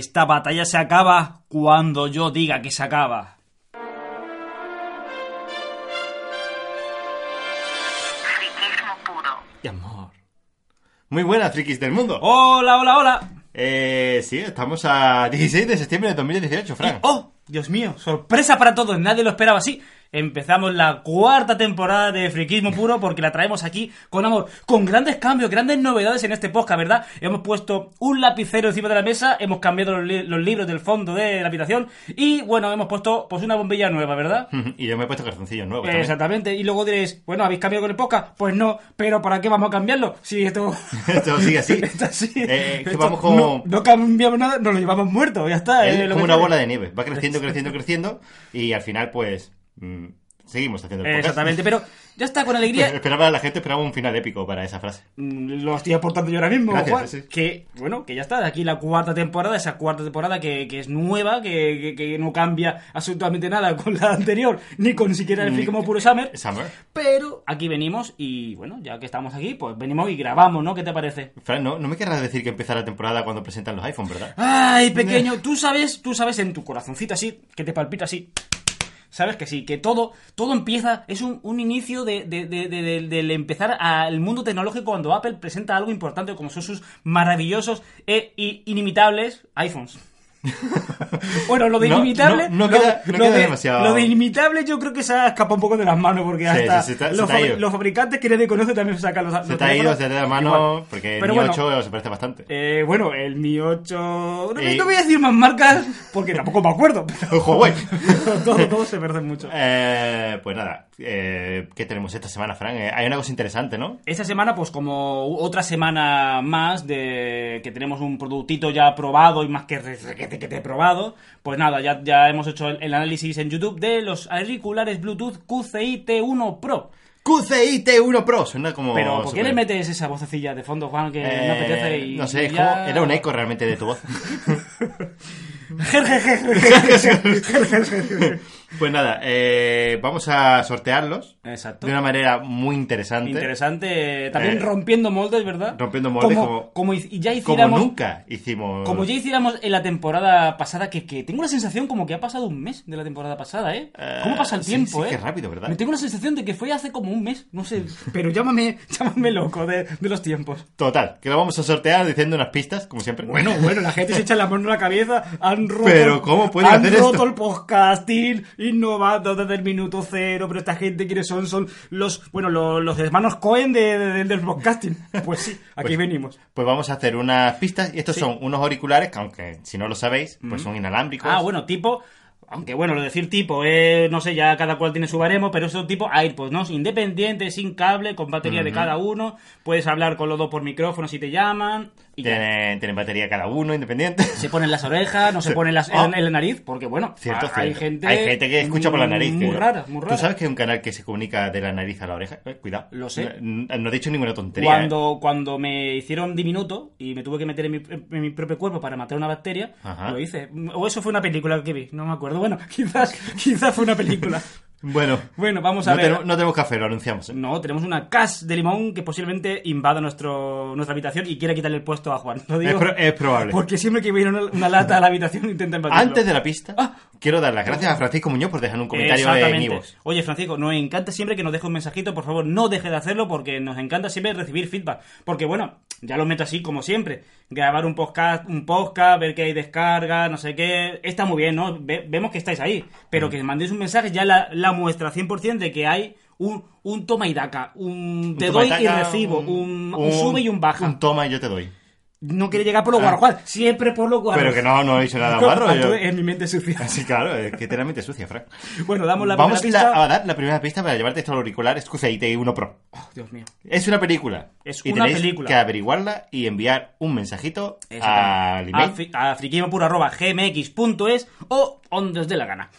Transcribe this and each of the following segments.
Esta batalla se acaba cuando yo diga que se acaba. Friquismo puro. Y amor. Muy buenas, frikis del mundo. Hola, hola, hola. Eh, sí, estamos a 16 de septiembre de 2018, Y- Frank. ¡Oh! Dios mío, sorpresa para todos, nadie lo esperaba así. Empezamos la cuarta temporada de Friquismo Puro porque la traemos aquí con amor, con grandes cambios, grandes novedades en este podcast, ¿verdad? Hemos puesto un lapicero encima de la mesa, hemos cambiado los, li- los libros del fondo de la habitación y bueno, hemos puesto pues una bombilla nueva, ¿verdad? Y yo me he puesto calzoncillos nuevos. Pues también. Exactamente, y luego diréis, bueno, ¿habéis cambiado con el podcast? Pues no, pero ¿para qué vamos a cambiarlo? Si esto... Esto sigue así. Esto sí. Eh, que Esto vamos con- no, no cambiamos nada, nos lo llevamos muerto, ya está. Es eh, lo como que una tiene. bola de nieve. Va creciendo, creciendo, creciendo. Y al final, pues. mm, seguimos haciendo el podcast. Exactamente, pero ya está con alegría. Esperaba la gente, esperaba un final épico para esa frase. Mm, Lo estoy aportando yo ahora mismo, Gracias, Juan. sí. Que, bueno, que ya está. Aquí la cuarta temporada, esa cuarta temporada que, que es nueva, que, que- que no cambia absolutamente nada con la anterior, ni con siquiera el Ni- film como Puro Summer. Summer. Pero aquí venimos y, bueno, ya que estamos aquí, pues venimos y grabamos, ¿no? ¿Qué te parece? Fran, no, no me querrás decir que empieza la temporada cuando presentan los iPhone, ¿verdad? Ay, pequeño, tú sabes, tú sabes en tu corazoncito así, que te palpita así. Sabes que sí, que todo, todo empieza, es un, un inicio de, de- de- de- de- del empezar al mundo tecnológico cuando Apple presenta algo importante como son sus maravillosos e i- inimitables iPhones. bueno, lo de No, inimitable. no, no lo- queda- no lo queda de- demasiado. Lo de inimitable yo creo que se ha escapado un poco de las manos porque Sí, hasta sí, se te ha- se los, te ha fabri- ido. los fabricantes que le reconocen también se sacan los Se te ha ido, se te da la mano, porque el Pero Mi bueno. 8 se parece bastante. Eh, bueno, el Mi 8... No, Eh, no voy a decir más marcas porque tampoco me acuerdo. pero Huawei. todo, todo se pierde mucho. Eh, pues nada, eh, ¿qué tenemos esta semana, Fran? Eh, hay una cosa interesante, ¿no? Esta semana, pues como otra semana más de que tenemos un productito ya probado y más que re- requete que te he probado, pues nada, ya, ya hemos hecho el, el análisis en YouTube de los auriculares Bluetooth QCI T1 Pro. QCI T1 Pro, suena como... Pero, ¿por qué super- le metes esa vocecilla de fondo, Juan, que Oh, Eh, no apetece? Y no sé, es ya- como- era un eco realmente de tu voz. pues nada, eh, vamos a sortearlos Exacto. de una manera muy interesante. Interesante. eh, También Eh, rompiendo moldes, ¿verdad? rompiendo moldes Como, como- como hi- ya Como hiciéramos. nunca hicimos... como ya hiciéramos en la temporada pasada, que, que tengo la sensación como que ha pasado un mes de la temporada pasada, ¿eh? Eh, ¿Cómo pasa el sí, tiempo, sí, eh? qué rápido, ¿verdad? Me tengo la sensación de que fue hace como un mes, no sé. Pero llámame, llámame loco de, de los tiempos. Total, que lo vamos a sortear diciendo unas pistas, como siempre. Bueno, bueno, la gente se echa la mano en la cabeza. Han roto, Pero, ¿cómo pueden han hacer roto esto? el podcasting, innovando desde el minuto cero. Pero esta gente, ¿quiénes son? Son los, bueno, los, los hermanos Cohen de, de- del podcasting. Pues sí, aquí Pues- venimos. Pues vamos a hacer unas pistas. Y estos Sí. son unos auriculares que, aunque si no lo sabéis, pues son inalámbricos. Ah, bueno, tipo. Aunque bueno, lo de decir tipo, eh, no sé, ya cada cual tiene su baremo, pero eso tipo AirPods, ¿no? Independiente, sin cable, con batería de cada uno. Puedes hablar con los dos por micrófono si te llaman. Y ya. Tienen, tienen batería cada uno, independiente. Se ponen las orejas, no se ponen las, Ah. en, en la nariz, porque bueno, Cierto, a- Ah, hay cierto. gente. Hay gente que escucha por la nariz. Muy que- rara, muy rara. ¿Tú sabes que hay un canal que se comunica de la nariz a la oreja? Eh, cuidado. Lo sé. No, no he dicho ninguna tontería. eh. Cuando, cuando me hicieron diminuto y me tuve que meter en mi, en mi propio cuerpo para matar una bacteria, Ajá. lo hice. O eso fue una película que vi, no me acuerdo. Bueno, quizás, quizás fue una película. Bueno, Bueno, vamos a no, ver. tenemos, no tenemos café, lo anunciamos. eh. No, tenemos una cas de limón que posiblemente invada nuestro, nuestra habitación y quiera quitarle el puesto a Juan. Lo digo Es pro- es probable. Porque siempre que viene una, una lata a la habitación intenta invadirlo. Antes de la pista, Ah. quiero dar las gracias a Francisco Muñoz por dejar un comentario en Exactamente. Nivos. Oye, Francisco, nos encanta siempre que nos deje un mensajito. Por favor, no deje de hacerlo porque nos encanta siempre recibir feedback. Porque, bueno, ya lo meto así como siempre. Grabar un podcast, un podcast, ver que hay descarga, no sé qué. Está muy bien, ¿no? Ve- vemos que estáis ahí. Pero Mm. que mandéis un mensaje ya la, la muestra 100% de que hay un, un toma y daca. Un te toma doy y taca, recibo. Un, un sube y un baja. Un toma y yo te doy. No quiere llegar por lo guarro, Juan. Siempre por lo guarro. Pero que no, no he dicho nada barro. yo- En mi mente sucia. Así claro, es que te la mente sucia, Frank. Bueno, damos la Vamos primera la- pista. a dar la primera pista para llevarte estos auriculares QCI T1 Pro. Oh, Dios mío. Es una película. Es y una tenéis película. que averiguarla y enviar un mensajito al Exactamente. email. A fri- A, friquimopuro.gmx.es o donde os dé la gana.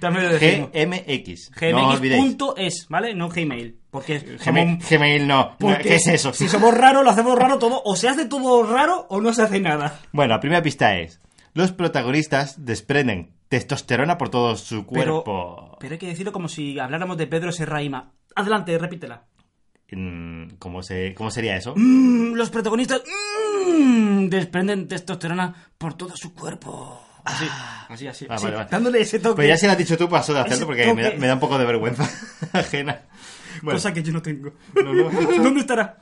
También lo decimos. GMX. eh, No os olvidéis. gmx.es, ¿vale? No Gmail. Porque es como Gmail, un- Gmail no. porque ¿Qué es eso? Si somos raros, lo hacemos raro todo. O se hace todo raro o no se hace nada. Bueno, la primera pista es: los protagonistas desprenden testosterona por todo su Pero, cuerpo. pero hay que decirlo como si habláramos de Pedro Serraima. Adelante, repítela. Mm, ¿Cómo, se, ¿Cómo sería eso? Mm, los protagonistas mm, ¡Mmm! Desprenden testosterona por todo su cuerpo. Así, así, así. Ah, así, vale, vale. Dándole ese toque. Pero ya si lo has dicho tú, paso de hacerlo Ese porque me da, toque. me da un poco de vergüenza ajena. Bueno, Cosa que yo no tengo. No, no. ¿Dónde estará?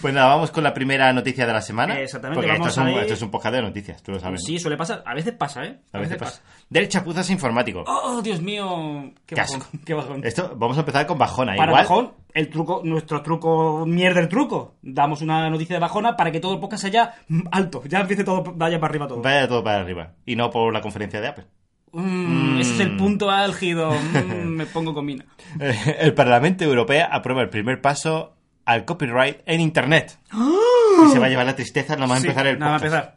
pues nada, vamos con la primera noticia de la semana. Exactamente, Porque esto vamos es, un, a ir- esto es un podcast de noticias, tú lo sabes. ¿no? Sí, suele pasar. A veces pasa, ¿eh? A veces pasa. Del chapuzas informático. Oh, Dios mío. Qué Qué bajón. asco. Qué bajón. Esto, vamos a empezar con bajona. Para Igual, bajón, el truco, nuestro truco, mierda el truco. Damos una noticia de bajona para que todo el podcast sea ya mm, alto. Ya empiece todo, vaya para arriba todo. Vaya todo para arriba. Y no por la conferencia de Apple. Mm, Ese es el punto álgido. Mm, me pongo con mina. Eh, El Parlamento Europeo aprueba el primer paso al copyright en Internet. Y se va a llevar la tristeza nada más ¡Ah! Sí, empezar el nada más podcast.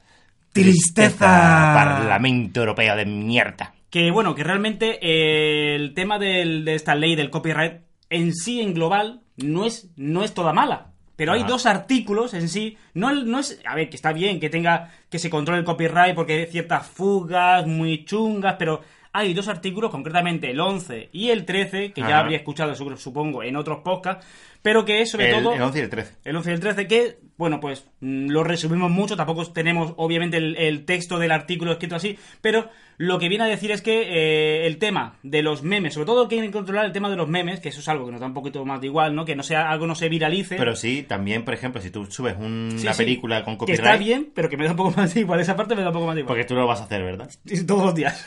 empezar. Parlamento Europeo de mierda. Que bueno, que realmente eh, el tema del- de esta ley del copyright en sí, en global, no es, no es toda mala. Pero hay Ajá. dos artículos en sí. No, el- no es. A ver, que está bien que tenga. que se controle el copyright porque hay ciertas fugas muy chungas, pero. Hay dos artículos, concretamente el 11 y el 13, que ya Ajá. habría escuchado, seguro- supongo, en otros podcasts, pero que es sobre El, todo el 11 y el 13. el 11 y el 13, que, bueno, pues mm, lo resumimos mucho, tampoco tenemos obviamente el, el texto del artículo escrito así, pero lo que viene a decir es que eh, el tema de los memes, sobre todo quieren controlar el tema de los memes, que eso es algo que nos da un poquito más de igual, ¿no? Que no sea algo no se viralice. Pero sí, también, por ejemplo, si tú subes un- Sí, una sí, película con Que está copyright, bien, pero que me da un poco más de igual, esa parte me da un poco más de igual. porque tú lo vas a hacer, ¿verdad? Todos los días.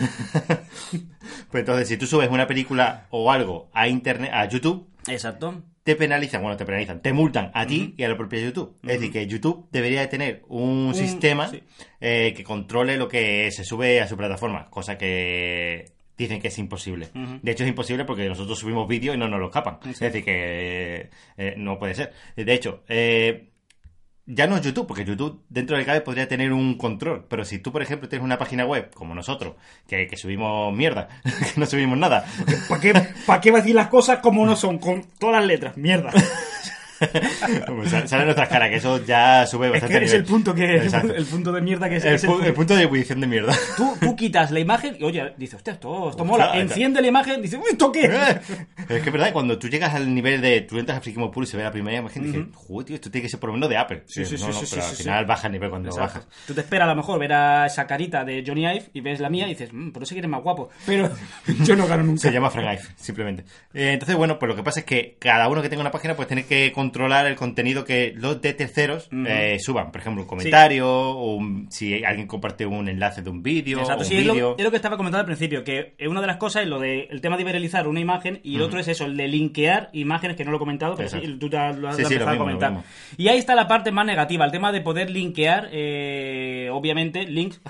Pues entonces, si tú subes una película o algo a internet, a YouTube, Exacto. te penalizan, bueno, te penalizan, te multan a ti y a la propia YouTube. Es decir, que YouTube debería de tener un, sistema sí. eh, que controle lo que se sube a su plataforma, cosa que dicen que es imposible. Ujú. De hecho, es imposible porque nosotros subimos vídeos y no nos lo escapan. Es decir, que eh, no puede ser. De hecho, eh, ya no es YouTube, porque YouTube dentro del CAE podría tener un control. Pero si tú, por ejemplo, tienes una página web, como nosotros, que, que subimos mierda, que no subimos nada, ¿Para qué, ¿Para qué va a decir las cosas como no son? Con todas las letras, mierda. Pues sal- sale nuestras caras, que eso ya sube Es bastante. que es el nivel. punto que. Exacto. El punto de mierda que es. El es el pu- punto- el punto de ebullición de mierda. Tú, tú quitas la imagen y oye, dices, hostia, esto, esto Hostia, mola. ahí está. Enciende la imagen, dices, "Uy, ¿esto qué? Eh, es que es verdad, cuando tú llegas al nivel de. Tú entras a Friquismo Puro y se ve la primera imagen, y dices, joder, tío, esto tiene que ser por lo menos de Apple. Sí, Y dices, sí, no, sí, no, sí, pero sí, al sí. final baja el nivel cuando Exacto. bajas. Tú te esperas a lo mejor ver a esa carita de Johnny Ive y ves la mía y dices, mmm, por eso que eres más guapo. Pero yo no gano Se nunca. llama Frank Ive, simplemente. Eh, entonces, bueno, pues lo que pasa es que cada uno que tenga una página pues tiene que controlar el contenido que los de terceros eh, suban. Por ejemplo, un comentario, un- si alguien comparte un enlace de un vídeo, Exacto, un sí, es vídeo. lo, es lo que estaba comentando al principio, que eh, una de las cosas es lo del tema de viralizar una imagen y el otro es eso, el de linkear imágenes, que no lo he comentado, pero sí, Exacto. tú te has- lo has Sí, lo has sí, lo empezado a mismo, lo comentar. mismo. Y ahí está la parte más negativa, el tema de poder linkear, eh, obviamente, links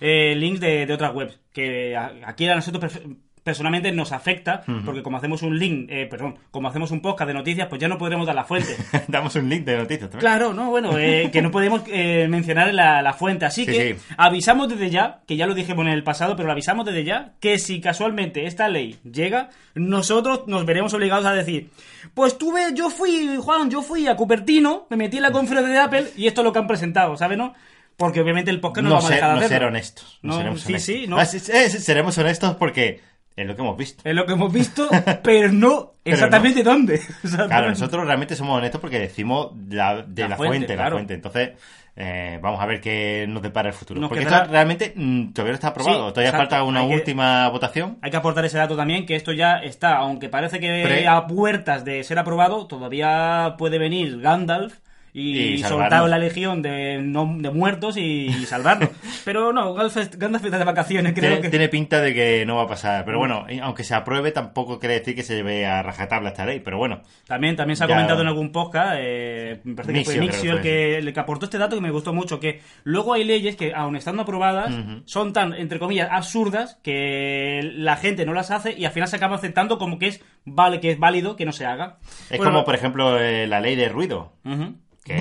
Eh, links de, de otras webs que a- aquí a nosotros perfe- personalmente nos afecta porque como hacemos un link eh, perdón como hacemos un podcast de noticias pues ya no podremos dar la fuente Damos un link de noticias también. claro no bueno eh, que no podemos eh, mencionar la, la fuente así Sí, que sí. avisamos desde ya que ya lo dijimos en el pasado pero lo avisamos desde ya que si casualmente esta ley llega nosotros nos veremos obligados a decir pues tuve yo fui Juan yo fui a Cupertino me metí en la conferencia de Apple y esto es lo que han presentado ¿sabes no? porque obviamente el podcast no, lo no, vamos a ser, dejar de no hacerlo. ser honestos. No, No, seremos sí, honestos. sí, no. Ah, sí, sí, eh, sí, seremos honestos porque es lo que hemos visto. Es lo que hemos visto, pero no Pero exactamente dónde. Exactamente. Claro, nosotros realmente somos honestos porque decimos la- de la, La fuente, fuente, la claro. fuente. Entonces, eh, vamos a ver qué nos depara el futuro. Nos porque quedará- esto realmente mm, todavía no está aprobado. Sí, todavía exacto. falta una Hay que- última votación. Hay que aportar ese dato también, que esto ya está, aunque parece que Pre- a puertas de ser aprobado, todavía puede venir Gandalf y, Y salvarnos. soltar la legión de, no- de muertos y, salvarnos. pero no, Gandalf, Gandalf está de vacaciones, creo Tiene, que... Mm. tiene pinta de que no va a pasar. Pero bueno, y aunque se apruebe, tampoco quiere decir que se lleve a rajatabla esta ley. Pero bueno, También, también se ha Ya. comentado en algún podcast, eh, me parece que fue Mixio, creo Mixio que el que, el que aportó este dato que me gustó mucho, que luego hay leyes que, aun estando aprobadas, son tan, entre comillas, absurdas que la gente no las hace y al final se acaba aceptando como que es, vale, que es válido que no se haga. es Bueno, como, por ejemplo, eh, la ley de ruido. ujú. Que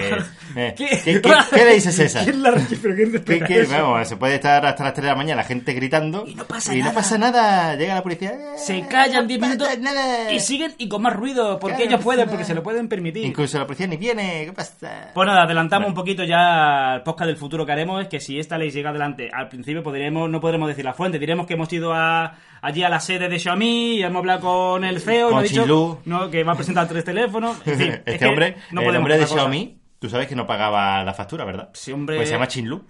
Eh, ¿Qué? ¿qué- qué- qué le dices esa? ¿Quién la registra? ¿Pero quién Que- registra que, eso? vamos, se puede estar hasta las 3 de la mañana la gente gritando Y no pasa y nada. pasa nada. Llega la policía. eh, Se callan no 10 pasa minutos nada. y siguen y con más ruido, porque Claro, ellos no pueden, pasa porque nada. se lo pueden permitir. Incluso la policía ni viene. ¿Qué pasa? Pues nada, adelantamos un poquito ya al podcast del futuro que haremos. Es que si esta ley llega adelante, al principio podremos, no podremos decir la fuente. Diremos que hemos ido a, allí a la sede de Xiaomi y hemos hablado con el CEO. y Con nos ha dicho, Xilu. no, que va a presentar tres teléfonos. En fin, este es que hombre, no el podemos hombre de otra cosa. Xiaomi, tú sabes que no pagaba la factura, ¿verdad? Sí, hombre. Pues se llama Chinlu.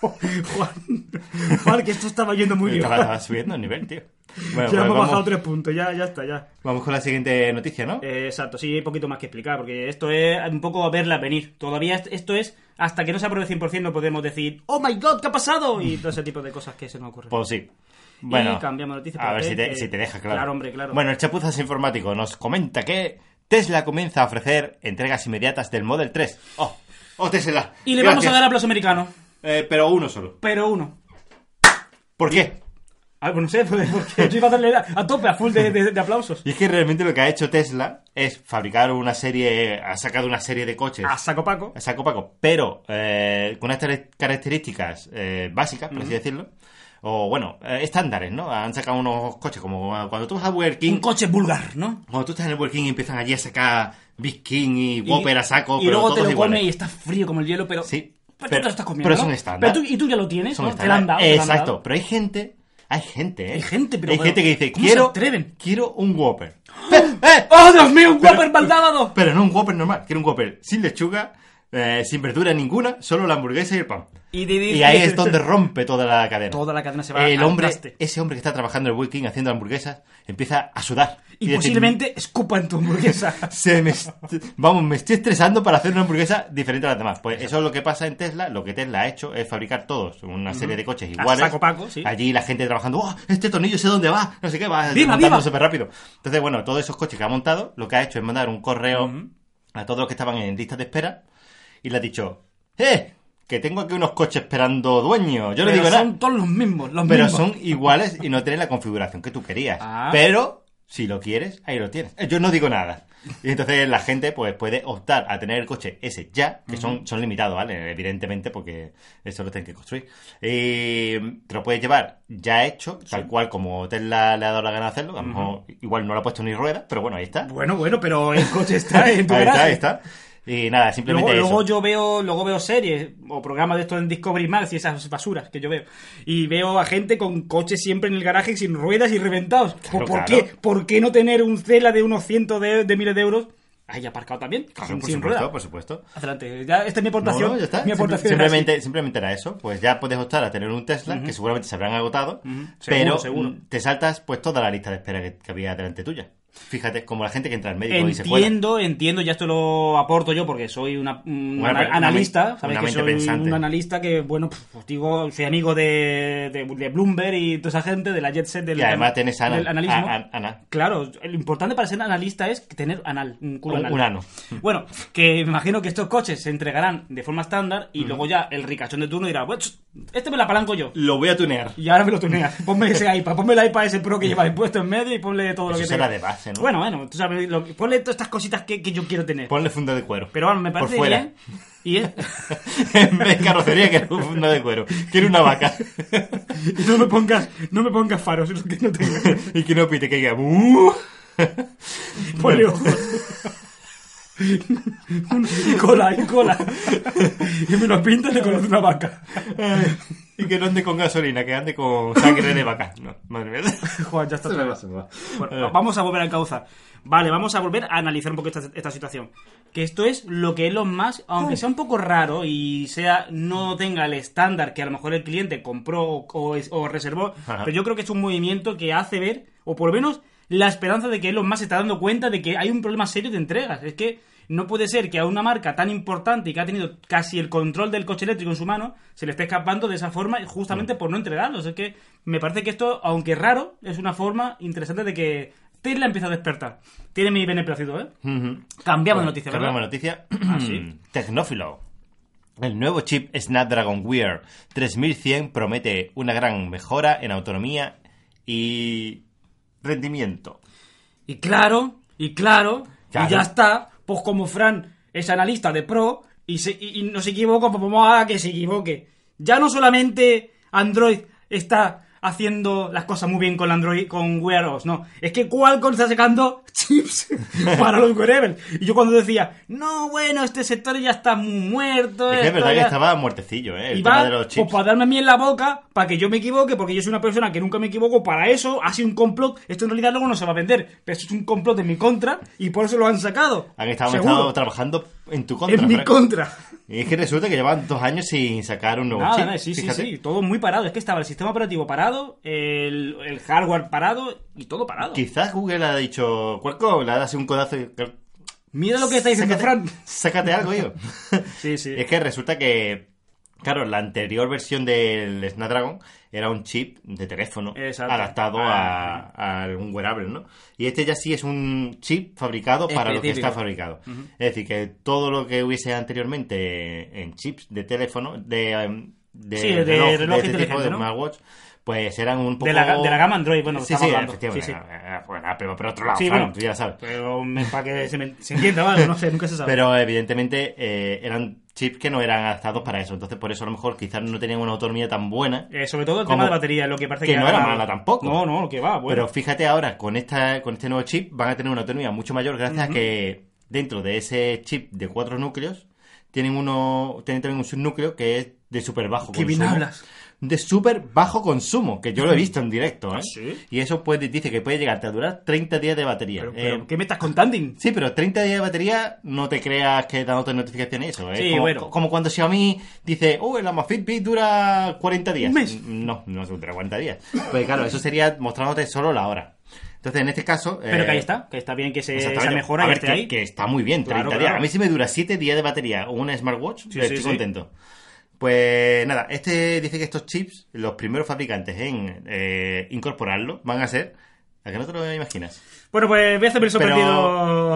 Juan, Juan, que esto estaba yendo muy bien. Estaba, estaba subiendo el nivel, tío. Bueno, ya pues hemos bajado vamos, tres puntos, ya, ya está, ya. vamos con la siguiente noticia, ¿no? Eh, Exacto, sí, hay poquito más que explicar, porque esto es un poco verla venir. Todavía est- esto es, hasta que no se apruebe 100% no podemos decir, oh my god, ¿qué ha pasado? Y todo ese tipo de cosas que se nos ocurren. Pues sí. Bueno, cambiamos noticias, a ver espérate, si te, que- si te deja claro. Claro, hombre, claro. Bueno, el Chapuzas Informático nos comenta que Tesla comienza a ofrecer entregas inmediatas del Model 3. ¡Oh! ¡Oh, Tesla! Eh, y le vamos a dar aplauso americano, pero uno solo. pero uno. ¿Por qué? Ah, pues no sé, pues, porque yo iba a darle a, a tope, a full de, de- de aplausos. Y es que realmente lo que ha hecho Tesla es fabricar una serie, ha sacado una serie de coches A saco Paco. a saco paco, pero eh, con unas tare- características eh, básicas, por así decirlo, o bueno, eh, estándares, ¿no? Han sacado unos coches como cuando tú vas a Burger King, Un coche vulgar, ¿no? cuando tú estás en el Burger King y empiezan allí a sacar Big King y Whopper a saco, y pero luego te todos lo iguales. comes y está frío como el hielo, pero. Sí, Pero, tú pero- te lo estás comiendo. pero es ¿no? un estándar. Pero tú, y tú ya lo tienes, Son ¿no? Te lo han estándares. dado. te lo han Exacto, dado. pero hay gente, hay gente, ¿eh? Hay gente, pero- hay gente que dice, ¿cómo se quiero, atreven? quiero un Whopper. ¡Eh! ¡Eh! ¡Oh, Dios mío, un Pero- Whopper maldado! Pero no un Whopper normal, quiero un Whopper sin lechuga, eh, sin verdura ninguna, solo la hamburguesa y el pan. Y, te Y dice- ahí es donde rompe toda la cadena. Toda la cadena se va El al hombre, traste. ese hombre que está trabajando en el Burger King haciendo hamburguesas, empieza a sudar. Y, decir, posiblemente escupa en tu hamburguesa. se me est- vamos, me estoy estresando para hacer una hamburguesa diferente a las demás. Pues eso es lo que pasa en Tesla. Lo que Tesla ha hecho es fabricar todos una serie de coches iguales. saco paco, sí. Allí la gente trabajando, ¡oh! Este tornillo sé dónde va, no sé qué, va ¡Viva, montando viva! súper rápido. Entonces, bueno, todos esos coches que ha montado, lo que ha hecho es mandar un correo a todos los que estaban en listas de espera y le ha dicho, ¡eh! Que tengo aquí unos coches esperando dueño. Yo no Pero digo nada. son todos los mismos, los Pero mismos. son iguales y no tienen la configuración que tú querías. Ah. Pero si lo quieres, ahí lo tienes. Eh, Yo no digo nada. Y entonces la gente pues puede optar a tener el coche ese ya, que son, son limitados, ¿vale? Evidentemente, porque eso lo tienen que construir. Y te lo puedes llevar ya hecho, tal cual como Tesla le ha dado la gana de hacerlo. A lo mejor igual no le ha puesto ni ruedas, pero bueno, ahí está. Bueno, bueno, pero el coche está en tu ahí está, garaje. ahí está. Y nada, Luego, simplemente luego eso. yo veo, luego veo series o programas de esto en Discovery Max y esas basuras que yo veo. Y veo a gente con coches siempre en el garaje sin ruedas y reventados. ¿Por, Claro, por claro. qué? ¿Por qué no tener un Cela de unos cientos de, de miles de euros ahí aparcado también? Claro, sin por sin supuesto, ruedas. por supuesto. Adelante, ya, esta es mi aportación. No, no, ya está. Mi Simple- aportación era así. simplemente, simplemente era eso. Pues ya puedes optar a tener un Tesla, que seguramente se habrán agotado, Seguro, pero seguro. mm, te saltas pues toda la lista de espera que, que había delante tuya. Fíjate, como la gente que entra al médico y se cuela. Entiendo, entiendo, ya esto lo aporto yo porque soy una, un Una- ana- una analista, men- sabéis una que mente soy pensante. un analista que, bueno, pues, os digo, soy amigo de, de, de Bloomberg y toda esa gente, de la jet set, del, Y además tenés Ah, a Ana. del analismo. a- a- Ana. Claro, lo importante para ser analista es tener anal, un culo Un- anal. un ano. Bueno, que me imagino que estos coches se entregarán de forma estándar y luego ya el ricachón de turno dirá, "Bueno, este me la apalanco yo. Lo voy a tunear. Y ahora me lo tuneas. Ponme ese iPad, ponme el iPad ese pro que lleva impuesto en medio y ponle todo lo Eso que será tenga. de base, ¿no? Bueno, bueno, tú sabes, lo- ponle todas estas cositas que, que yo quiero tener. Ponle funda de cuero. Pero bueno, me parece Por fuera. bien. Y es- en vez de carrocería, quiero un funda de cuero. Quiero una vaca. y no me pongas, no me pongas faros, es lo que no tengo. y que no pite, que diga... "Uh". Ponle Bueno. ojos. y cola, y cola. y me lo pintas de color de una vaca. y que no ande con gasolina, que ande con sangre de vaca. No, madre mía. Juan, ya está. otra vez. Bueno, Eh. vamos a volver a cauzar. Vale, vamos a volver a analizar un poco esta, esta situación. Que esto es lo que Elon Musk, aunque sea un poco raro y sea no tenga el estándar que a lo mejor el cliente compró o, o es- o reservó, Ajá. pero yo creo que es un movimiento que hace ver, o por lo menos la esperanza de que Elon Musk se está dando cuenta de que hay un problema serio de entregas. Es que no puede ser que a una marca tan importante y que ha tenido casi el control del coche eléctrico en su mano se le esté escapando de esa forma justamente por no entregarlos. Es que me parece que esto, aunque raro, es una forma interesante de que Tesla empieza a despertar. Tiene mi beneplácito, ¿eh? Ujú. Cambiamos de Bueno, noticia, ¿verdad? cambiamos de noticia. Ah, sí. Tecnófilo. El nuevo chip Snapdragon Wear 3100 promete una gran mejora en autonomía y rendimiento. Y claro, y claro, Claro. y ya está. Pues como Fran es analista de pro y, se, y, y no se equivoca, pues vamos a que se equivoque. Ya no solamente Android está haciendo las cosas muy bien con Android, con Wear OS, no. Es que Qualcomm está sacando chips para los wearables. Y yo cuando decía, no, bueno, este sector ya está muy muerto. Es que es esto verdad que ya- estaba muertecillo, ¿eh? El y tema va de los pues, chips. para darme a mí en la boca, para que yo me equivoque, porque yo soy una persona que nunca me equivoco, para eso ha sido un complot. Esto en realidad luego no se va a vender, pero esto es un complot en mi contra y por eso lo han sacado. Han estado, han Seguro. estado trabajando en tu contra. en mi Fran. contra. Y es que resulta que llevan dos años sin sacar un nuevo Nada, chip. nada, sí, sí, fíjate. sí, todo muy parado. Es que estaba el sistema operativo parado, el, el hardware parado y todo parado. Quizás Google ha dicho, Cuerco, le ha dado así un codazo y... Mira lo que está diciendo Fran. Sácate algo, yo. Sí, sí. Es que resulta que, claro, la anterior versión del Snapdragon era un chip de teléfono Exacto. Ah, adaptado a, a un wearable, ¿no? Y este ya sí es un chip fabricado para lo que Específico. está fabricado. Es decir, que todo lo que hubiese anteriormente en chips de teléfono, de, em, de Sí, de reloj este tipo, inteligente, de ¿no? smartwatch, pues eran un poco... De la, ga- de la gama Android, bueno, Sí, estamos sí, hablando. efectivamente. Sí, sí. eh, Bueno, Apple va por otro lado, Sí, claro, bueno. tú ya sabes. Pero para que se, me- se entienda, vale, no sé, nunca se sabe. Pero evidentemente eh, eran chips que no eran adaptados para eso. Entonces, por eso a lo mejor quizás no tenían una autonomía tan buena. Eh, sobre todo el Como tema de batería, lo que parece que que, no ha era ganado. mala tampoco. No, no, que va, bueno. Pero fíjate ahora, con, esta, con este nuevo chip van a tener una autonomía mucho mayor gracias a que dentro de ese chip de cuatro núcleos tienen, uno, tienen también un subnúcleo que es de súper bajo ¿Qué bien consumo. hablas? De súper bajo consumo, que yo lo he visto en directo. ¿eh? Ah, sí? Y eso puede, dice que puede llegarte a durar 30 días de batería. Pero- Eh, pero, ¿Qué me estás contando? Sí, pero 30 días de batería no te creas que dándote notificaciones eso, ¿eh? Sí, como, bueno. como cuando Xiaomi dice, oh, el Amazfit Fit dura 40 días. Un mes. No, no dura 40 días. Pues claro, eso sería mostrándote solo la hora. Entonces, en este caso... Pero eh, que ahí está, que está bien que se, exactamente. esa mejora A que ver, esté que, ahí. que está muy bien, 30 Claro, días. claro. A mí si me dura 7 días de batería o una smartwatch, Sí, pues sí, estoy sí. contento. Pues nada, este dice que estos chips, los primeros fabricantes en eh, incorporarlos, van a ser... ¿A que no te lo imaginas? Bueno, pues voy a hacerme el Pero-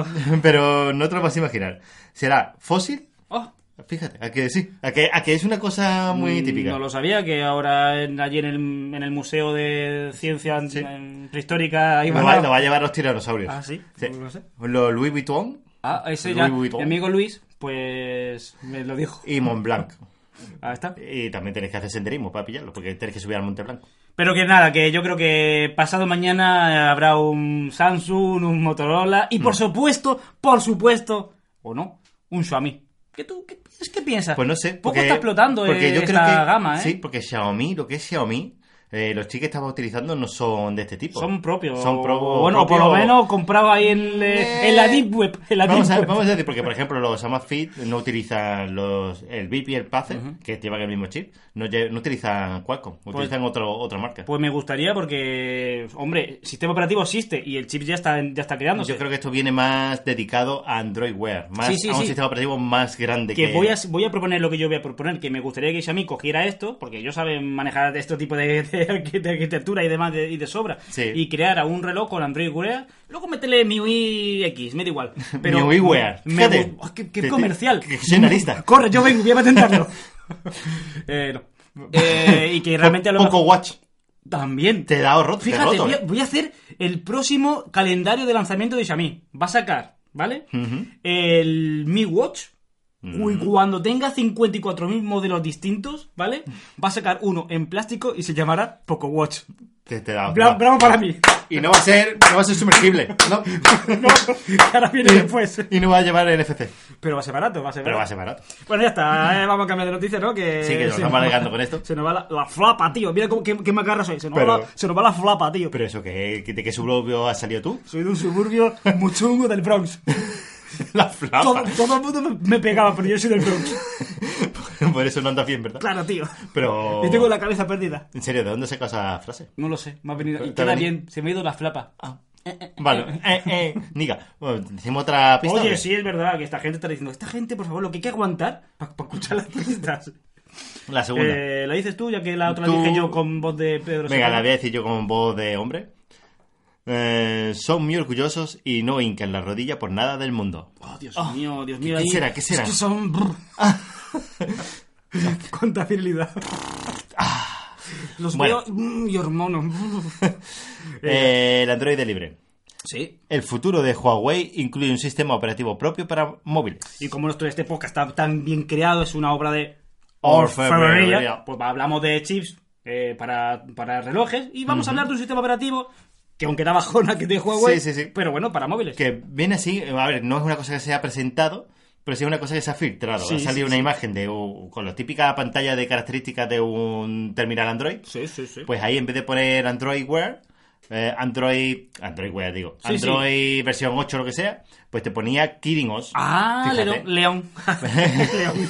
sorprendido. Pero no te lo vas a imaginar. Será fósil. Oh, Fíjate, a que sí. A que, a que es una cosa muy mm, típica. No lo sabía, que ahora en- allí en el, en el Museo de Ciencias Sí. eh, Prehistóricas ahí Lo van va, a- lo va a llevar los tiranosaurios. Ah, sí, no lo sé. Los Louis Vuitton Ah, ese Louis ya, Vuitton. mi amigo Luis, pues me lo dijo. y Mont Blanc. Ahí está. Y también tenéis que hacer senderismo para pillarlo, porque tenéis que subir al Monte Blanco. Pero que nada, que yo creo que pasado mañana eh, habrá un Samsung, un Motorola y Mm. por supuesto, por supuesto, o no, un Xiaomi. ¿Qué tú qué, piensas? qué piensas? Pues no sé. Poco está explotando eh, esta gama, ¿eh? Sí, porque Xiaomi, lo que es Xiaomi, eh, los chips que estamos utilizando no son de este tipo. Son propios. Son pro- Bueno, por lo propios- menos compraba ahí en, eh, en la Deep Web. En la Vamos Deep a, Web. vamos a decir, porque por ejemplo los Amazfit no utilizan los, el VIP y el Pacer, que llevan el mismo chip, no, lle- no utilizan Qualcomm, utilizan otro, otra marca. Pues me gustaría porque, hombre, el sistema operativo existe y el chip ya está, ya está creándose. Yo creo que esto viene más dedicado a Android Wear, más Sí, sí, a un sí. sistema operativo más grande que... que voy a, voy a proponer lo que yo voy a proponer, que me gustaría que Xiaomi cogiera esto, porque ellos saben manejar este tipo de, de arqui- de arquitectura y demás de- y de sobra, Sí. y creara un reloj con Android Wear, luego métele MIUI X, me da igual. Pero MIUI Wear. Me Fíjate. gu- oh, qué, qué Te- te- comercial! que soy analista. Corre, yo vengo, voy a patentarlo. eh, no. Eh, y que realmente a lo Poco mejor... Watch También. te da roto. te da Fíjate, roto, voy a, ¿eh? voy a hacer el próximo calendario de lanzamiento de Xiaomi. Va a sacar, ¿vale? Ujú. El Mi Watch. Mm. y Cuando tenga 54.000 modelos distintos, ¿vale? Va a sacar uno en plástico y se llamará Poco Watch. Te- te da- Bra- bravo para mí. Y no va a ser, no va a ser sumergible. No. No, que ahora viene después. Y no va a llevar NFC. Pero va a ser barato, va a ser Pero va a barato. ser barato. Bueno, ya está. eh, vamos a cambiar de noticia, ¿no? Que Sí, que nos se estamos va- alargando con esto. Se nos va la, la flapa, tío. Mira cómo, qué, qué macarra soy. Se nos, va Pero- la, se nos va la flapa, tío. Pero eso, ¿qué, ¿de qué suburbio has salido tú? Soy de un suburbio muy chungo del Bronx. La flapa. Todo, todo el mundo me- me pegaba, pero yo soy del Bronx. Por eso no andas bien, ¿verdad? Claro, tío. Pero. Y tengo la cabeza perdida. En serio, ¿de dónde sacas esa frase? No lo sé, me ha venido. Pero Y te ha queda venido- bien, se me ha ido la flapa. Vale, eh, eh, Niga, bueno, decimos otra pista. Oye, ¿o qué? sí, es verdad que esta gente está diciendo, esta gente, por favor, lo que hay que aguantar para escuchar las pistas. La segunda. Eh, la dices tú, ya que la otra Tú- la dije yo con voz de Pedro Venga, Sánchez. la voy a decir yo con voz de hombre. Eh, son muy orgullosos y no hincan la rodilla por nada del mundo. Oh, Dios mío, Dios mío. ¿Qué ahí- será? ¿Qué será? Ah. Es que son... Cuánta fidelidad. Los Ah. Bueno. veo mm, y hormono. Eh, el Android de libre. Sí. El futuro de Huawei incluye un sistema operativo propio para móviles. Y como nuestro este podcast está tan bien creado, es una obra de Orfebrería. orfebrería, pues hablamos de chips eh, para, para relojes y vamos a hablar de un sistema operativo que aunque da bajona que de Huawei, Sí, sí, sí. pero bueno, para móviles. Que viene así, a ver, no es una cosa que se ha presentado, pero sí es una cosa que se ha filtrado. Sí, ha salido sí, una sí. imagen de un- con la típica pantalla de características de un terminal Android. Sí, sí, sí. Pues ahí en vez de poner Android Wear, eh, Android, Android Wear digo, Sí, Android versión 8 o lo que sea, pues te ponía Kiringos. ah, León. Fíjate. León. León.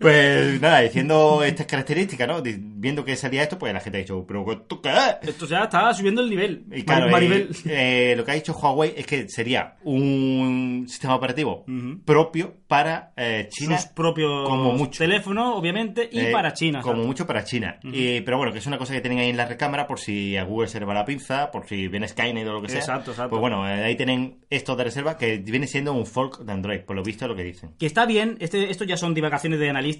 Pues nada, diciendo estas características, ¿no? Di- Viendo que salía esto, pues la gente ha dicho, pero ¿tú qué? Esto ya está subiendo el nivel. Y claro, Mari- Maribel. eh, eh, lo que ha dicho Huawei es que sería un sistema operativo Ujú. propio para eh, China. Sus propios como mucho. teléfonos, obviamente, y eh, para China. Como exacto. mucho para China. Ujú. Y- pero bueno, que es una cosa que tienen ahí en la recámara por si a Google se le va la pinza, por si viene Skynet o lo que sea. Exacto, exacto. Pues bueno, eh, ahí tienen esto de reserva que viene siendo un fork de Android, por lo visto lo que dicen. Que está bien, este, esto ya son divagaciones de analista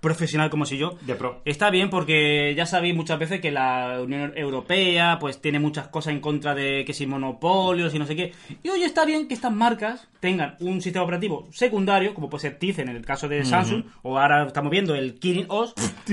profesional como si yo. De pro. Está bien porque ya sabéis muchas veces que la Unión Europea pues tiene muchas cosas en contra de que si monopolios y no sé qué. Y oye, está bien que estas marcas tengan un sistema operativo secundario, como puede ser Tizen en el caso de Samsung, o ahora estamos viendo el Kirin OS.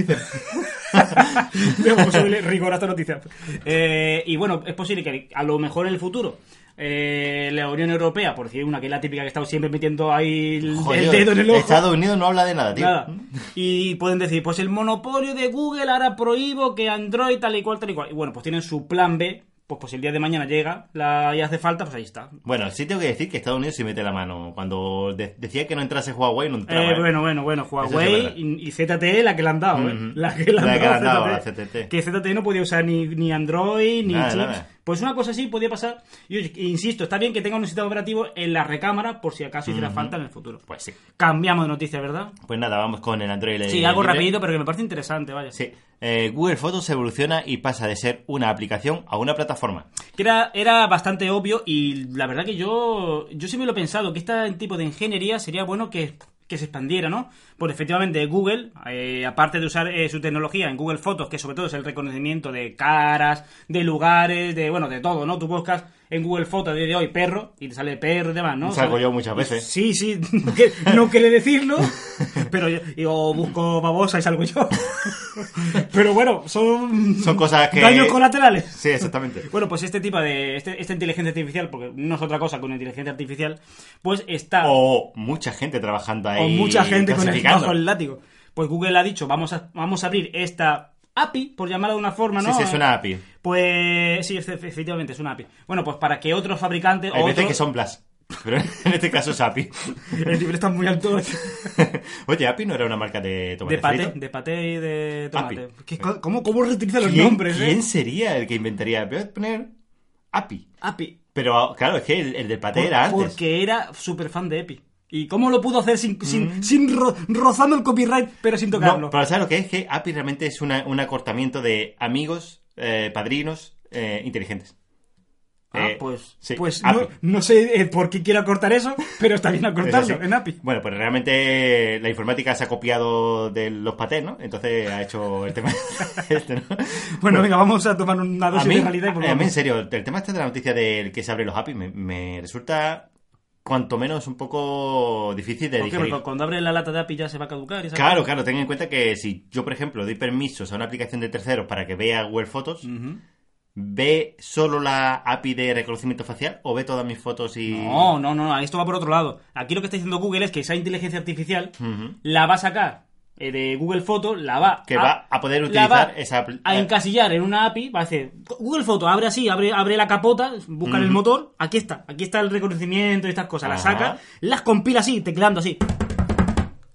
Debo subirle rigor a esta noticia. Eh, y bueno, es posible que a lo mejor en el futuro eh, la Unión Europea, por decir una que es la típica que está siempre metiendo ahí el, el Joder, dedo en el ojo. Estados Unidos no habla de nada, tío. Nada. Y pueden decir, pues el monopolio de Google ahora prohíbo que Android tal y cual, tal y cual. Y bueno, pues tienen su plan B, pues, pues el día de mañana llega la, y hace falta, pues ahí está. Bueno, sí tengo que decir que Estados Unidos sí mete la mano. Cuando de- decía que no entrase Huawei, no entraba. Eh, ¿eh? bueno, bueno, bueno, Eso sí es Huawei verdad. y, y ZTE, la que le han dado, ¿eh? Ujú. La que le han La que le han dado, dado, a la ZTE. ZTE. E. Que ZTE no podía usar ni, ni Android, ni E. Nada, chips. nada. Pues una cosa así podía pasar. Y oye, insisto, está bien que tenga un sistema operativo en la recámara por si acaso hiciera falta en el futuro. Pues sí. Cambiamos de noticia, ¿verdad? Pues nada, vamos con el Android. Sí, algo libre. rapidito, pero que me parece interesante, vaya. Sí. Eh, Google Fotos evoluciona y pasa de ser una aplicación a una plataforma. que era, era bastante obvio y la verdad que yo yo siempre lo he pensado que este tipo de ingeniería sería bueno que, que se expandiera, ¿no? Pues efectivamente Google, eh, aparte de usar eh, su tecnología en Google Fotos, que sobre todo es el reconocimiento de caras, de lugares, de bueno, de todo, ¿no? Tú buscas en Google Fotos a día de hoy perro y te sale perro y demás, ¿no? Salgo Sale- yo muchas veces. Sí, sí, que- no quería decirlo, pero yo, yo busco babosa y salgo yo. Pero bueno, son, Son cosas que- daños colaterales. Sí, exactamente. Bueno, pues este tipo de. este- esta inteligencia artificial, porque no es otra cosa que una inteligencia artificial, pues está. O mucha gente trabajando ahí. o mucha gente con el, Oh clasificando. bajo el látigo. Pues Google ha dicho, vamos a, vamos a abrir esta API, por llamarla de una forma, Sí, ¿no? sí, es una API. Pues sí, efe- efectivamente, es una API. Bueno, pues para que otros fabricantes. Hay o veces otros- que son Blas. Pero en este caso es API. El nivel está muy alto. Oye, API no era una marca de tomate De paté, frito? de paté y de tomate. API. ¿Qué co- ¿Cómo, ¿Cómo reutiliza los ¿Quién, nombres, eh? quién sería el que inventaría? Voy a poner API. API. Pero claro, es que el, el del paté Por- era antes. Porque era súper fan de Epi. ¿Y cómo lo pudo hacer sin, sin, sin ro- rozando el copyright, pero sin tocarlo? Mm. No, pero ¿sabes lo que es? Que API realmente es una- un acortamiento de amigos, eh, padrinos, eh, inteligentes. Ah, Eh, pues, sí, pues API. no, no sé eh, por qué quiero acortar eso, pero está bien Es acortarlo así. en API. Bueno, pues realmente la informática se ha copiado de los patés, ¿no? Entonces ha hecho el tema este, ¿no? Bueno, venga, vamos a tomar una A dosis mí, de realidad y a mí, en volvamos. serio, el, el tema este de la noticia del que se abre los API me, me resulta cuanto menos un poco difícil de ¿Por qué? digerir. Porque cuando abre la lata de API ya se va a caducar. y esas Claro, claro, ten en cuenta que si yo, por ejemplo, doy permisos a una aplicación de terceros para que vea Google Fotos, cosas. Ujú. Mm. ¿Ve solo la API de reconocimiento facial o ve todas mis fotos y.? No, no, no, esto va por otro lado. Aquí lo que está diciendo Google es que esa inteligencia artificial Ujú. la va a sacar eh, de Google Fotos, la va Que va a poder Ah, la utilizar va esa eh, apl- a encasillar en una API, va a decir, Google Foto, abre así, abre, abre la capota, busca en el Ujú. motor, aquí está, aquí está el reconocimiento y estas cosas, las Ajá. saca, las compila así, teclando así,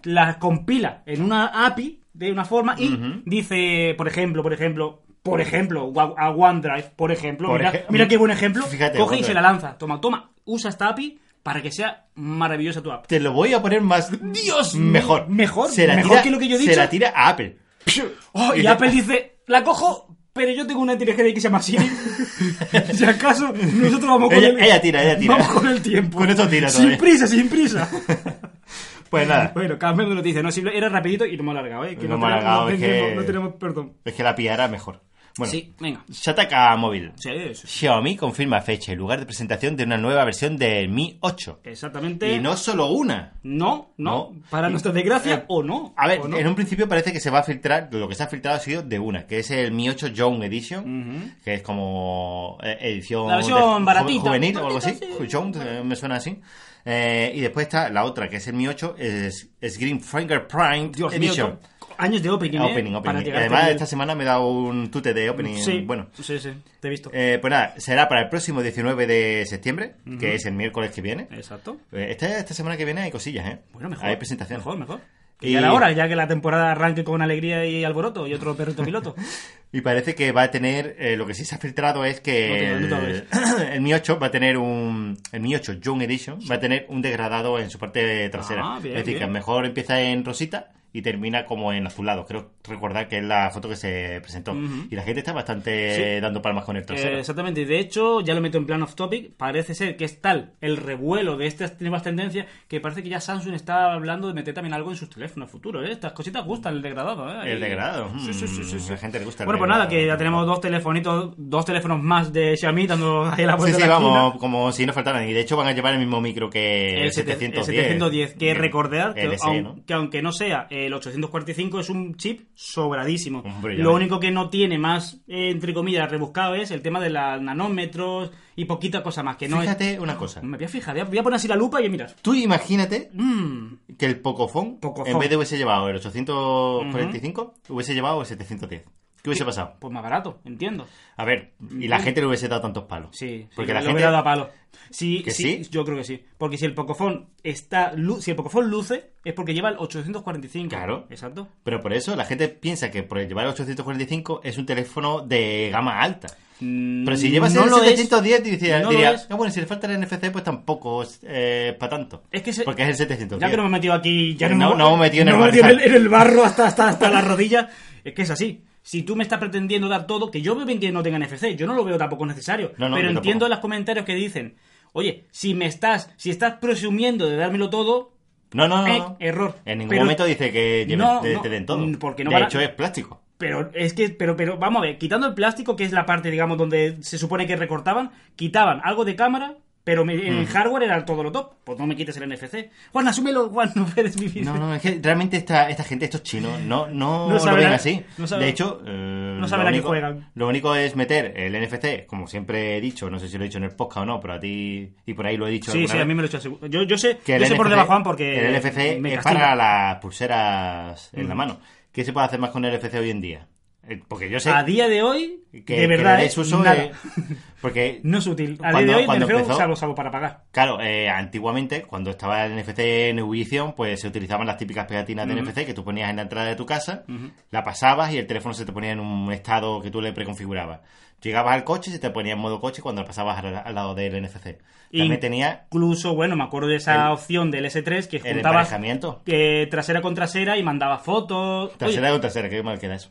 las compila en una API de una forma y Ujú. dice, por ejemplo, por ejemplo, por ejemplo, wa- a OneDrive, por ejemplo, Por mira, ej- mira qué buen ejemplo, Fíjate, coge y OneDrive. se la lanza, toma, toma, usa esta API para que sea maravillosa tu app. Te lo voy a poner más. ¡Dios! Mejor. Mejor, Se la mejor tira- que lo que yo he Se dicho. la tira a Apple. Oh, y te- Apple dice, la cojo, pero yo tengo una inteligencia que se llama Siri. si acaso, nosotros vamos con Ella- el... ella tira, ella tira. Vamos con el tiempo. Con esto tira Sin todavía. prisa, sin prisa. Pues nada. bueno, cambiando de noticia. No, simple- era rapidito y lo hemos alargado, ¿eh? Que Lo no, hemos tenemos, alargado, no es que- tendremos- no tenemos perdón. Es que la API era mejor. Bueno, Sí, venga. Shataka móvil. Sí, sí, sí. Xiaomi confirma fecha y lugar de presentación de una nueva versión del Mi 8. Exactamente. Y no solo una. No, no, No. Para nuestra desgracia, Eh, o no. A ver, o no. en un principio parece que se va a filtrar, lo que se ha filtrado ha sido de una, que es el Mi 8 Young Edition, que es como eh, edición La versión ju- baratita. juvenil o algo así, Baratita, sí. Young, eh, me suena así. Eh, y después está la otra, que es el Mi 8, es, es Green Finger Prime Dios mío, Edition. Ah, co- años de opening, ¿eh? opening, opening. Para Y llegar Además, hasta esta semana me he dado un tute de el- opening. Sí, Bueno, sí, sí, te he visto. Eh, pues nada, será para el próximo 19 de septiembre, que es el miércoles que viene. Exacto. Eh, Esta, esta semana que viene hay cosillas, ¿eh? Bueno, mejor. Hay presentaciones. Mejor, mejor. Que Y- ya era hora, ya que la temporada arranque con alegría y alboroto y otro perrito piloto. Y parece que va a tener, eh, lo que sí se ha filtrado es No que tengo el, notadores. el Mi 8 va a tener un, el Mi 8 Young Edition va a tener un degradado en su parte trasera. Ah, bien, es decir, que bien. a lo mejor empieza en rosita y termina como en azulado. Creo recordar que es la foto que se presentó. Ujú. Y la gente está bastante Sí. dando palmas con el trasero. Eh, exactamente, y de hecho, ya lo meto en plan off topic. Parece ser que es tal el revuelo de estas nuevas tendencias que parece que ya Samsung está hablando de meter también algo en sus teléfonos futuros. ¿eh? Estas cositas gustan, el degradado. ¿eh? El Y- degradado. Sí, sí, sí. mm, sí, sí. A la gente le gusta el Bueno, pues nada, que degradado. ya tenemos dos telefonitos, dos teléfonos más de Xiaomi dando ahí la Sí, vuelta. sí, a la esquina. vamos, como si no faltaran. Y de hecho van a llevar el mismo micro que El el 710, 710. el 710, que El recordar que, LSE, aun- ¿no? que aunque no sea el 845 es un chip sobradísimo. Hombre, ya Lo ves. único que no tiene más, eh, entre comillas, rebuscado es el tema de los nanómetros y poquita cosa más. Que no es... Fíjate una cosa. Me voy a fijar, voy a- voy a poner así la lupa y Mm, mirar. Tú imagínate que el Pocofon, Pocofon. en vez de hubiese llevado el 845, hubiese llevado el 710. ¿Qué hubiese pasado? Pues más barato, entiendo. A ver, y la gente le hubiese dado tantos palos. Mm. Sí, porque sí, la lo gente. hubiera dado a palo. Sí, ¿Que sí, sí? yo creo que sí. Porque si el Pocofón está, lu- si el Pocofón luce, es porque lleva el 845. Claro. Exacto. Pero por eso la gente piensa que por llevar el 845 es un teléfono de gama alta. Pero si Mm, llevas no el lo es. 710, diría, No lo diría, es. "Ah, bueno, si le falta el NFC, pues tampoco es para tanto. Es que se- Porque es el 710. Ya que no me he metido aquí, ya No, no hemos metido en el no me he barrizal. metido en el- en el barro hasta, hasta, hasta las rodillas. Es que es así. Si tú me estás pretendiendo dar todo, que yo veo bien que no tenga NFC, yo no lo veo tampoco necesario. No, no, pero yo entiendo tampoco. los comentarios que dicen, oye, si me estás, si estás presumiendo de dármelo todo, No, no, no. Eh, no. error. En ningún Pero- momento dice que lleve- No, te, no, te den todo. mm, porque no de van a- hecho, es plástico. Pero es que, pero, pero, vamos a ver, quitando el plástico, que es la parte, digamos, donde se supone que recortaban, quitaban algo de cámara, pero me- Mm. en hardware era todo lo top. Pues no me quites el NFC. Juan, asúmelo, Juan, no puedes vivir. No, no, es que realmente esta, esta gente, estos chinos, no, no, No lo saben ven a- así. no saben- de hecho, eh, no saben lo a qué único- juegan. Lo único es meter el NFC, como siempre he dicho, no sé si lo he dicho en el podcast o no, pero a ti y por ahí lo he dicho. Sí, alguna sí, a vez, mí me lo he hecho así. Yo, yo sé, que yo sé por NFC debajo, Juan, porque el NFC me es castiga. Mm. para las pulseras en la mano. ¿Qué se puede hacer más con el NFC hoy en día? Eh, Porque yo sé A día Ah, de hoy, que, de que verdad, le es des uso, nada. eh, porque No es útil. A día Cuando- de hoy, me cuando refiero, empezó- salvo, salvo para pagar. Claro, eh, antiguamente, cuando estaba el NFC en ebullición, pues se utilizaban las típicas pegatinas de NFC que tú ponías en la entrada de tu casa, la pasabas y el teléfono se te ponía en un estado que tú le preconfigurabas. Llegabas al coche y se te ponía en modo coche cuando lo pasabas al, al lado del NFC. Y- También tenía Incluso, bueno, me acuerdo de esa El- opción del S3 que el juntaba emparejamiento. eh, trasera con trasera y mandaba fotos. Oye, Trasera con trasera, qué mal queda eso.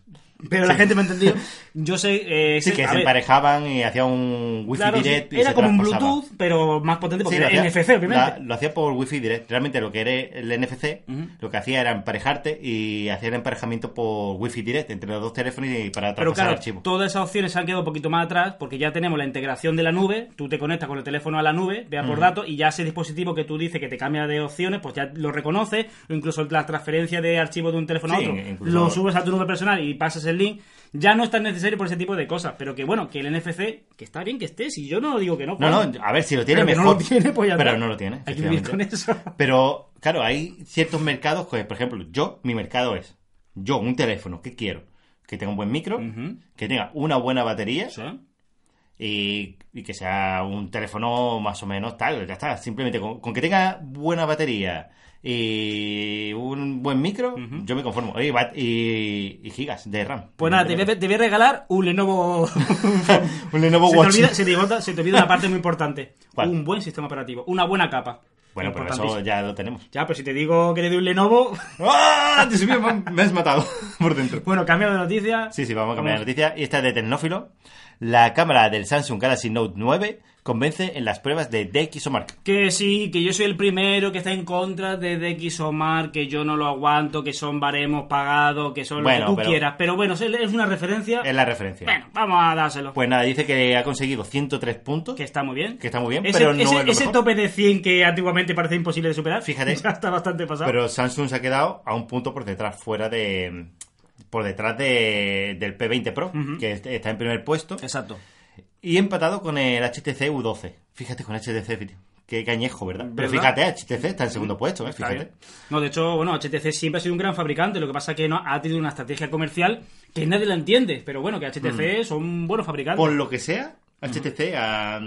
pero la gente me ha entendido. Yo sé. eh, Sí, sé- que a se ver, emparejaban y hacía un wifi claro, direct. sí, y era se como un traspasaba. Bluetooth, pero más potente porque Sí, lo era hacía- NFC, obviamente. la- lo hacía por wifi direct. Realmente lo que era el NFC, lo que hacía era emparejarte y hacía el emparejamiento por wifi direct entre los dos teléfonos y para Pero traspasar claro, archivos. todas esas opciones se han quedado un poquito más atrás porque ya tenemos la integración de la nube, tú te conectas con el teléfono a la nube, veas por datos y ya ese dispositivo que tú dices que te cambia de opciones, pues ya lo reconoce, o incluso la transferencia de archivos de un teléfono Sí, a otro, incluso- lo subes a tu nube personal y pasas el link, ya no es tan necesario por ese tipo de cosas, pero que bueno, que el NFC, que está bien que esté, si yo no digo que no, No, Juan, no, a ver si lo tiene pero que mejor. no lo tiene, pues ya pero está. no lo tiene. hay que vivir con efectivamente. eso. Pero claro, hay ciertos mercados, pues, por ejemplo, yo, mi mercado es, yo, un teléfono, ¿qué quiero? Que tenga un buen micro, Ujú. que tenga una buena batería Eso, ¿eh? y, y que sea un teléfono más o menos tal, ya está. Simplemente con, con que tenga buena batería y un buen micro, yo me conformo. Oye, bat- y, y gigas de RAM. Pues nada, te voy, a- te voy a regalar un Lenovo un Lenovo se, te Watch. olvida, se, te olvida, se te olvida una parte muy importante. ¿Cuál? Un buen sistema operativo, una buena capa. Bueno, pero eso Importantísimo. ya lo tenemos. Ya, pero si te digo que le doy un Lenovo... ¡Ah! Dios mío, me me has matado por dentro. Bueno, cambio de noticia. Sí, sí, vamos a cambiar de noticia. Y esta es de Tecnófilo. La cámara del Samsung Galaxy Note 9 convence en las pruebas de DX o Mark. Que sí, que yo soy el primero que está en contra de DX Omar, que yo no lo aguanto, que son baremos pagados, que son Bueno, lo que tú pero- quieras. Pero bueno, es- es una referencia. Es la referencia. Bueno, vamos a dárselo. Pues nada, dice que ha conseguido 103 puntos. que está muy bien. que está muy bien, ese, pero no ese- es lo ese mejor. tope de 100 que antiguamente parecía imposible de superar. Fíjate. Ya está bastante pasado. Pero Samsung se ha quedado a un punto por detrás, fuera de. Por detrás de, del P20 Pro, que est- está en primer puesto. Exacto. Y empatado con el HTC U12. Fíjate con HTC, fíjate. Qué cañejo, ¿verdad? Pero ¿Verdad? fíjate, HTC está en segundo puesto, ¿eh? Está Fíjate. bien. No, de hecho, bueno, HTC siempre ha sido un gran fabricante. Lo que pasa es que no, ha tenido una estrategia comercial que nadie la entiende. Pero bueno, que HTC son buenos fabricantes. Mm. Por lo que sea, HTC ah,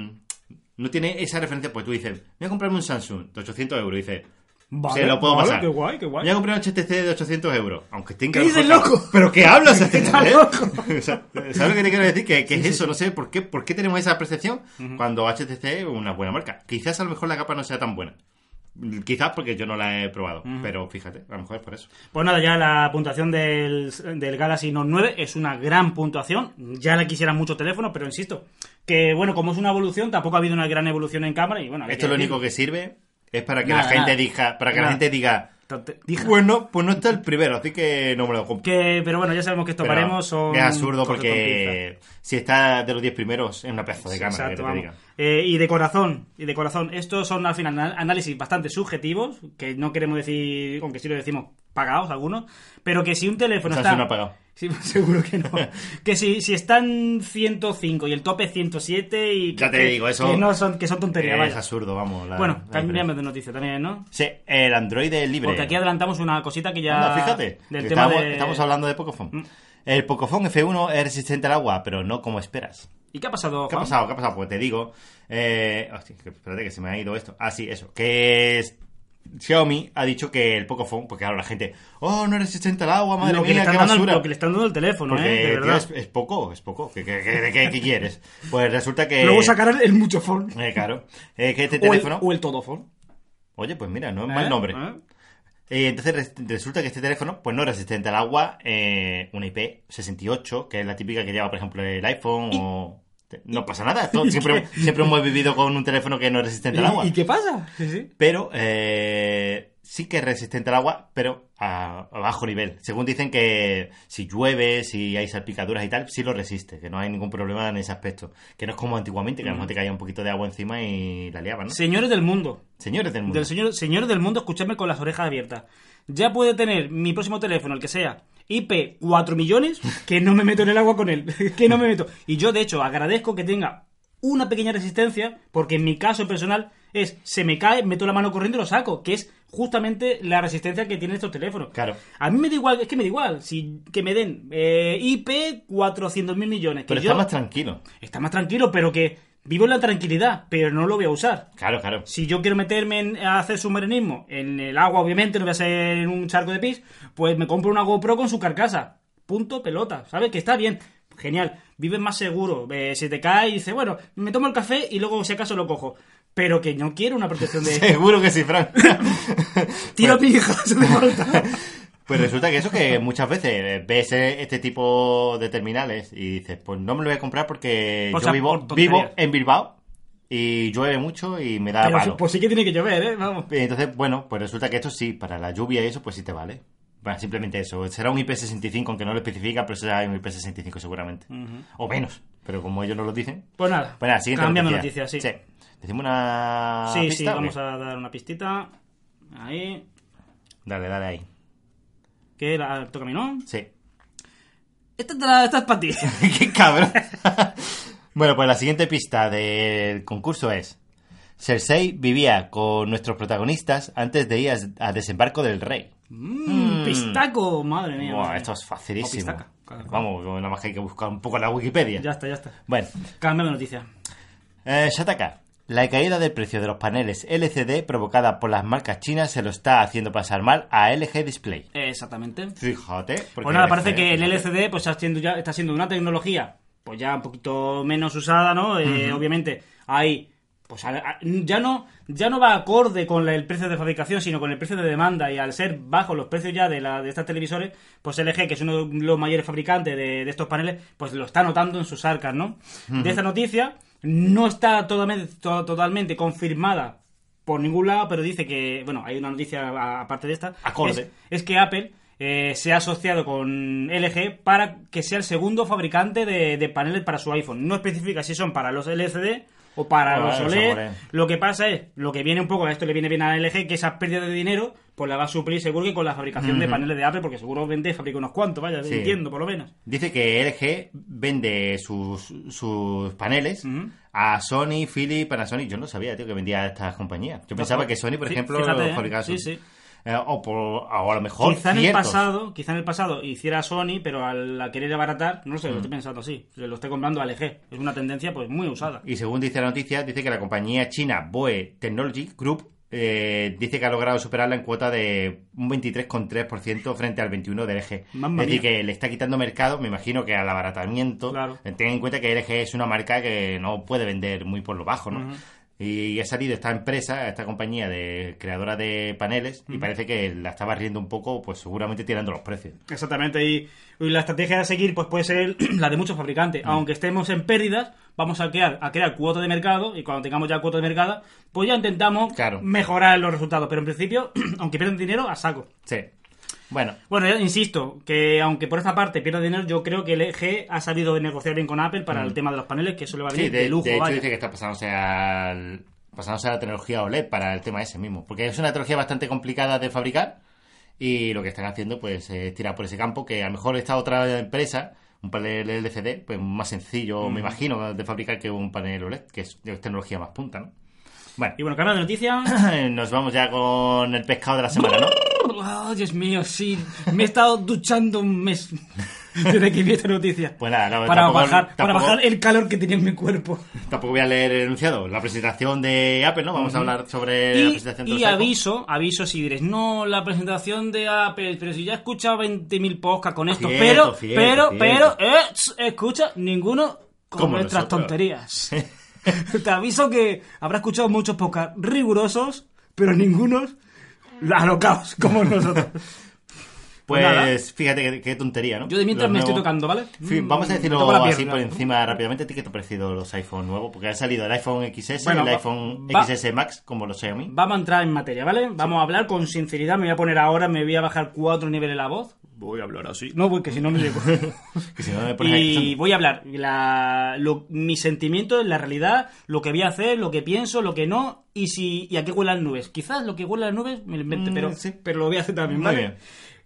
no tiene esa referencia. Pues tú dices, voy a comprarme un Samsung de 800 euros. Y dices, Vale, se lo puedo vale, pasar. qué guay, qué guay. Voy a comprar un HTC de 800 euros. Aunque esté en ¿Qué Carrefour. dices, loco? ¿Pero qué hablas, HTC? Estás loco. O sea, ¿Sabes lo que te quiero decir? Que, que es eso, no sé por qué, por qué tenemos esa percepción cuando HTC es una buena marca. Quizás a lo mejor la capa no sea tan buena. Quizás porque yo no la he probado. Pero fíjate, a lo mejor es por eso. Pues nada, ya la puntuación del, del Galaxy Note 9 es una gran puntuación. Ya la quisieran muchos teléfonos, pero insisto, que bueno, como es una evolución, tampoco ha habido una gran evolución en cámara y bueno, Esto lo único que sirve es para que la Nada, gente nada. diga, para que la Nada. gente diga, Dije bueno, pues no está el primero, así que no me lo compro. que, pero bueno, ya sabemos que estos Pero baremos son... es absurdo cortos con pinzas. porque si está de los 10 primeros es una pedazo de Sí, cámara que exacto, te vamos. diga. Eh, y de corazón, y de corazón, estos son al final anal- análisis bastante subjetivos, que no queremos decir, aunque sí lo decimos pagados algunos, pero que si un teléfono Samsung está... no ha pagado. Sí, seguro que no. que si, si están 105 y el tope es 107 y... Ya que- te digo, eso- Que, no son, que son tonterías, Eh, vaya. es absurdo, vamos. la- bueno, la cambiamos diferencia. de noticia también, ¿no? Sí, el Android es libre. Porque aquí adelantamos una cosita que ya... Anda, fíjate, Del que tema estamos, de... Mm. estamos hablando de Pocophone. El Pocophone F1 es resistente al agua, pero no como esperas. ¿Y qué ha pasado, ¿Qué ha Juan? pasado? ¿Qué ha pasado? Pues te digo. Eh, hostia, que- espérate que se me ha ido esto. Ah, sí, eso. Que es- Xiaomi ha dicho que el Pocophone, porque ahora la gente, oh, no es resistente al agua, madre Lo que, le mía, están qué dando al- basura. lo que le están dando el teléfono, Porque, ¿eh? De tío, verdad. es, es poco, es poco. ¿Qué, qué- qué- qué- qué quieres? Pues resulta que. Luego sacarán el mucho phone. Eh, claro. Eh, que este O el, teléfono. o el todofón. Oye, pues mira, no es ¿Eh? mal nombre. ¿Eh? Eh, entonces res- resulta que este teléfono pues no es resistente al agua, eh, una IP68, que es la típica que lleva, por ejemplo, el iPhone o... te- No pasa nada, todo- siempre, siempre hemos vivido con un teléfono que no es resistente al agua. ¿Y, y qué pasa? Sí, sí. Pero eh, sí que es resistente al agua, pero a, a bajo nivel. Según dicen que si llueve, si hay salpicaduras y tal, sí lo resiste, que no hay ningún problema en ese aspecto. Que no es como antiguamente, que a lo mejor Mm. te caía un poquito de agua encima y la liaban, ¿no? Señores del mundo. Señores del mundo. Del señor, señores del mundo, escuchadme con las orejas abiertas. Ya puede tener mi próximo teléfono, el que sea, IP 4 millones, que no me meto en el agua con él. que no me meto. Y yo, de hecho, agradezco que tenga una pequeña resistencia, porque en mi caso personal es, se me cae, meto la mano corriendo y lo saco, que es justamente la resistencia que tienen estos teléfonos. Claro. A mí me da igual, es que me da igual, si, que me den eh, IP 400 mil millones. Que Pero yo, está más tranquilo. Está más tranquilo, pero que vivo en la tranquilidad, pero no lo voy a usar. Claro, claro. Si yo quiero meterme en- a hacer submarinismo en el agua, obviamente, no voy a ser en un charco de pis, pues me compro una GoPro con su carcasa. Punto, pelota, ¿sabes? Que está bien, genial, vives más seguro. Eh, se te cae y dices, bueno, me tomo el café y luego, si acaso, lo cojo. Pero que no quiero una protección de. Seguro que sí, Fran. Tiro Bueno. pijas de falta. Pues resulta que eso que muchas veces eh, ves eh, este tipo de terminales y dices, pues no me lo voy a comprar porque O yo sea, vivo, por tonterías. vivo en Bilbao y llueve mucho y me da Pero sí- palo. pues sí que tiene que llover, ¿eh? Vamos. Entonces, bueno, pues resulta que esto sí, para la lluvia y eso, pues sí te vale. Va, simplemente eso. Será un IP65, aunque no lo especifica, pero será un IP65 seguramente. O menos. Pero como ellos no lo dicen. Pues nada, Bueno, la siguiente cambiando noticia. noticias, sí. Decimos una. Sí, sí, pista o qué? vamos a dar una pistita. Ahí. Dale, dale ahí. Que la toca a mí, ¿no? Sí. Esta, te la- esta es para ti. ¡Qué cabrón! bueno, pues la siguiente pista del concurso es... Cersei vivía con nuestros protagonistas antes de ir a, a desembarco del rey. Mm, pistaco, madre mía. Buah, madre esto mía. es facilísimo. O pistaca, cada cual. Vamos, nada más que hay que buscar un poco en la Wikipedia. Ya está, ya está. Bueno, Cambia de noticia. eh, Shataka. La caída del precio de los paneles LCD provocada por las marcas chinas se lo está haciendo pasar mal a LG Display. Exactamente. Fíjate. porque Pues nada, LCD, parece que el fíjate. LCD pues, está, siendo ya, está siendo una tecnología pues ya un poquito menos usada, ¿no? Eh, Obviamente, hay... Pues a- a- ya no, ya no va acorde con la- el precio de fabricación, sino con el precio de demanda. Y al ser bajos los precios ya de, la, de estas televisores, pues LG, que es uno de los mayores fabricantes de, de estos paneles, pues lo está notando en sus arcas, ¿no? De esta noticia, No está totalmente, to- totalmente confirmada por ningún lado, pero dice que, bueno, hay una noticia a- aparte de esta. Acorde. Es, es que Apple eh, se ha asociado con LG para que sea el segundo fabricante de, de paneles para su iPhone. No especifica si son para los LCD o para Ah, los los OLED. AMOLED. Lo que pasa es, lo que viene un poco, esto le viene bien a LG, que esas pérdidas de dinero, pues la va a suplir seguro que con la fabricación de Ujú. paneles de Apple, porque seguramente fabrica unos cuantos, vaya, Sí. entiendo por lo menos. Dice que LG vende sus, sus paneles Ujú. a Sony, Philips, Panasonic. Yo no sabía, tío, que vendía a estas compañías. Yo pensaba que Sony, por Fí- ejemplo, pues, fíjate, lo ¿eh? fabricaba Sí, sus- sí. Eh, o, por, o a lo mejor quizá en el ciertos. pasado, quizá en el pasado hiciera Sony, pero al al querer abaratar, no sé, Mm. lo estoy pensando así, se lo estoy comprando a LG. Es una tendencia pues muy usada. Y según dice la noticia, dice que la compañía china Boe Technology Group eh, dice que ha logrado superarla en cuota de un 23,3% frente al 21% de LG. Mamma es decir, mía. que le está quitando mercado, me imagino que al abaratamiento. Claro. Ten en cuenta que LG es una marca que no puede vender muy por lo bajo, ¿no? Ujú. Y ha salido esta empresa, esta compañía de creadora de paneles, y parece que la está barriendo un poco, pues seguramente tirando los precios. Exactamente, y, y la estrategia a seguir pues puede ser la de muchos Mm. fabricantes. Aunque estemos en pérdidas, vamos a crear, a crear cuota de mercado y cuando tengamos ya cuota de mercado, pues ya intentamos Claro. mejorar los resultados. Pero en principio, aunque pierdan dinero, a saco. Sí. Bueno, Bueno, yo insisto, que aunque por esta parte pierda dinero, yo creo que LG ha sabido negociar bien con Apple para el tema de los paneles, que eso le va a venir Mm. Sí, de, de, lujo, de hecho vaya. dice que está pasándose al pasándose a la tecnología OLED E para el tema ese mismo, porque es una tecnología bastante complicada de fabricar y lo que están haciendo pues es tirar por ese campo que a lo mejor esta otra empresa, un panel LCD, pues más sencillo, me imagino, de fabricar que un panel OLED, que es, es tecnología más punta, ¿no? Bueno, Y bueno, cambio de noticia. nos vamos ya con el pescado de la semana, ¿no? Oh, Dios mío, sí. Me he estado duchando un mes desde que vi esta noticia. Pues nada, no, para, tampoco- bajar, para tampoco- bajar eh. el calor que tenía en mi cuerpo. Tampoco voy a leer el enunciado, la presentación de Apple, ¿no? Vamos a hablar sobre Eh, la Y, presentación de y los iPhones. aviso, aviso si diréis, no, la presentación de Apple, pero si ya he escuchado 20.000 podcasts con esto, Cierto, pero, cierto, pero, pero, cierto. eh, tss, escucha, ninguno con Como nuestras nosotros. tonterías. Te aviso que habrá escuchado muchos podcasts rigurosos, pero ningunos alocados como nosotros. Pues nada. fíjate qué, qué tontería, ¿no? Yo de mientras Los me estoy nuevos- tocando, ¿vale? Sí, vamos a Mm, decirlo toco la así pierna. por encima rápidamente. ¿A ti qué te ha parecido los iPhone nuevos? Porque ha salido el iPhone XS, Bueno, el va- iPhone va- XS Max, como los Xiaomi. Vamos a entrar en materia, ¿vale? Vamos a hablar con sinceridad. Me voy a poner ahora, me voy a bajar cuatro niveles la voz. Voy a hablar así. No, porque si no, no llego. Que si no me pones y ahí voy a hablar la, lo- mis sentimientos, la realidad, lo que voy a hacer, lo que pienso, lo que no y si y a qué huelen las nubes. Quizás lo que huelen las nubes me lo invente, Mm, pero, sí. pero lo voy a hacer también, Muy ¿vale? bien.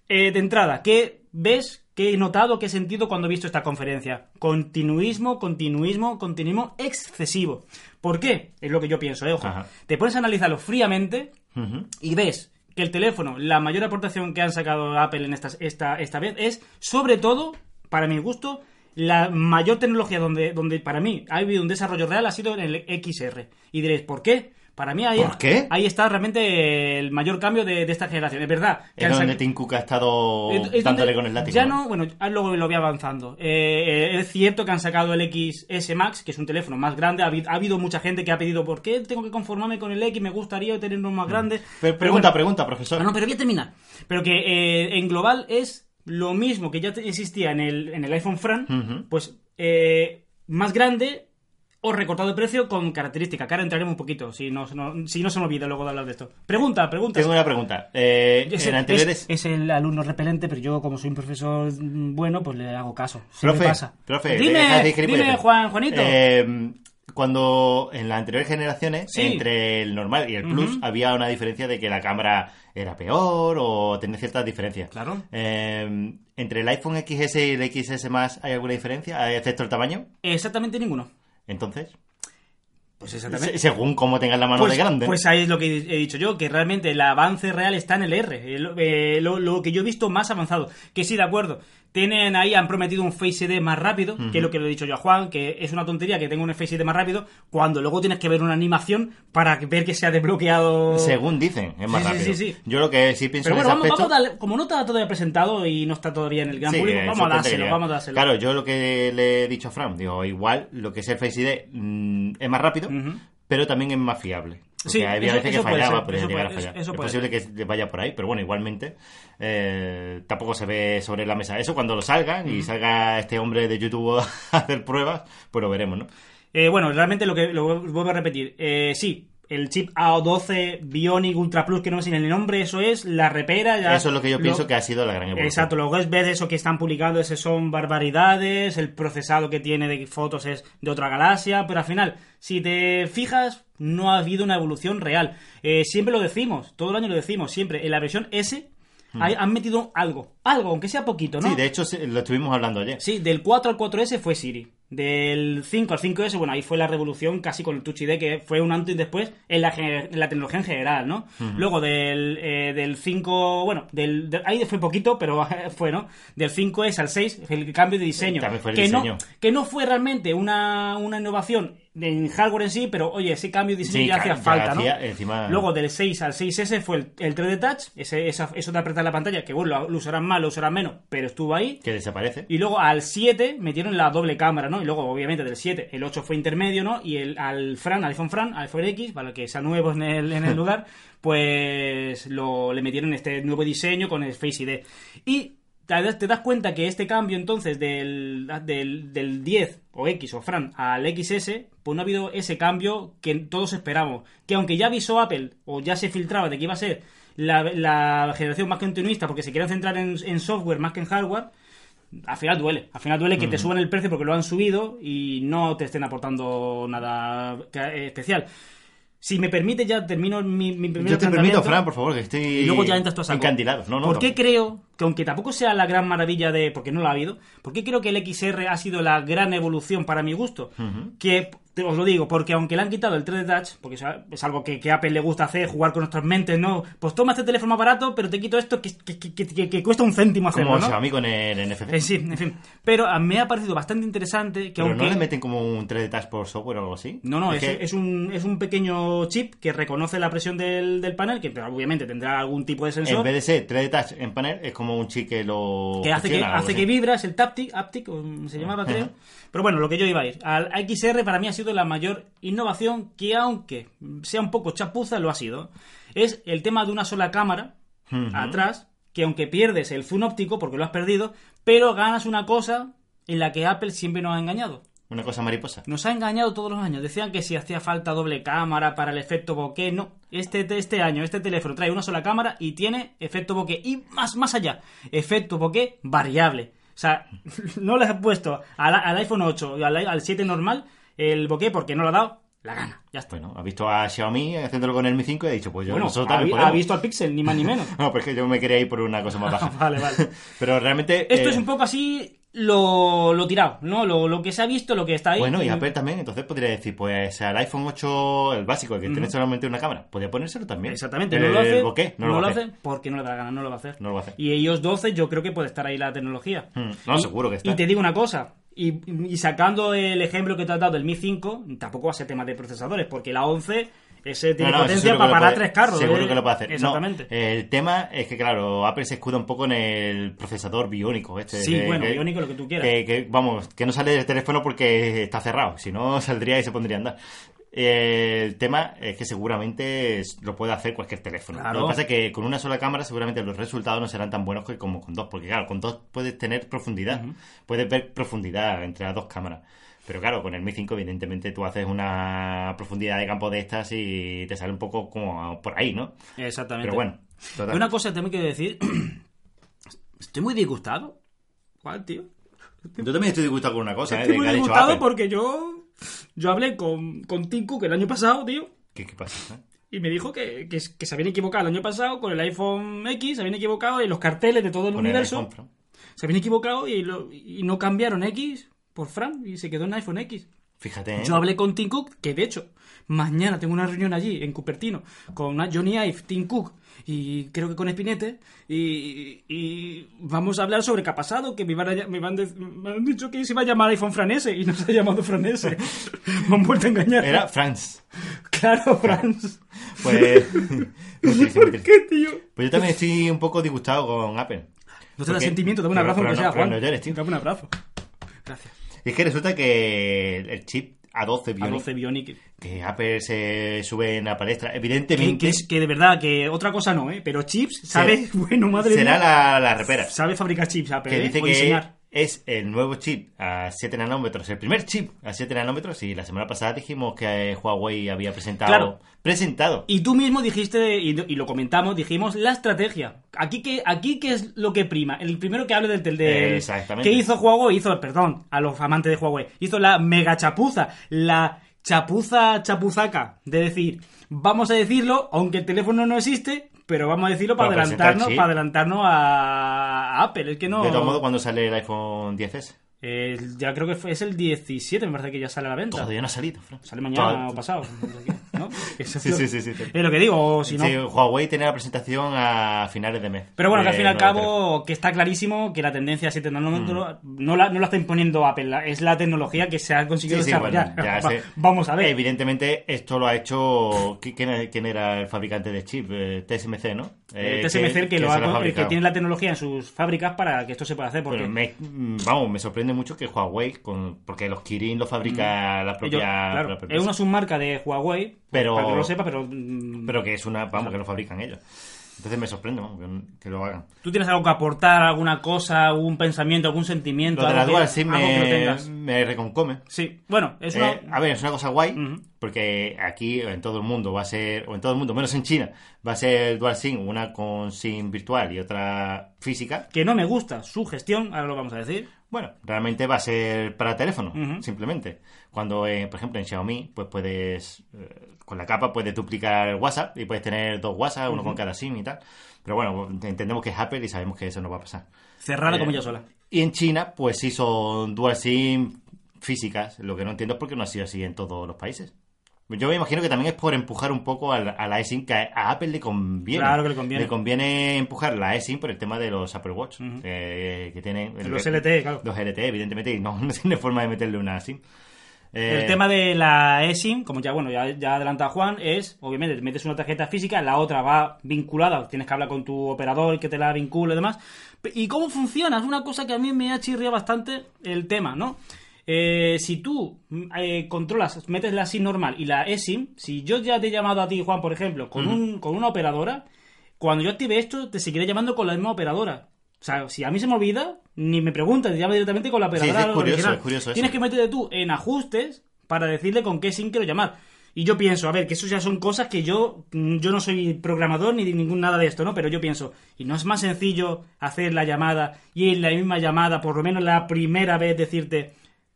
Eh, de entrada, ¿qué ves? ¿Qué he notado? ¿Qué he sentido cuando he visto esta conferencia? Continuismo, continuismo, continuismo excesivo. ¿Por qué? Es lo que yo pienso, eh, ojo. Ajá. Te pones a analizarlo fríamente Ujú. y ves que el teléfono, la mayor aportación que han sacado Apple en estas, esta, esta vez es, sobre todo, para mi gusto, la mayor tecnología donde, donde para mí ha habido un desarrollo real ha sido en el XR. Y diréis, ¿por qué? Para mí ahí, ¿Por qué? ahí está realmente el mayor cambio de, de esta generación. Es verdad. que Es han donde sac- Tim Cook ha estado es- es donde dándole con el látigo. Ya no, bueno, ah, luego lo voy avanzando. Eh, eh, es cierto que han sacado el XS Max, que es un teléfono más grande. Ha habi- ha habido, mucha gente que ha pedido, ¿por qué tengo que conformarme con el X? Me gustaría tener uno más grande. Mm. Pero Pero pregunta, bueno, pregunta, profesor. Ah, no, no, pero voy a terminar. Pero que eh, en global es lo mismo que ya te- existía en el, en el iPhone Fran, Ujú. pues eh, más grande o recortado de precio con característica. Que ahora entraremos un poquito, si no, se nos- si no se me olvida luego de hablar de esto. Pregunta, pregunta. Tengo una pregunta. Eh, Es, en el- anteriores... es- es el alumno repelente, pero yo, como soy un profesor mm, bueno, pues le hago caso. Se me profe, pasa. profe, deja de dime, decir dime gilipolleces. Juan, Juanito. Eh, cuando en las anteriores generaciones, Sí. entre el normal y el plus, Ujú. había una diferencia de que la cámara era peor o tenía ciertas diferencias. Claro. Eh, entre el iPhone XS y el XS más, ¿hay alguna diferencia? Excepto el tamaño. Exactamente ninguno. Entonces, Pues se- según cómo tengas la mano pues, de grande. ¿no? pues ahí es lo que he dicho yo, que realmente el avance real está en el R, el- eh, lo, lo que yo he visto más avanzado. Que sí, de acuerdo, tienen ahí, han prometido un Face ID más rápido, que es lo que le he dicho yo a Juan, que es una tontería que tenga un Face ID más rápido, cuando luego tienes que ver una animación para ver que se ha desbloqueado... según dicen, es más Sí, sí, sí, rápido. sí. Yo lo que sí pienso Pero en bueno, ese vamos, aspecto- vamos a darle- como no está todavía presentado y no está todavía en el gran Sí, público, eh, vamos a eso dárselo, tendría. vamos a dárselo. Claro, yo lo que le he dicho a Fran, digo, igual lo que es el Face ID mm, es más rápido, Ujú. pero también es más fiable. Porque Sí, había eso- veces que eso puede fallaba, ser, podía eso llegar puede- a fallar. eso es puede posible que se vaya por ahí, pero bueno, igualmente eh, tampoco se ve sobre la mesa. Eso cuando lo salgan y salga este hombre de YouTube a hacer pruebas, pues lo veremos, ¿no? Eh, bueno, realmente lo que lo vuelvo a repetir. Eh, sí, el chip AO12 Bionic Ultra Plus, que no me sale el nombre, eso es la repera. ya- Eso es lo que yo pienso que ha sido la gran evolución. Exacto, luego es ver eso que están publicando, ese son barbaridades, el procesado que tiene de fotos es de otra galaxia, pero al final, si te fijas, no ha habido una evolución real. Eh, siempre lo decimos, todo el año lo decimos, siempre. En la versión S hay- han metido algo, algo, aunque sea poquito, ¿no? Hmm. Sí, de hecho sí, lo estuvimos hablando ayer. Sí, del 4 al 4S fue Siri. Del 5 al 5S, bueno, ahí fue la revolución casi con el Touch ID, que fue un antes y después en la, gener- en la tecnología en general, ¿no? Luego del, eh, del 5, bueno, del, del- ahí fue poquito, pero fue, ¿no? Del 5S al 6, el cambio de diseño. También fue el que, diseño. No, que no fue realmente una, una innovación en hardware en sí, pero oye, ese cambio de diseño Sí, ya claro, hacía falta, ¿no? hacía- eh, encima- Luego del 6 al 6S fue el, el 3D Touch, ese, esa- eso de apretar la pantalla, que bueno, lo, lo usarán más, lo usarán menos, pero estuvo ahí. que desaparece. Y luego al 7 metieron la doble cámara, ¿no? Y luego, obviamente, del 7, el 8 fue intermedio, ¿no? Y el al Fran, al iPhone Fran, al iPhone X, para que sean nuevos en el, en el lugar, pues lo, le metieron este nuevo diseño con el Face ID. Y te das- te das cuenta que este cambio entonces del, del, del 10 o X o Fran al XS, pues no ha habido ese cambio que todos esperamos. Que aunque ya avisó Apple o ya se filtraba de que iba a ser la, la generación más continuista porque se quieren centrar en- en software más que en hardware, al final duele. Al final duele que te suban el precio porque lo han subido y no te estén aportando nada ca- eh, especial. Si me permite, ya termino mi, mi primer Yo te planteamiento. permito, Fran, por favor, que estoy Y luego ya entras tú a saco. encantilado. No, no, ¿Por no. qué creo que, aunque tampoco sea la gran maravilla de. porque no lo ha habido, ¿por qué creo que el XR ha sido la gran evolución para mi gusto? Que. te- Os lo digo, porque aunque le han quitado el 3D Touch, porque eso es algo que, que Apple le gusta hacer, jugar con nuestras mentes, ¿no? Pues toma este teléfono más barato, pero te quito esto que, que- que- que- que- que cuesta un céntimo hacerlo, Como ¿no? Xiaomi con el NFC. Eh, sí, en fin. Pero a- me ha parecido bastante interesante que Pero aunque... no le meten como un 3D touch por software o algo así. No, no, es, que- es un, es un pequeño chip que reconoce la presión del, del panel, que obviamente tendrá algún tipo de En sensor, vez de ser 3D touch en panel, es como un chip que lo. que hace que, funciona, algo hace así. que vibra, es el Taptic, Aptic, o se llamaba creo. Ajá. Pero bueno, lo que yo iba a ir. Al XR para mí ha sido la mayor innovación que aunque sea un poco chapuza, lo ha sido. Es el tema de una sola cámara Ujú. atrás, que aunque pierdes el zoom óptico, porque lo has perdido, pero ganas una cosa en la que Apple siempre nos ha engañado. Una cosa mariposa. Nos ha engañado todos los años. Decían que si hacía falta doble cámara para el efecto bokeh. No, este, este año, este teléfono trae una sola cámara y tiene efecto bokeh. Y más, más allá, efecto bokeh variable. O sea, no le has puesto al, al iPhone 8 y al, al 7 normal el bokeh porque no lo ha dado la gana. Ya está. Bueno, Pues ha visto a Xiaomi haciéndolo con el Mi 5 y ha dicho, pues yo Bueno, nosotros ha, también vi- ha podemos. visto al Pixel, ni más ni menos. Ah, No, porque yo me quería ir por una cosa más baja. Vale, vale. Pero realmente. Esto eh, es un poco así lo, lo tirado, ¿no? Lo, lo que se ha visto, lo que está ahí. Bueno, y Apple también, entonces podría decir, pues al iPhone 8, el básico, que tiene solamente una cámara, podría ponérselo también. Exactamente, El no lo hace, bokeh, Eh, no, no lo, lo va a hacer. hace porque no le da la gana, no lo va a hacer. No lo va a hacer. Y ellos 12 yo creo que puede estar ahí la tecnología. Hmm, no, Y- seguro que está. Y te digo una cosa, y, y sacando el ejemplo que te has dado del Mi 5, tampoco va a ser tema de procesadores, porque la 11 ese tiene No, no, eso potencia seguro para que lo parar puede- tres carros. Seguro ¿eh? que lo puede hacer. No, eh, Exactamente. el tema es que, claro, Apple se escuda un poco en el procesador biónico. Este, Sí, bueno, biónico, biónico lo que tú quieras. Que, que, vamos, que no sale del teléfono porque está cerrado. Si no, saldría y se pondría a andar. Eh, El tema es que seguramente es- lo puede hacer cualquier teléfono. Claro. Lo que pasa es que con una sola cámara seguramente los resultados no serán tan buenos que como con dos, porque claro, con dos puedes tener profundidad, puedes ver profundidad entre las dos cámaras. Pero claro, con el Mi 5 evidentemente tú haces una profundidad de campo de estas y te sale un poco como por ahí, ¿no? Exactamente. Pero bueno, total. Una cosa también quiero decir, estoy muy disgustado. ¿Cuál, tío? Yo también estoy disgustado con una cosa, ¿eh? Estoy de muy que ha dicho disgustado Apple. porque yo, yo hablé con, con Tim Cook el año pasado, tío. ¿Qué, qué pasa? eh? Y me dijo que, que- que se habían equivocado el año pasado con el iPhone X, se habían equivocado en los carteles de todo el Con el universo. iPhone Pro. Se habían equivocado y, lo- y no cambiaron X por Fran y se quedó en iPhone X. Fíjate, ¿eh? Yo hablé con Tim Cook, que de hecho, mañana tengo una reunión allí, en Cupertino, con Johnny Ive, Tim Cook y creo que con Espinete. Y, y vamos a hablar sobre qué ha pasado, que me, van a ll- me van de- me han dicho que se iba a llamar iPhone Franese y no se ha llamado Franese. me han vuelto a engañar. Era France. Claro, Franz. Pues... muy triste, muy triste. ¿Qué, tío? Pues yo también estoy un poco disgustado con Apple. No te da Porque- sentimiento, dame un pero- abrazo pero aunque no- sea, pero Juan. no llores, tío. Dame un abrazo. Gracias. Y es que resulta que el chip A12 A Bionic, 12 Bionic. que Apple se sube en la palestra, Que, evidentemente que es que de verdad, que otra cosa no, ¿eh? Pero chips, ¿sabes? bueno, madre será mía. la, la repera. Sabe fabricar chips, Apple, Que ¿eh? dice O que diseñar. es el nuevo chip a 7 nanómetros, el primer chip a 7 nanómetros. Y la semana pasada dijimos que eh, Huawei había presentado. Claro. Presentado. Y tú mismo dijiste, y, y lo comentamos, dijimos, la estrategia. Aquí que, aquí que es lo que prima. El primero que hable del... del del- Exactamente. Que hizo Huawei, hizo, perdón, a los amantes de Huawei, hizo la mega chapuza, la chapuza chapuzaca de decir, vamos a decirlo, aunque el teléfono no existe, pero vamos a decirlo para Pero presenta el adelantarnos, chip. para adelantarnos a a Apple. Es que no... De todos modos, cuando sale el iPhone 10 Eh, ya creo que fue- es el 17, me parece que ya sale a la venta. todavía no ha salido. Fran. Sale mañana Tod- o pasado. no sé qué, ¿no? Eso es Sí, lo- sí, sí, sí. Es lo que digo, o si no... Sí, Huawei tenía la presentación a finales de mes. Pero bueno, que al Eh, fin y al nuevo teléfono. cabo, que está clarísimo que la tendencia a 7 Mm. nanómetros no, la, no la está imponiendo Apple, la- es la tecnología que se ha conseguido Sí, sí, desarrollar. bueno, ya Va- sé. Vamos a ver. Evidentemente, esto lo ha hecho. ¿qui- ¿Quién, quién era el fabricante de chip? Eh, TSMC, ¿no? el Eh, TSMC el que, ¿quién lo se ha- el que fabricado? tiene la tecnología en sus fábricas para que esto se pueda hacer, porque Pero me, mm, vamos, me sorprende mucho que Huawei, con, porque los Kirin los fabrica la propia. Mm. ellos- claro, la propia es empresa. una submarca de Huawei, pues, Pero- para que no lo sepa, pero, mm, Pero que es una. Vamos, que lo fabrican ellos. Entonces me sorprende vamos, que, que lo hagan. tú tienes algo que aportar, alguna cosa, algún pensamiento, algún sentimiento. Lo de la algo que- DualSense algo que lo me, tengas. me reconcome. Sí, bueno, es una... Eh, a ver, es una cosa guay, Ujú. porque aquí en todo el mundo va a ser, o en todo el mundo, menos en China, va a ser dual SIM, una con SIM virtual y otra física. que no me gusta su gestión, ahora lo vamos a decir. Bueno, realmente va a ser para teléfono, Ujú. simplemente. Cuando, eh, por ejemplo, en Xiaomi, pues puedes, eh, con la capa puedes duplicar el WhatsApp y puedes tener dos WhatsApp, uno con cada SIM y tal. Pero bueno, entendemos que es Apple y sabemos que eso no va a pasar. Cerrada Eh, como yo sola. Y en China, pues sí son dual SIM físicas. Lo que no entiendo es por qué no ha sido así en todos los países. Yo me imagino que también es por empujar un poco a la, a la eSIM, que a- a Apple le conviene. Claro que le conviene. Le conviene empujar la eSIM por el tema de los Apple Watch, eh, que tienen... Los LTE, claro. Los LTE, evidentemente, y no, no tiene forma de meterle una SIM. Eh, El tema de la eSIM, como ya bueno ya, ya adelanta Juan, es obviamente te metes una tarjeta física, la otra va vinculada, tienes que hablar con tu operador que te la vincule y demás. Pe- ¿Y cómo funciona? Es una cosa que a mí me ha chirriado bastante el tema, ¿no? Eh, si tú mm, eh, controlas, metes la SIM normal y la eSIM, si yo ya te he llamado a ti, Juan, por ejemplo, con, un, con una operadora, cuando yo active esto, te seguiré llamando con la misma operadora. O sea, si a mí se me olvida, ni me preguntas, te llamo directamente con la sí, es operadora. curioso, original. es curioso eso. Tienes que métete tú en ajustes para decirle con qué SIM quiero llamar. Y yo pienso, a ver, que eso ya son cosas que yo mm, yo no soy programador ni de ningún nada de esto, ¿no? Pero yo pienso, ¿y no es más sencillo hacer la llamada y en la misma llamada, por lo menos la primera vez, decirte,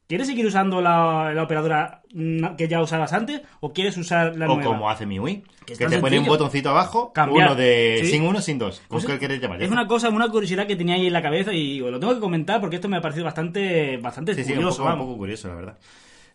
¿quieres seguir usando la, la operadora mm, que ya usabas antes o quieres usar la o nueva? como hace MIUI, Que que, es te tan pone un sencillo. botoncito abajo, Cambiar. uno de Sí. sin uno, sin dos. ¿Con Pues qué es- quieres llamar? Ya Es está. una cosa, una curiosidad que tenía ahí en la cabeza y digo, lo tengo que comentar porque esto me ha parecido bastante, bastante Sí, sí, un curioso, poco, un vamos. poco curioso, la verdad.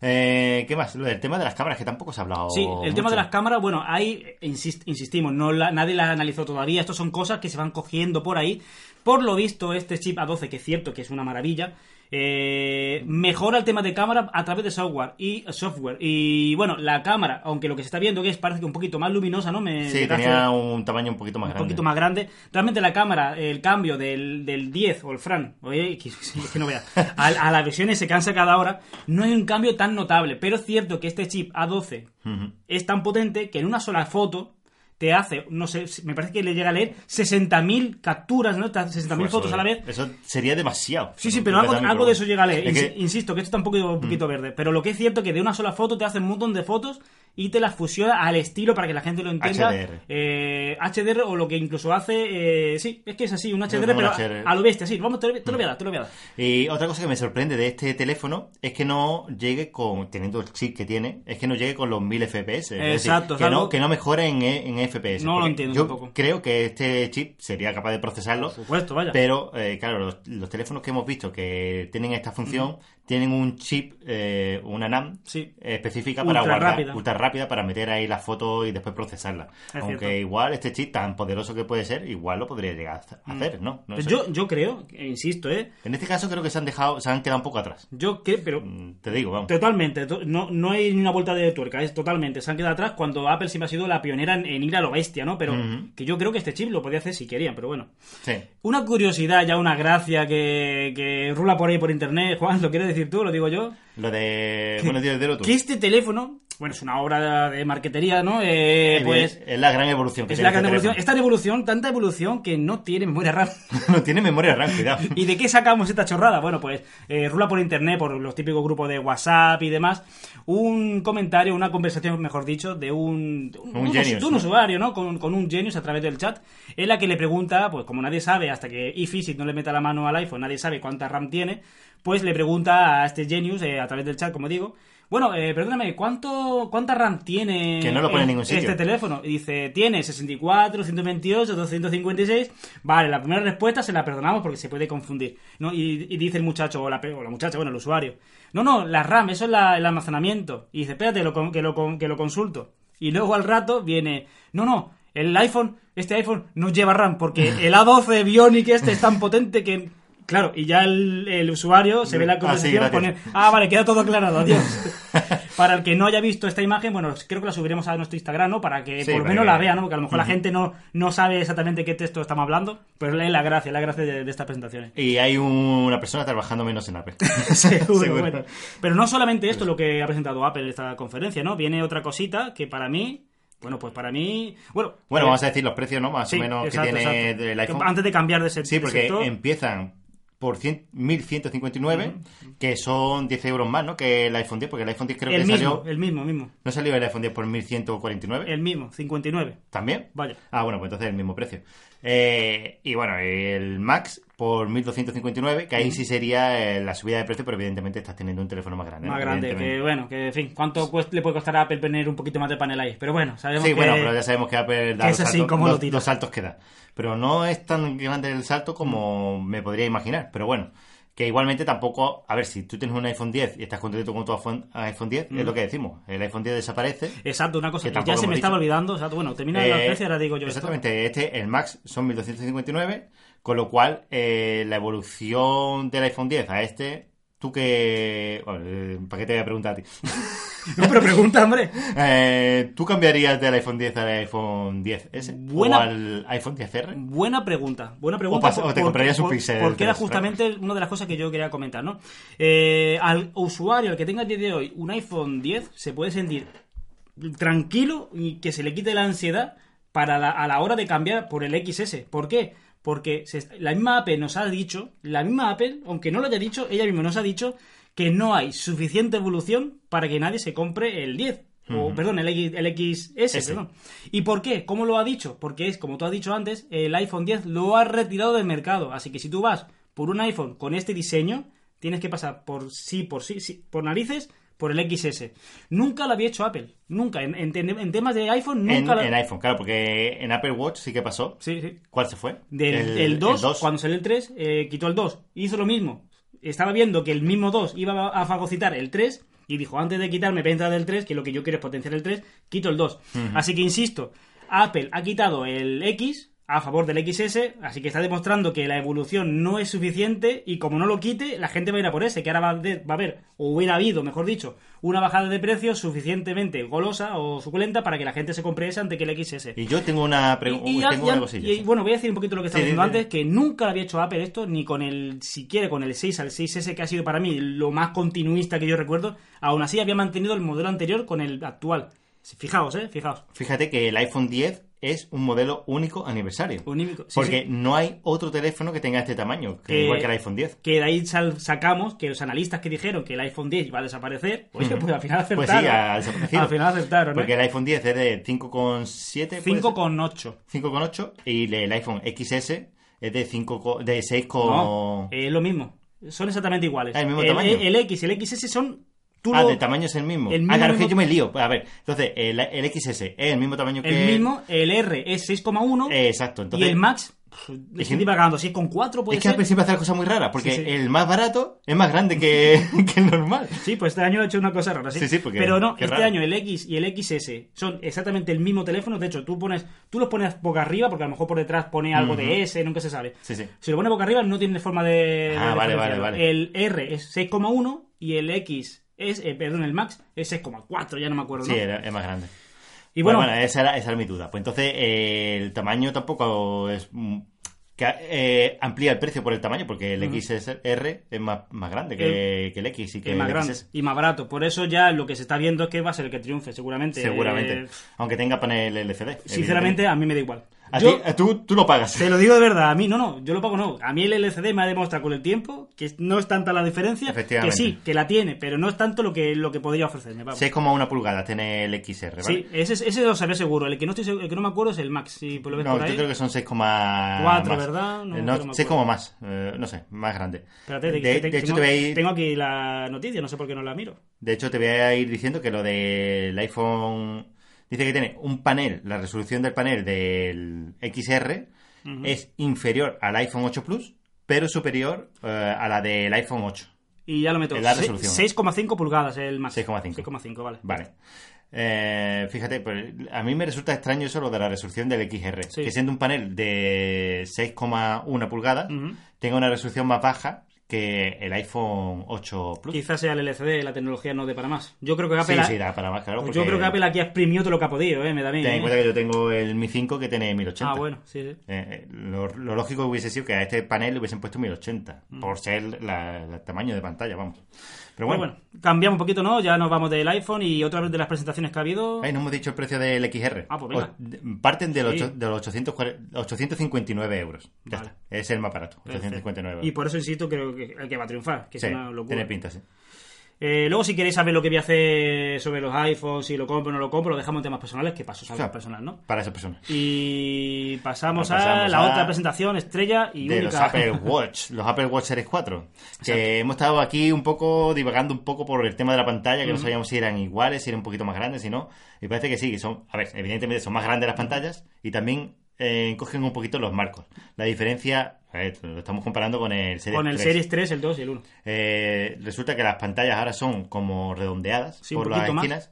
Eh, ¿Qué más? Lo del tema de las cámaras, que tampoco se ha hablado. Sí, el tema de mucho. las cámaras, bueno, ahí eh, insist- insistimos, no la- nadie las analizó todavía, estas son cosas que se van cogiendo por ahí. Por lo visto, este chip A12, que es cierto que es una maravilla, eh, mejora el tema de cámara a través de software y software. Y bueno, la cámara, aunque lo que se está viendo que es parece que un poquito más luminosa, ¿no? Me, Sí, me parece- tenía un tamaño un poquito más un grande. poquito más grande. Realmente la cámara, el cambio del, del 10 o el Fran, oye, que, es que no vea, a, a las versiones se cansa cada hora, no hay un cambio tan notable. Pero es cierto que este chip A12 Ujú. es tan potente que en una sola foto te hace, no sé, me parece que le llega a leer 60.000 capturas, ¿no? Estas 60.000 Pues, fotos a la vez. Eso sería demasiado. Sí, sí, pero algo, Completamente, algo de eso llega a leer. Es Insi- que- Mm. Insisto, que esto tampoco es un poquito verde. Pero lo que es cierto es que de una sola foto te hacen un montón de fotos y te las fusiona al estilo para que la gente lo entienda. HDR. Eh, HDR o lo que incluso hace. eh, sí, es que es así, un HDR, como pero un HDR. A, a lo bestia, sí. Vamos, te lo, te lo voy a dar, te lo voy a dar. Y otra cosa que me sorprende de este teléfono es que no llegue con, teniendo el chip que tiene, es que no llegue con los 1000 FPS. Es decir, Exacto, es que, algo- no, que no mejore en, en FPS. No lo porque entiendo Yo tampoco. creo que este chip sería capaz de procesarlo. Por supuesto, vaya. Pero, eh, claro, los, los teléfonos que hemos visto que tienen esta función tienen un chip, eh, una NAM Sí. específica Ultra para guardar, rápida. ultra rápida, para meter ahí las fotos y después procesarlas. Es Aunque cierto. igual este chip, tan poderoso que puede ser, igual lo podría llegar a hacer, ¿no? No Pues sé. yo, yo creo, eh, insisto, ¿eh? En este caso creo que se han dejado, se han quedado un poco atrás. Yo creo, pero Mm, Te digo, vamos. Totalmente, to- no, no hay ni una vuelta de tuerca, es totalmente, se han quedado atrás cuando Apple siempre ha sido la pionera en, en ir a lo bestia, ¿no? Pero Ujú. que yo creo que este chip lo podía hacer si querían, pero bueno. Sí. Una curiosidad, ya una gracia que, que rula por ahí por internet, Juan, ¿lo quieres decir tú? ¿Lo digo yo? Lo de. Bueno, tío, de lo tú. Que este teléfono, bueno, es una obra de marquetería, ¿no? Eh, Eh, pues es la gran evolución que es tiene la gran este evolución. teléfono. Esta evolución, tanta evolución que no tiene memoria RAM. no tiene memoria RAM, cuidado. ¿Y de qué sacamos esta chorrada? Bueno, pues eh, rula por internet, por los típicos grupos de WhatsApp y demás, un comentario, una conversación, mejor dicho, de un, de Un us- genius, de un ¿no? usuario, ¿no? Con, con un genius a través del chat, en la que le pregunta, pues como nadie sabe, hasta que iFixit no le meta la mano al iPhone, nadie sabe cuánta RAM tiene, pues le pregunta a este genius eh, a través del chat, como digo. Bueno, eh, perdóname, ¿cuánto, ¿cuánta RAM tiene Que no lo pone en ningún este sitio. teléfono y dice, tiene 64, 128, 256. Vale, la primera respuesta se la perdonamos porque se puede confundir. ¿no? Y, y dice el muchacho, o la, pe- o la muchacha, bueno, el usuario. No, no, la RAM, eso es la- el almacenamiento. Y dice, espérate, lo con- que, lo, con- que lo consulto. Y luego al rato viene, no, no, el iPhone, este iPhone no lleva RAM porque el A12 Bionic este es tan potente que... Claro, y ya el, el usuario se ve Ah, la sí, conversación gracias. con el, Ah, vale, queda todo aclarado, adiós. Para el que no haya visto esta imagen, bueno, creo que la subiremos a nuestro Instagram, ¿no? Para que Sí, por lo para menos que- la vea, ¿no? Porque a lo mejor la Ujú. gente no, no sabe exactamente qué texto estamos hablando, pero es la gracia, la gracia de, ¿eh? de estas presentaciones. Y hay una persona trabajando menos en Apple. Seguro, Seguro. bueno. Pero no solamente esto es lo que ha presentado Apple en esta conferencia, ¿no? Viene otra cosita que para mí, bueno, pues para mí, bueno, Bueno, eh, vamos a decir los precios, ¿no? Más sí, o menos exacto, que tiene exacto. el iPhone. Antes de cambiar de, se- Sí, de porque sector, empiezan por 100 1159, que son 10 euros más, ¿no? Que el iPhone 10, porque el iPhone 10 creo el que mismo, salió. el mismo, mismo, ¿No salió el iPhone 10 por 1149? el mismo, 59. ¿También? Vaya. Ah, bueno, pues entonces el mismo precio. Eh, y bueno, el Max por 1259, que ahí sí sería eh, la subida de precio, pero evidentemente estás teniendo un teléfono más grande. ¿no? Más grande, que Evidentemente. bueno, que en fin, ¿cuánto cuest- le puede costar a Apple tener un poquito más de panel ahí? Pero bueno, sabemos Sí, que... bueno, pero ya sabemos que Apple que da dos, es así saltos, como lo dos- tira. dos saltos que da. Pero no es tan grande el salto como me podría imaginar. Pero bueno, que igualmente tampoco. A ver, si tú tienes un iPhone 10 y estás contento con tu iPhone, iPhone 10, Mm. es lo que decimos. El iPhone 10 desaparece. Exacto, una cosa Que que, ya tampoco se me hemos estaba dicho. olvidando. Exacto, bueno, termina la Eh, especie, ahora digo yo. esto. Exactamente, este, el Max son 1259, con lo cual eh, la evolución del iPhone 10 a este, tú que... bueno, eh, ¿Para qué te voy a preguntar a ti? No, pero pregunta, hombre. Eh, ¿Tú cambiarías del iPhone 10 al iPhone 10S? Buena- ¿O al iPhone 10R? Buena pregunta, buena pregunta. pas- o te porque- comprarías un por- Pixel Porque era 3, justamente una de las cosas que yo quería comentar, ¿no? Eh, al usuario, al que tenga a día de hoy un iPhone 10, se puede sentir tranquilo y que se le quite la ansiedad para la- a la hora de cambiar por el XS. ¿Por qué? Porque se- la misma Apple nos ha dicho, la misma Apple, aunque no lo haya dicho, ella misma nos ha dicho que no hay suficiente evolución para que nadie se compre el 10. O, perdón, el, X, el XS, Ese. perdón. ¿Y por qué? ¿Cómo lo ha dicho? Porque es, como tú has dicho antes, el iPhone 10 lo ha retirado del mercado. Así que si tú vas por un iPhone con este diseño, tienes que pasar por sí, por sí, sí por narices, por el XS. Nunca lo había hecho Apple. Nunca. En, en- en temas de iPhone, nunca En, lo- en iPhone, claro, porque en Apple Watch sí que pasó. Sí, sí. ¿Cuál se fue? Del el, 2, cuando salió el 3, eh, quitó el 2. Hizo lo mismo. Estaba viendo que el mismo 2 iba a fagocitar el 3 y dijo, antes de quitarme venta del 3, que lo que yo quiero es potenciar el 3, quito el 2. Así que insisto, Apple ha quitado el X a favor del XS, así que está demostrando que la evolución no es suficiente y como no lo quite, la gente va a ir a por ese, que ahora va a, de- va a haber, o hubiera habido, mejor dicho, una bajada de precios suficientemente golosa o suculenta para que la gente se compre ese antes que el XS. Y yo tengo una Y- pregunta. y ya- Tengo ya- una cosilla. y, sí. bueno, voy a decir un poquito lo que estaba Sí, diciendo sí, sí. antes, que nunca lo había hecho Apple esto, ni con el, siquiera con el 6 al 6S, que ha sido para mí lo más continuista que yo recuerdo, aún así había mantenido el modelo anterior con el actual. Fijaos, eh, fijaos. Fíjate que el iPhone 10 es un modelo único aniversario. Unímico. Sí, porque sí. no hay otro teléfono que tenga este tamaño, que Que- igual que el iPhone 10. Que de ahí sal- sacamos que los analistas que dijeron que el iPhone 10 iba a desaparecer, oye, pues al final acertaron. Pues sí, ha desaparecido. Al final acertaron, ¿eh? Porque el iPhone 10 es de 5,7. puede 5,8. ser, 5,8 y el iPhone XS es de 5, co- de 6, No, es lo mismo. Son exactamente iguales. Ah, el mismo tamaño. El X y el XS son... Tú Ah, lo- de tamaño es el mismo. el ah, mismo, claro, es que mismo- yo me lío. Pues, A ver, entonces, el, el XS es el mismo tamaño que... El mismo, el R es 6,1 Eh, exacto, entonces... y el Max, pff, Es estoy que- divagando, si es con 4 puede Es que ser. al principio hace las cosas muy raras, porque Sí, sí. el más barato es más grande que, que el normal. Sí, pues este año he hecho una cosa rara, sí. Sí, sí, porque- Pero no, qué este raro. año el X y el XS son exactamente el mismo teléfono. De hecho, tú pones, tú los pones boca arriba, porque a lo mejor por detrás pone algo de S, nunca se sabe. Sí, sí. Si lo pones boca arriba, no tiene forma de. Ah, de vale, diferenciarlo. vale, vale. El R es 6,1 y el X es, eh, perdón, el Max es 6,4, ya no me acuerdo. Sí, eh, ¿no? era- es más grande. Y bueno, esa, era, esa era mi duda. Pues entonces, eh, el tamaño tampoco es... mm, que eh, amplía el precio por el tamaño, porque el XR es más, más grande que, que el X y que y Eh, más el grande XS. y más barato. Por eso ya lo que se está viendo es que va a ser el que triunfe, seguramente. Seguramente. Eh, Aunque tenga panel LCD. sinceramente, a mí me da igual. evidentemente. A Yo- ti- a tú, tú lo pagas. Te lo digo de verdad, a mí no, no, yo lo pago no. A mí el LCD me ha demostrado con el tiempo que no es tanta la diferencia, que Efectivamente. sí, que la tiene, pero no es tanto lo que, lo que podría ofrecerme. Vamos. Si es como una pulgada, tiene el XR, ¿vale? Sí, ese, es- ese lo sabía seguro. El que, no estoy, seg- el que no me acuerdo es el Max, si lo ves No, por ahí. yo creo que son 6,4, Cuatro, ¿verdad? No, Eh, No, creo que me 6, como más, eh, no sé, más grande. Espérate, de, que te- de hecho, tengo, te voy a ir, tengo aquí la noticia, no sé por qué no la miro. de hecho, te voy a ir diciendo que lo del iPhone dice que tiene un panel, la resolución del panel del XR es inferior al iPhone 8 Plus, pero superior eh, a la del iPhone 8. Y ya lo meto. Es la Se- resolución. 6,5 pulgadas el Max. 6,5. 6,5, vale. Vale. Eh, fíjate, pues, a mí me resulta extraño eso lo de la resolución del XR. Sí. Que siendo un panel de 6,1 pulgadas, Ujú. tenga una resolución más baja que el iPhone 8 Plus. Quizás sea el LCD, la tecnología no dé para más. Yo creo que Apple, Sí, ha- sí, da para más, claro. pues porque yo creo que Apple aquí ha exprimido todo lo que ha podido, eh, me da bien. Ten en eh. cuenta que yo tengo el Mi 5 que tiene 1080. Ah, bueno, sí, sí. Eh, eh, lo, lo lógico hubiese sido que a este panel le hubiesen puesto 1080, por ser la- el tamaño de pantalla, vamos. Pero Mm. Pues bueno, bueno, cambiamos un poquito, ¿no? Ya nos vamos del iPhone y otra vez de las presentaciones que ha habido. Ay, no hemos dicho el precio del XR. Ah, pues venga. O- de- parten de los, Sí. ocho- de los 840 859 euros. Ya Vale. está. Es el más barato. Perfecto. 859 Y por eso insisto, creo que el que va a triunfar, que Sí, es una locura. tiene pinta, sí. Eh, luego, si queréis saber lo que voy a hacer sobre los iPhones, si lo compro o no lo compro, lo dejamos en temas personales, que paso a O sea, algo personal, ¿no? Para esa persona. Y pasamos, Ahora pasamos a la a- otra presentación, estrella y de única. los Apple Watch, los Apple Watch Series 4. Que hemos estado aquí un poco divagando un poco por el tema de la pantalla, que no sabíamos si eran iguales, si eran un poquito más grandes, si no. Y parece que sí, que son, a ver, evidentemente son más grandes las pantallas y también eh, cogen un poquito los marcos. La diferencia, a ver, lo estamos comparando con el Series Con el 3. Series 3, el 2 y el 1. Eh, resulta que las pantallas ahora son como redondeadas Sí, un por las poquito más. esquinas.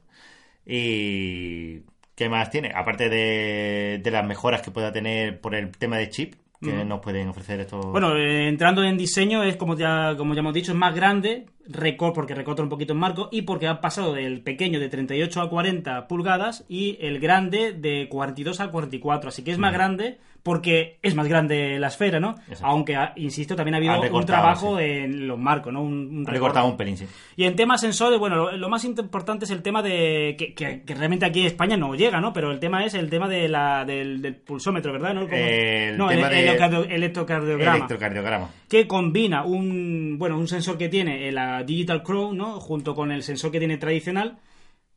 ¿Y qué más tiene? Aparte de, de las mejoras que pueda tener por el tema de chip que Ujú. nos pueden ofrecer estos... Bueno, eh, entrando en diseño, es como ya, como ya hemos dicho, es más grande, recor- porque recorta un poquito en marco y porque ha pasado del pequeño de 38 a 40 pulgadas y el grande de 42 a 44. Así que es más grande porque es más grande la esfera, ¿no? Exacto. Aunque, ah, insisto, también ha habido Han un recortado, trabajo en los marcos, ¿no? Un, un han recorte. recortado un pelín, sí. Y en temas sensores, bueno, lo, lo más importante es el tema de. Que, que- que realmente aquí en España no llega, ¿no? Pero el tema es el tema de la, del, del pulsómetro, ¿verdad? ¿No? Como- El no, tema de- electrocardio- electrocardiograma Electrocardiograma. que combina un bueno un sensor que tiene eh, la Digital Crown ¿no? junto con el sensor que tiene tradicional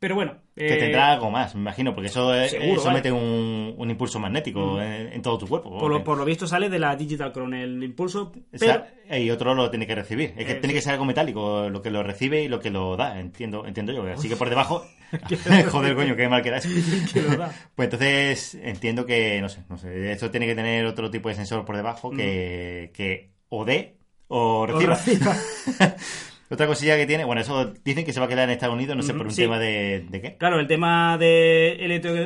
pero bueno Que eh, tendrá algo más, me imagino, porque eso, eh, seguro, eso vale. mete un, un impulso magnético en, en todo tu cuerpo. por lo, porque- por lo visto sale de la Digital Crown el impulso o pero sea, eh, y otro lo tiene que recibir. Es que Eh, tiene que ser algo metálico, lo que lo recibe y lo que lo da, entiendo, entiendo yo. Así que por debajo. Joder, coño, qué mal queda eso. Que lo da. Pues entonces entiendo que, no sé, no sé. Esto tiene que tener otro tipo de sensor por debajo que, que o dé o reciba. reciba. Otra cosilla que tiene, bueno, eso dicen que se va a quedar en Estados Unidos, no sé, Ujú, por un sí. tema de, de qué. Claro, el tema de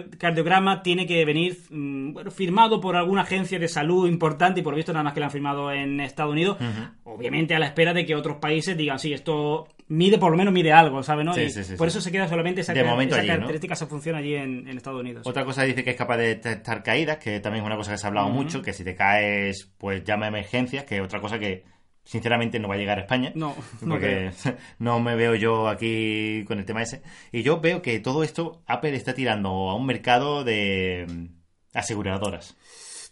electrocardiograma tiene que venir mm, bueno, firmado por alguna agencia de salud importante y por lo visto nada más que lo han firmado en Estados Unidos. Obviamente a la espera de que otros países digan, sí, esto mide, por lo menos mide algo, ¿sabes? No? Sí, Y sí, sí, por sí. eso se queda solamente esa, De car- momento esa allí, ¿no? característica, esa función allí en, en Estados Unidos. Otra cosa dice que es capaz de detectar caídas, que también es una cosa que se ha hablado mucho, que si te caes, pues llama a emergencias, que es otra cosa que sinceramente no va a llegar a España. No, no porque no me veo yo aquí con el tema ese. Y yo veo que todo esto Apple está tirando a un mercado de mm, aseguradoras.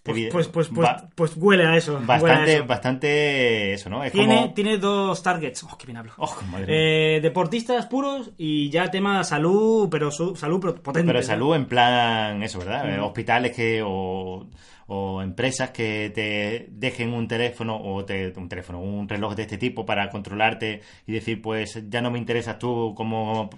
Pues, Evi- pues, pues, pues, ba- pues huele a eso. huele a bastante, eso. bastante eso, ¿no? Es Tiene, como... tiene dos targets. Oh, qué bien hablo. Oh, madre mía. Eh, deportistas puros y ya tema salud, pero su- salud pero potente. Pero ¿no? salud en plan, eso, ¿verdad? Eh, Ujú. Hospitales que o, o empresas que te dejen un teléfono o te, un teléfono, un reloj de este tipo para controlarte y decir, pues ya no me interesas tú como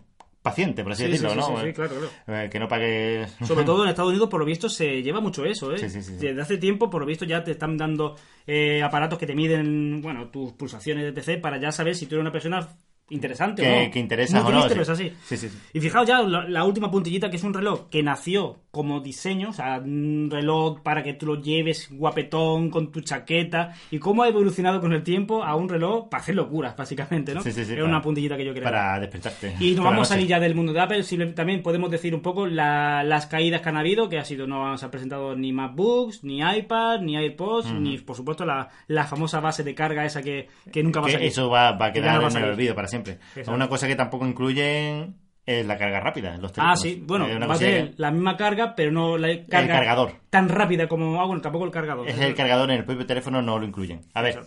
paciente, por así Sí, sí, decirlo, sí, ¿no? sí, sí, claro, claro. Eh, que no pagues... Sobre todo en Estados Unidos, por lo visto, se lleva mucho eso, ¿eh? Sí, sí, sí, sí. Desde hace tiempo, por lo visto, ya te están dando eh, aparatos que te miden, bueno, tus pulsaciones, etc., para ya saber si tú eres una persona interesante o Que- no. que interesas Muy o no, triste, sí. pero es así. Sí, sí, sí. Y fijaos ya, la, la última puntillita, que es un reloj que nació como diseño, o sea, un reloj para que tú lo lleves guapetón con tu chaqueta y cómo ha evolucionado con el tiempo a un reloj para hacer locuras, básicamente, ¿no? Sí, sí, sí, Era para- una puntillita que yo quería. Para despertarte. Y nos por la vamos a noche. salir ya del mundo de Apple. simple- también podemos decir un poco la- las caídas que han habido, que ha sido no se han presentado ni MacBooks, ni iPad, ni AirPods, ni por supuesto la, la famosa base de carga esa que, que nunca va a Que salir. eso va, va a Que ya quedar no va a en el salir. olvido para siempre. Exacto. Una cosa que tampoco incluyen es la carga rápida. Los Ah, teléfonos. sí, bueno, Es pues, una va a cosa que- tener la misma carga, pero no la carga cargador. tan rápida como. Ah, bueno, tampoco el cargador. Es el cargador en el propio teléfono, no lo incluyen. A ver, Eso.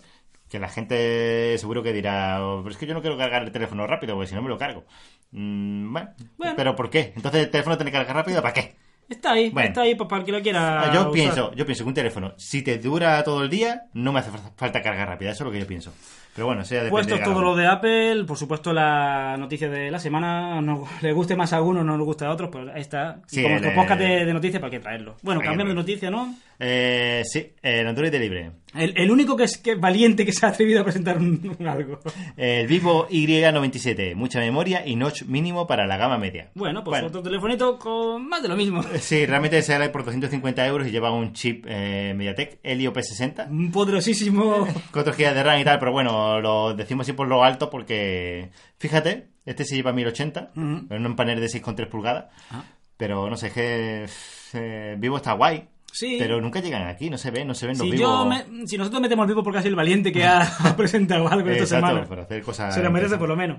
que la gente seguro que dirá, "Oh, pero es que yo no quiero cargar el teléfono rápido, porque si no me lo cargo. Mm, bueno, Bueno. pero ¿por qué? Entonces el teléfono tiene que cargar rápido, ¿para qué? Está ahí, Bueno. está ahí pues, para el que lo quiera. Ah, yo usar. pienso, yo pienso que un teléfono, si te dura todo el día, no me hace fa- falta carga rápida, eso es lo que yo pienso. Pero bueno, eso ya depende Puesto de cada Pues todo uno. lo de Apple, por supuesto la noticia de la semana, no, le guste más a uno, no le guste a otros, pues ahí está. Y Sí, como el- nuestro podcast de, de noticias, ¿para qué traerlo? Bueno, Para qué cambiamos de noticia, traerlo. ¿no? Eh, sí, el Android libre. El, el único que es que es valiente que se ha atrevido a presentar un, un algo. El Vivo Y97, mucha memoria y notch mínimo para la gama media. Bueno, pues Bueno. otro telefonito con más de lo mismo. Sí, realmente sale por 250 euros y lleva un chip eh, Mediatek Helio P60. Un poderosísimo... 4 GB de RAM y tal, pero bueno, lo decimos así por lo alto porque, fíjate, este se lleva 1080, Ujú. en un panel de 6,3 pulgadas, Ah. pero no sé, es que eh, Vivo está guay, Sí. pero nunca llegan aquí, no se ven, no se ven los Si, Vivo. yo me- si nosotros metemos el vivo porque ha sido el valiente que ha, ha presentado algo esta Exacto, semana, para hacer cosas se lo merece interesantes. por lo menos.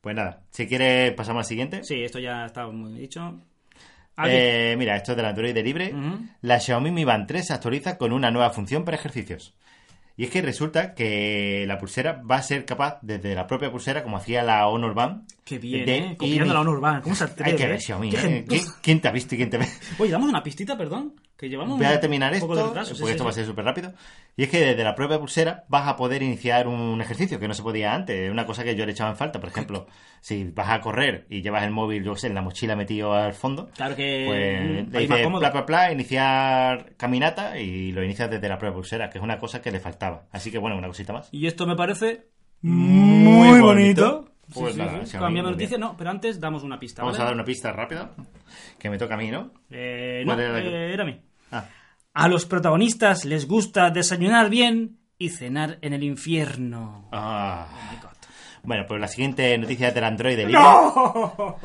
Pues nada, si quieres pasamos al siguiente. Sí, esto ya está muy dicho. Alguien- Eh, mira, esto es del Android de libre. Ujú. La Xiaomi Mi Band 3 se actualiza con una nueva función para ejercicios. Y es que resulta que la pulsera va a ser capaz, desde la propia pulsera, como hacía la Honor Band. Qué bien, de ¿eh? Copiando ini- la Honor Band. ¿Cómo se atreve, Hay que ver, eh? Xiaomi. Qué ¿eh? gente- ¿Quién- ¿Quién te ha visto y quién te ve? Oye, damos una pistita, perdón. Que llevamos Voy a un- terminar un esto, poco de retraso, sí, porque sí, esto sí. va a ser súper rápido. Y es que desde la propia pulsera vas a poder iniciar un ejercicio que no se podía antes. Una cosa que yo le echaba en falta, por ejemplo, si vas a correr y llevas el móvil, yo qué sé, en la mochila metido al fondo, Claro que pues mm, le ahí más dices cómodo. pla, pla, pla, iniciar caminata y lo inicias desde la propia pulsera, que es una cosa que le faltaba. Así que bueno, una cosita más. Y esto me parece Muy muy bonito. bonito. Pues nada, Xiaomi, Cambiamos muy bien. noticia, no, pero antes damos una pista. Vamos a ¿vale? dar una pista rápida, que me toca a mí, ¿no? Eh, no, ¿Cuál era la que- eh, era a mí. Ah, A los protagonistas les gusta desayunar bien y cenar en el infierno. ah. Oh My God. Bueno, pues la siguiente noticia es del Android de ¡No!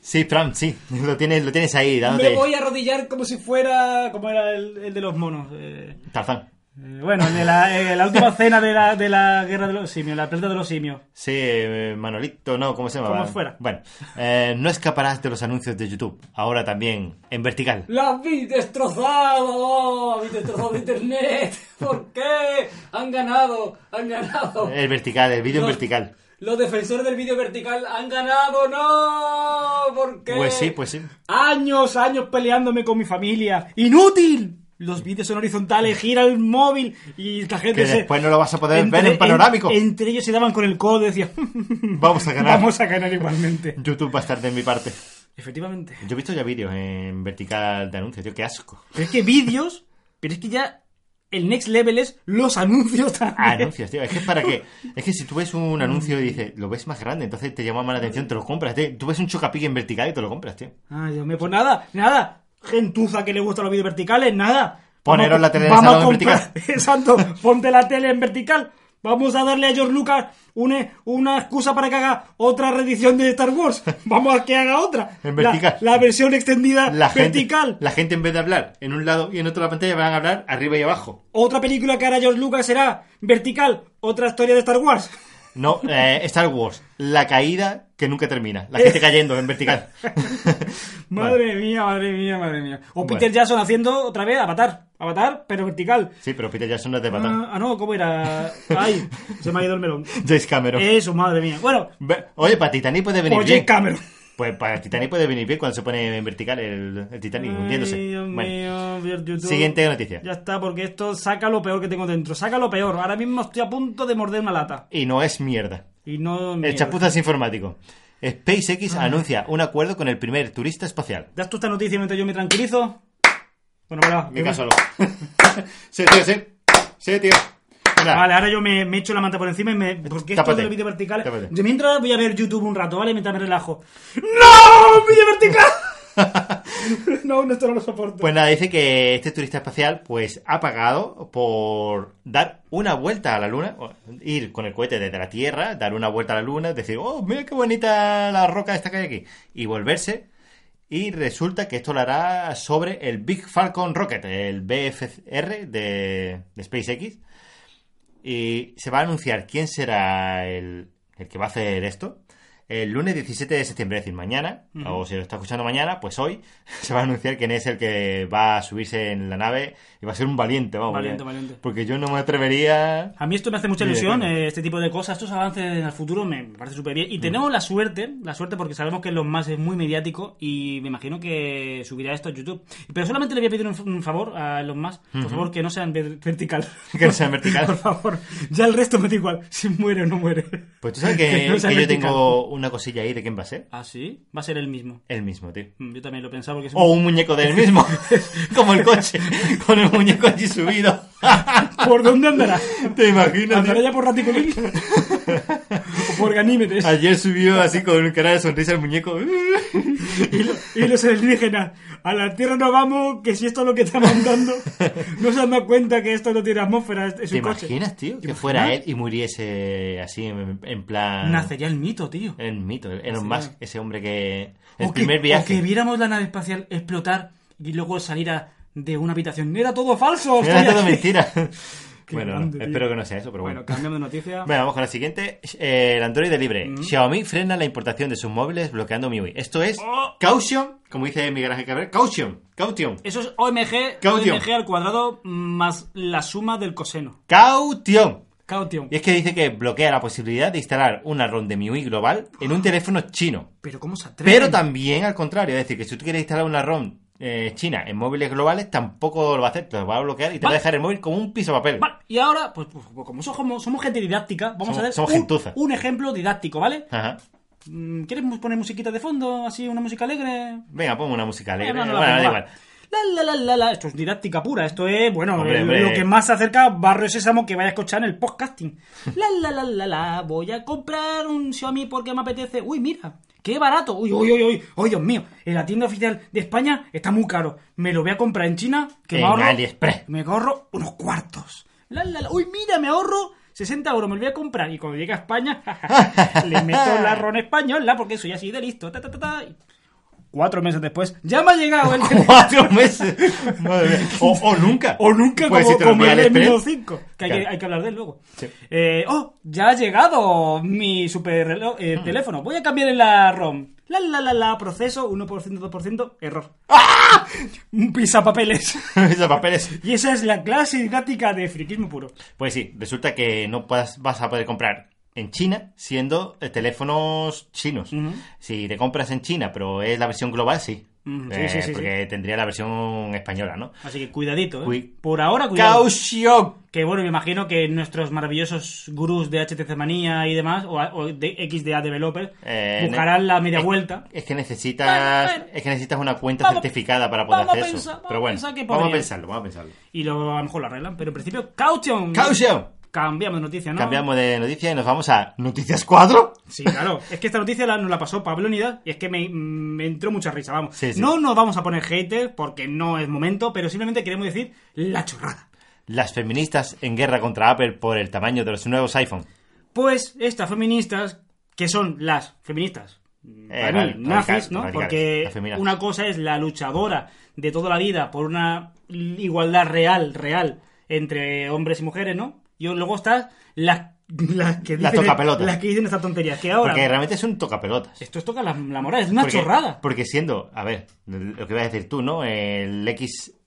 Sí, Fran, sí, lo tienes, lo tienes ahí, dándote... Me voy a arrodillar como si fuera. como era el, el de los monos. eh. Tarzán. Eh, bueno, el de la, eh, la última cena de la, de la guerra de los simios, la pelea de los simios. Sí, eh, Manolito, no, ¿cómo se llama? Como fuera. Bueno, eh, no escaparás de los anuncios de YouTube, ahora también en vertical. ¡La vi oh, destrozado! ¡Habéis destrozado de internet! ¿Por qué? Han ganado, han ganado. El vertical, el vídeo en No. vertical. Los defensores del vídeo vertical han ganado, no. ¿Por qué? Pues sí, pues sí. Años, años peleándome con mi familia. ¡Inútil! Los vídeos son horizontales, gira el móvil y la gente Que se- después no lo vas a poder ver entre- en panorámico. en- entre ellos se daban con el codo y decían... Vamos a ganar. Vamos a ganar igualmente. YouTube va a estar de mi parte. Efectivamente. Yo he visto ya vídeos en vertical de anuncios, tío, qué asco. Pero es que vídeos... Pero es que ya el next level es los anuncios también. Ah, Anuncios, tío. Es que es para que. Es que si tú ves un anuncio y dices, lo ves más grande, entonces te llama más la atención, te lo compras. tío. Tú ves un chocapic en vertical y te lo compras, tío. Ay, Dios mío, pues nada, nada. Gentuza que le gustan los vídeos verticales, nada. Poneros la tele en el vamos a salón en comprar- Exacto, ponte la tele en vertical. Vamos a darle a George Lucas una, una excusa para que haga otra reedición de Star Wars. Vamos a que haga otra. En La- vertical. La, versión extendida La gente, vertical. la gente en vez de hablar en un lado y en otro de la pantalla van a hablar arriba y abajo. Otra película que hará George Lucas será vertical. Otra historia de Star Wars. No, eh, Star Wars, la caída que nunca termina. La gente cayendo en vertical. Madre mía, madre mía, madre mía. O Bueno. Peter Jackson haciendo otra vez Avatar. Avatar, pero vertical. Sí, pero Peter Jackson no es de patán. Ah, ah, no, ¿cómo era? Ay, se me ha ido el melón. James Cameron. Eso, madre mía. Bueno, Ve- Oye, para Titanic puede venir Eh. oye, bien. Cameron. Pues para Titanic puede venir bien cuando se pone en vertical el, el Titanic, hundiéndose. Ay, Dios Bueno, mío, ver YouTube. siguiente noticia. Ya está, porque esto saca lo peor que tengo dentro. Saca lo peor. Ahora mismo estoy a punto de morder una lata. Y no es mierda. Y no. El chapuzas informático. SpaceX Ah. anuncia un acuerdo con el primer turista espacial. ¿Das tú esta noticia mientras yo me tranquilizo? Bueno, vale, va. Me caso no. sí, tío, sí. Sí, tío. Nada. Vale, ahora yo me, me echo la manta por encima y me. Porque esto Tápate. de los vídeos verticales. Tápate. Yo mientras voy a ver YouTube un rato, ¿vale? Mientras me relajo. ¡No! ¡Vídeo vertical! no, no, esto no lo soporto. Pues nada, dice que este turista espacial pues ha pagado por dar una vuelta a la luna, o ir con el cohete desde la Tierra, dar una vuelta a la luna, decir, oh, mira qué bonita la roca esta que hay aquí, y volverse. Y resulta que esto lo hará sobre el Big Falcon Rocket, el BFR de, de SpaceX. Y se va a anunciar quién será el, el que va a hacer esto. El lunes 17 de septiembre, es decir, mañana, Ujú. o si lo está escuchando mañana, pues hoy se va a anunciar quién es el que va a subirse en la nave y va a ser un valiente, vamos. Valiente, porque- valiente. Porque yo no me atrevería. A mí esto me hace mucha Sí, de ilusión, acuerdo. eh, este tipo de cosas, estos avances en el futuro me me parece súper bien. Mm. Y tenemos la suerte, la suerte porque sabemos que los más es muy mediático y me imagino que subirá esto a YouTube. Pero solamente le voy a pedir un, un favor a los más, por favor, que no sean ver- vertical. Que no sea vertical. por favor, ya el resto me da igual, si muere o no muere. Pues tú sabes que, Que no sea que yo vertical. tengo una cosilla ahí de quién va a ser. Ah, sí, va a ser el mismo. El mismo, tío. Mm, Yo también lo pensaba porque es O un muñeco del mismo. Como el coche. Con el muñeco allí subido. ¿Por dónde andará? ¿Te imaginas? ¿Andará tío? ya por Raticulín? ¿O por Ganímedes? Ayer subió así con un cara de sonrisa el muñeco. Y, lo- y los alienígenas, a la Tierra no vamos, que si esto es lo que está mandando, no se han dado cuenta que esto no tiene atmósfera, es, es ¿Te un coche. imaginas, tío? ¿Te Que fuera él imaginas? y muriese así en, en plan... Nacería el mito, tío. El mito, el Elon Sí. Musk, ese hombre que... El O que- primer O que viaje. viéramos la nave espacial explotar y luego salir a- de una habitación. Era todo falso. Era estoy todo aquí. mentira. Qué Bueno, grande, tío. espero que no sea eso, pero bueno. Bueno, cambiamos de noticia. Bueno, vamos con la siguiente. Eh, El Android de libre. Mm. Xiaomi frena la importación de sus móviles bloqueando MIUI. Esto es Oh. caution, como dice Miguel Ángel Cabrera, caution, caution, Eso es OMG, Caution. OMG al cuadrado más la suma del coseno. caution. Caution. Y es que dice que bloquea la posibilidad de instalar una ROM de MIUI global en un teléfono chino. Pero ¿cómo se atreve? Pero también al contrario, es decir, que si tú quieres instalar una ROM eh, china en móviles globales, tampoco lo va a hacer, te lo va a bloquear y te va Vale. a dejar el móvil como un piso de papel. Vale, y ahora, pues, pues, pues, como somos, somos gente didáctica, vamos Somos- a hacer somos un- gentuza. un ejemplo didáctico, ¿vale? Ajá. Mm, ¿Quieres mu- poner musiquita de fondo? Así, una música alegre. Venga, pongo una música alegre. Eh, no, no la bueno, da pongo, va. igual. La, la, la, la, la. Esto es didáctica pura. Esto es, bueno, Hombre, eh, hombre. lo que más se acerca a Barrio Sésamo que vaya a escuchar en el podcasting. La, la, la, la, la. Voy a comprar un Xiaomi porque me apetece. Uy, mira, qué barato. Uy, uy, uy, uy. Uy, Dios mío. En la tienda oficial de España está muy caro. Me lo voy a comprar en China. Que me En ahorro, AliExpress. Me ahorro unos cuartos. La, la, la. Uy, mira, me ahorro 60 euros. Me lo voy a comprar. Y cuando llegue a España, le meto la ron española porque soy así de listo. Ta, ta, ta, ta. Cuatro meses después, ya me ha llegado el Cuatro meses. Madre mía. O, o nunca. O nunca Pues si como, te lo como envía el AliExpress. Emilio 5, que hay, que Claro. hay que hablar de él luego. Sí. Eh, oh, ya ha llegado mi super reloj- eh, Ah. teléfono. Voy a cambiar en la ROM. La, la, la, la, proceso, 1%, 2%, error. ¡Ah! Un pisapapeles. Esos papeles. Y esa es la clase didáctica de friquismo puro. Pues sí, resulta que no puedas- vas a poder comprar en China siendo eh, teléfonos chinos. Ujú. Si te compras en China, pero es la versión global, sí. Ujú, sí, Eh, sí, sí, sí. porque tendría la versión española, ¿no? Así que cuidadito, ¿eh? Cui- Por ahora, cuidado. ¡Caución! Que bueno, me imagino que nuestros maravillosos gurús de HTC Manía y demás, o, a- o de XDA Developers, Eh, buscarán la media es- vuelta. Es que necesitas, Bueno, bueno. es que necesitas una cuenta Vamos- certificada para poder vamos a hacer eso. pensar- vamos Pero a bueno, pensar que vamos a podría. pensarlo, vamos a pensarlo. Y luego a lo mejor lo arreglan, pero en principio, ¡caution! ¡Caución! Cambiamos de noticia, ¿no? Cambiamos de noticia y nos vamos a Noticias Cuadro. Sí, claro. Es que esta noticia la- nos la pasó Pablo Nidal y es que me, me entró mucha risa, vamos. Sí, sí. No nos vamos a poner hater porque no es momento, pero simplemente queremos decir la chorrada. Las feministas en guerra contra Apple por el tamaño de los nuevos iPhone. Pues estas feministas, que son las feministas, para mí, Eh, radical- nazis, ¿no? radicales, Porque las feministas. una cosa es la luchadora de toda la vida por una igualdad real, real, entre hombres y mujeres, ¿no? Y luego están las, las que Las dicen- tocapelotas. las que dicen estas tonterías, que ahora... Porque realmente es un tocapelotas. Esto es toca la, la moral, es una porque, chorrada. Porque siendo, a ver, lo que vas a decir tú, ¿no? El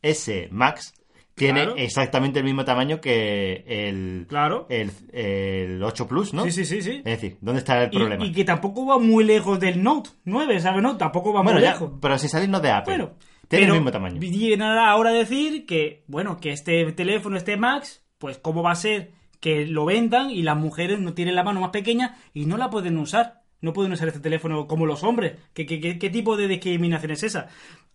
XS Max tiene Claro. exactamente el mismo tamaño que el, Claro. el, el 8 Plus, ¿no? Sí, sí, sí, sí. Es decir, ¿dónde está el Y, problema? y que tampoco va muy lejos del Note 9, ¿sabes? No, tampoco va bueno, muy ya, lejos. pero sin salirnos de Apple. Bueno, tiene pero el mismo tamaño. Vienen ahora a decir que, bueno, que este teléfono, este Max, pues cómo va a ser que lo vendan y las mujeres no tienen la mano más pequeña y no la pueden usar. No pueden usar este teléfono como los hombres. ¿Qué, qué, qué- qué tipo de discriminación es esa?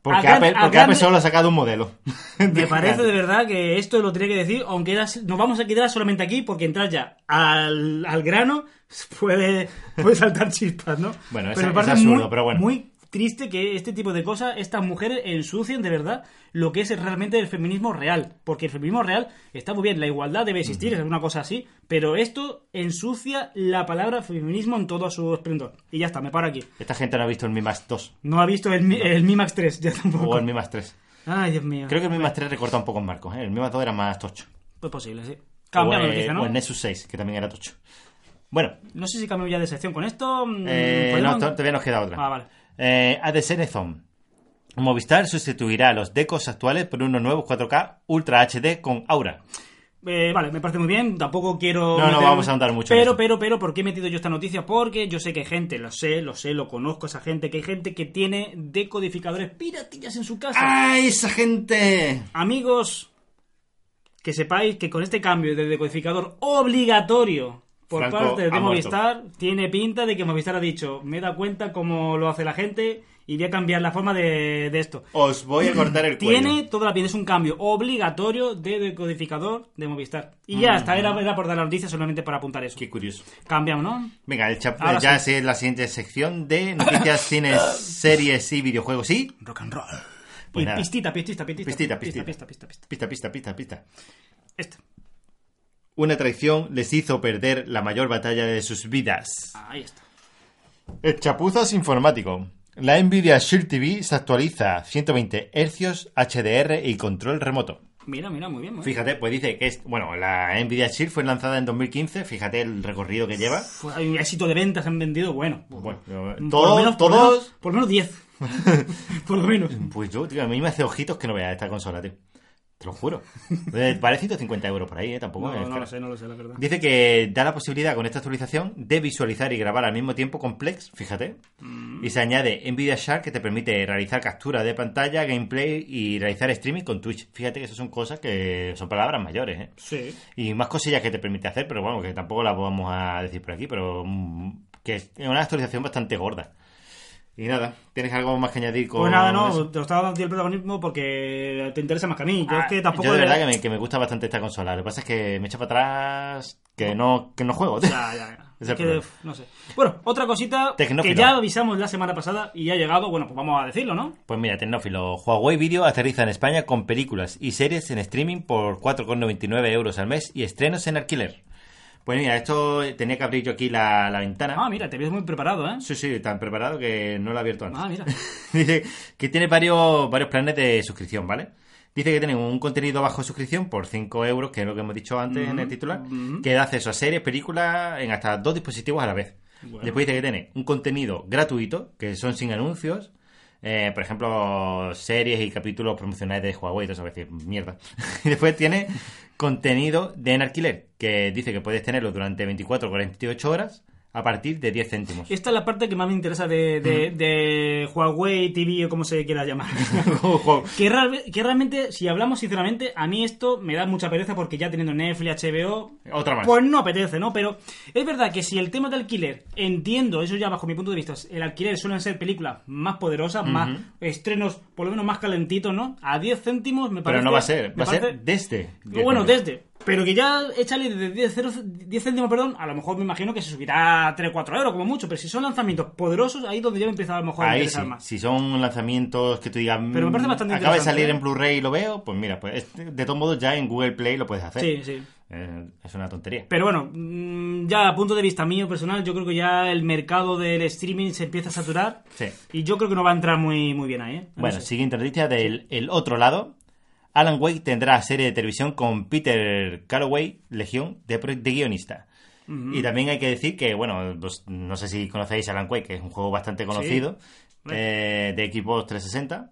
Porque, A gran- Apple, a porque Apple grandes- solo ha sacado un modelo. me parece de verdad que esto lo tenía que decir, aunque era- nos vamos a quedar solamente aquí porque entrar ya al, al grano puede, puede saltar chispas, ¿no? Bueno, Pero esa- me parece es absurdo, muy- pero bueno. Muy triste que este tipo de cosas, estas mujeres ensucien de verdad lo que es realmente el feminismo real. Porque el feminismo real está muy bien, la igualdad debe existir, es una cosa así, pero esto ensucia la palabra feminismo en todo su esplendor. Y ya está, me paro aquí. Esta gente no ha visto el Mi Max 2 No ha visto el, Mi- el Mi Max 3, ya tampoco. o el Mi Max 3. Ay, Dios mío. Creo que el Mi Max 3 recorta un poco en marcos. ¿eh? El Mi Max 2 era más tocho. Pues posible, sí. Cambia o, la eh, noticia, ¿no? o el Nexus 6, que también era tocho. Bueno, No sé si cambio ya de sección con esto. mm, eh, no, ¿podemos? to- todavía nos queda otra. Ah, vale. Eh, ADC Nezone. Movistar sustituirá los decos actuales por unos nuevos 4K Ultra HD con Aura. Eh, vale, me parece muy bien. Tampoco quiero. No, no, vamos a andar mucho en Pero, eso. pero, pero, ¿por qué he metido yo esta noticia? Porque yo sé que hay gente, lo sé, lo sé, lo conozco a esa gente, que hay gente que tiene decodificadores piratillas en su casa. ¡Ay, esa gente! Amigos, que sepáis que con este cambio de decodificador obligatorio por Franco parte de ha muerto. Movistar, tiene pinta de que Movistar ha dicho: Me da cuenta cómo lo hace la gente y voy a cambiar la forma de, de esto. Os voy a cortar el cuello. Tiene toda la pinta, es un cambio obligatorio de decodificador de Movistar. Y ya está, era, era por dar la noticia solamente para apuntar eso. Mm. Qué curioso. Cambiamos, ¿no? Venga, el chap- eh, Ahora ya sí es la siguiente sección de noticias, cines, series y videojuegos. ¿Sí? Rock and roll. Pues y nada. pistita, pistita, pistita. Pistita, pistita. Pista, pista, pista. Pista, pista, pista, pista. Este. Una traición les hizo perder la mayor batalla de sus vidas. Ahí está. El chapuzas informático. La Nvidia Shield TV se actualiza a 120 Hz, HDR y control remoto. Mira, mira, muy bien. Muy bien. Fíjate, pues dice que es. Bueno, la Nvidia Shield fue lanzada en 2015. Fíjate el recorrido que lleva. Fue- hay un éxito de ventas, han vendido, bueno. Bueno, por lo todos, menos, por lo menos- todos. Por lo menos 10. por lo menos. Pues yo, tío, a mí me hace ojitos que no vea esta consola, tío. Te lo juro. Eh, Vale 150 euros por ahí, ¿eh? Tampoco No, es no cara. lo sé, no lo sé, la verdad. Dice que da la posibilidad con esta actualización de visualizar y grabar al mismo tiempo complex, fíjate. Mm. Y se añade Nvidia Shark que te permite realizar captura de pantalla, gameplay y realizar streaming con Twitch. Fíjate que eso son cosas que son palabras mayores, ¿eh? Sí. Y más cosillas que te permite hacer, pero bueno, que tampoco las vamos a decir por aquí, pero mm, que es una actualización bastante gorda. Y nada, ¿tienes algo más que añadir con Pues nada, no, eso? te lo estaba dando a ti el protagonismo porque te interesa más que a mí. Yo Ah, es que tampoco. yo de verdad que me, que me gusta bastante esta consola. Lo que pasa es que me echa para atrás que no, que no juego. tío. Ya, ya, ya. Ese Es que, problema. uf, no sé. Bueno, otra cosita Tecnófilo. que ya avisamos la semana pasada y ya ha llegado, bueno, pues vamos a decirlo, ¿no? Pues mira, tecnófilo, Huawei Video aterriza en España con películas y series en streaming por 4,99 euros al mes y estrenos en alquiler. Pues mira, esto tenía que abrir yo aquí la, la ventana. Ah, mira, te ves muy preparado, ¿eh? Sí, sí, tan preparado que no lo he abierto antes. Ah, mira. Dice que tiene varios, varios planes de suscripción, ¿vale? Dice que tienen un contenido bajo suscripción por 5 euros, que es lo que hemos dicho antes en el titular, que da acceso a series, películas en hasta dos dispositivos a la vez. Bueno. Después dice que tiene un contenido gratuito, que son sin anuncios, eh, por ejemplo, series y capítulos promocionales de Huawei, todo eso, es decir, mierda. y después tiene contenido de en alquiler, que dice que puedes tenerlo durante 24 o 48 horas a partir de 10 céntimos. Esta es la parte que más me interesa de, Mm. de, de Huawei TV o como se quiera llamar. Ojo. que, real- que realmente, si hablamos sinceramente, a mí esto me da mucha pereza porque ya teniendo Netflix, HBO, Otra más. Pues no apetece, ¿no? Pero es verdad que si el tema de alquiler, entiendo, eso ya bajo mi punto de vista, el alquiler suelen ser películas más poderosas, más estrenos, por lo menos más calentitos, ¿no? A 10 céntimos me parece... Pero no va a ser, me va a ser parece- desde. Bueno, 10 desde. Pero que ya échale de 10, cero- 10 céntimos, perdón, a lo mejor me imagino que se subirá a 3 4 euros como mucho, pero si son lanzamientos poderosos, ahí es donde yo me empiezo a lo mejor a Ahí sí. interesar más. Si son lanzamientos que tú digas. Pero me parece mm, bastante Acaba de interesante, salir ¿eh? en Blu-ray y lo veo, pues mira, pues este- de todos modos ya en Google Play lo puedes hacer. Sí, sí. Eh, es una tontería. Pero bueno, mm, ya a punto de vista mío personal, yo creo que ya el mercado del streaming se empieza a saturar. Sí. Y yo creo que no va a entrar muy, muy bien ahí, ¿eh? No Bueno, sé. siguiente noticia del el otro lado. Alan Wake tendrá serie de televisión con Peter Calloway, Legión, de, pro- de guionista. Y también hay que decir que, bueno, pues, no sé si conocéis Alan Wake, que es un juego bastante conocido eh, de equipos 360.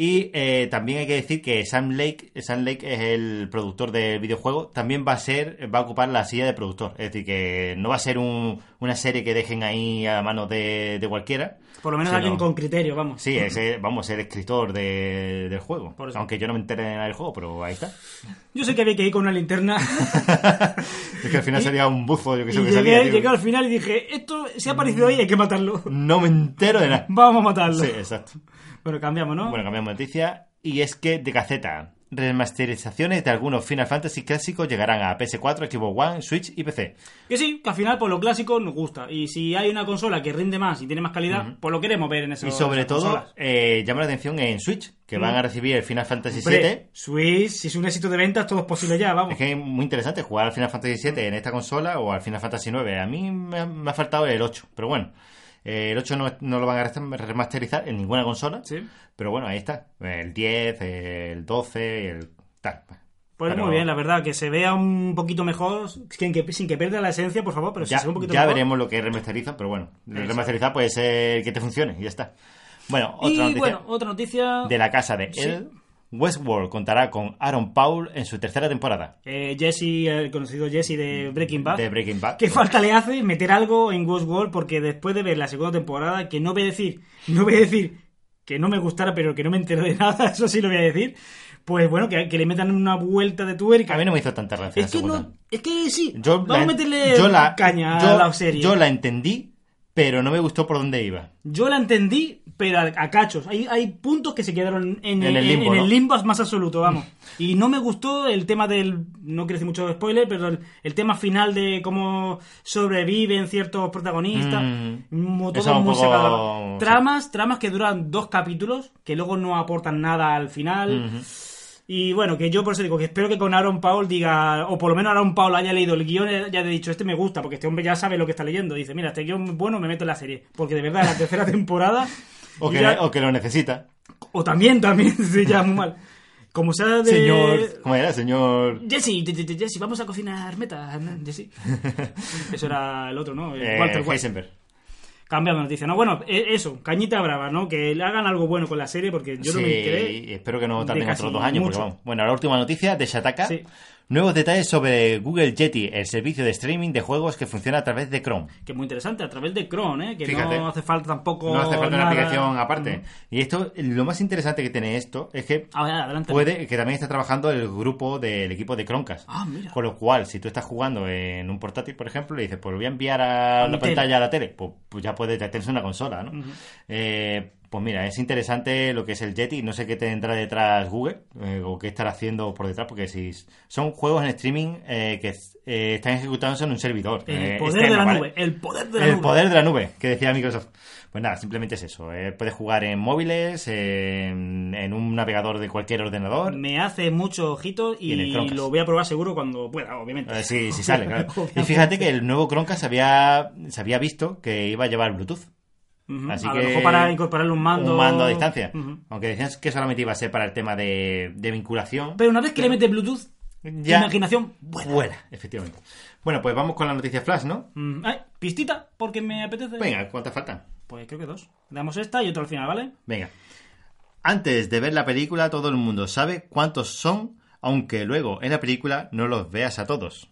Y eh, también hay que decir que Sam Lake, Sam Lake es el productor del videojuego, también va a ser, va a ocupar la silla de productor. Es decir, que no va a ser un- una serie que dejen ahí a manos de, de cualquiera. Por lo menos sino- alguien con criterio, vamos. Sí, ese, vamos, el escritor de- del juego. Por eso. Aunque yo no me enteré de nada del juego, pero ahí está. Yo sé que había que ir con una linterna. Es que al final sería un buzo, yo que y sé que llegué, salía. tío. llegué al final y dije, esto se ha aparecido ahí, hay que matarlo. No me entero de nada. Vamos a matarlo. Sí, exacto. Pero cambiamos, ¿no? Bueno, cambiamos de noticia. Y es que de Gaceta remasterizaciones de algunos Final Fantasy clásicos llegarán a PS4, Xbox One, Switch y PC. Que sí, que al final por lo clásico nos gusta. Y si hay una consola que rinde más y tiene más calidad, pues lo queremos ver en eso. Y sobre todo, eh, llama la atención en Switch, que van Mm. a recibir el Final Fantasy VII. Switch, si es un éxito de ventas, todo es posible ya, vamos. Es que es muy interesante jugar al Final Fantasy VII en esta consola o al Final Fantasy IX. A mí me ha, me ha faltado el 8, pero bueno. Eh, El 8 no, no lo van a remasterizar en ninguna consola. Sí. Pero bueno, ahí está. El 10, el 12, el tal. Pues Pero muy bien, la verdad, que se vea un poquito mejor, sin que, sin que pierda la esencia, por favor, pero si Ya, se ve un poquito ya mejor. veremos lo que remasterizan, pero bueno, el Exacto. remasterizar puede ser que te funcione y ya está. Bueno, otra Y noticia bueno, otra noticia. de la casa de Sí. él. Westworld contará con Aaron Paul en su tercera temporada Eh, Jesse, el conocido Jesse de Breaking Bad. de Breaking Bad. ¿Qué falta le hace meter algo en Westworld? Porque después de ver la segunda temporada, que no voy a decir, no voy a decir que no me gustara, pero que no me enteré de nada, eso sí lo voy a decir. Pues bueno, que, que le metan una vuelta de tuerca. A mí no me hizo tanta gracia. es que la segunda. no, es que sí, Yo vamos la- a meterle yo la- caña yo- a la serie. Yo la entendí, pero no me gustó por dónde iba. Yo la entendí, pero a, a cachos. Hay, hay puntos que se quedaron en, el, en el limbo, ¿no? Mm. más absoluto, vamos. Y no me gustó el tema del. No quiero decir mucho spoiler, pero el, el tema final de cómo sobreviven ciertos protagonistas. Mm. Mo- todo Eso un muy poco- sacado. sí. Tramas, tramas que duran dos capítulos, que luego no aportan nada al final. Y bueno, que yo por eso digo que espero que con Aaron Paul diga, o por lo menos Aaron Paul haya leído el guión y haya dicho, este me gusta, porque este hombre ya sabe lo que está leyendo. Dice, mira, este guión es bueno, me meto en la serie. Porque de verdad, la tercera temporada. O yo que, ya- o que lo necesita. o también, también, sí, ya muy mal. Como sea de. Señor. ¿Cómo era? Señor. Jesse, de- de- de- Jesse, vamos a cocinar meta, Jesse. Eso era el otro, ¿no? El eh, Walter White. Heisenberg. Cambiamos noticia. No, bueno, e- eso, cañita brava, ¿no? Que le hagan algo bueno con la serie porque yo no Sí, me enteré. y espero que no de tarden casi otros dos años. porque mucho. vamos. Bueno, la última noticia de Shataka. Sí. Nuevos detalles sobre Google Jetty, el servicio de streaming de juegos que funciona a través de Chrome. Que es muy interesante, a través de Chrome, ¿eh? Que Fíjate. no hace falta tampoco. No hace falta una Oh, nada. Mm. aplicación aparte. Ujú. Y esto, lo más interesante que tiene esto es que A ver, adelante. puede que también está trabajando el grupo del equipo de Croncast. Ah, mira. Con lo cual, si tú estás jugando en un portátil, por ejemplo, y dices, pues lo voy a enviar a, mi la tele. pantalla a la tele, pues, pues ya puedes ya tienes una consola, ¿no? Eh, pues mira, es interesante lo que es el Yeti. No sé qué tendrá detrás Google eh, o qué estará haciendo por detrás, porque si s- son juegos en streaming eh, que eh, están ejecutándose en un servidor. El eh, poder de externo, la ¿vale? nube. El poder de la El nube. poder de la nube, que decía Microsoft. Pues nada, simplemente es eso. eh, puedes jugar en móviles, en, en un navegador de cualquier ordenador. Me hace mucho ojito Y en el y Chromecast. lo voy a probar seguro cuando pueda, obviamente. Eh, sí, sí sale, claro. Obviamente. Y fíjate que el nuevo Chromecast había, se había visto que iba a llevar Bluetooth. Ujú. Así a que lo mejor para incorporarle un mando. Un mando a distancia. Ujú. Aunque decían que solamente iba a ser para el tema de, de vinculación. Pero una vez que le metes Bluetooth, Ya- imaginación, Vuela, bueno. efectivamente. Bueno, pues vamos con la noticia flash, ¿no? Mm, ay, pistita, porque me apetece. Venga, ¿cuántas faltan? Pues creo que dos. Damos esta y otra al final, ¿vale? Venga. Antes de ver la película, todo el mundo sabe cuántos son, aunque luego en la película no los veas a todos.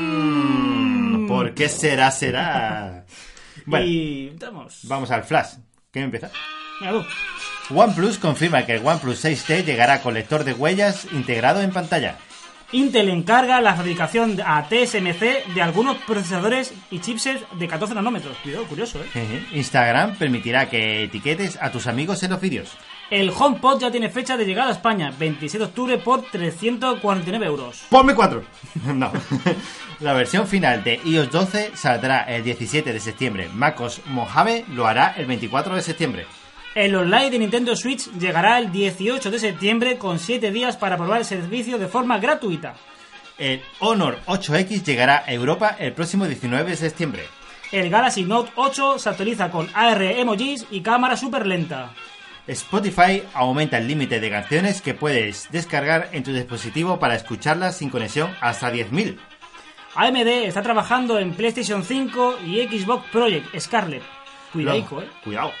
Mm, ¿Por qué será, será? Bueno, Y damos. vamos al flash. ¿Quién empieza? Venga, tú. OnePlus confirma que el OnePlus 6T llegará con lector de huellas integrado en pantalla. Intel encarga la fabricación a TSMC de algunos procesadores y chipsets de 14 nanómetros. Cuidado, curioso, ¿eh? Instagram permitirá que etiquetes a tus amigos en los vídeos. El HomePod ya tiene fecha de llegada a España, 27 de octubre por 349 euros. ¡Ponme 4! No. La versión final de iOS 12 saldrá el 17 de septiembre. MacOS Mojave lo hará el 24 de septiembre. El online de Nintendo Switch llegará el 18 de septiembre con 7 días para probar el servicio de forma gratuita. El Honor 8X llegará a Europa el próximo 19 de septiembre. El Galaxy Note 8 se actualiza con AR emojis y cámara super lenta. Spotify aumenta el límite de canciones que puedes descargar en tu dispositivo para escucharlas sin conexión hasta 10.000. AMD está trabajando en PlayStation 5 y Xbox Project Scarlett. Cuidaico, Los- eh. Cuidado.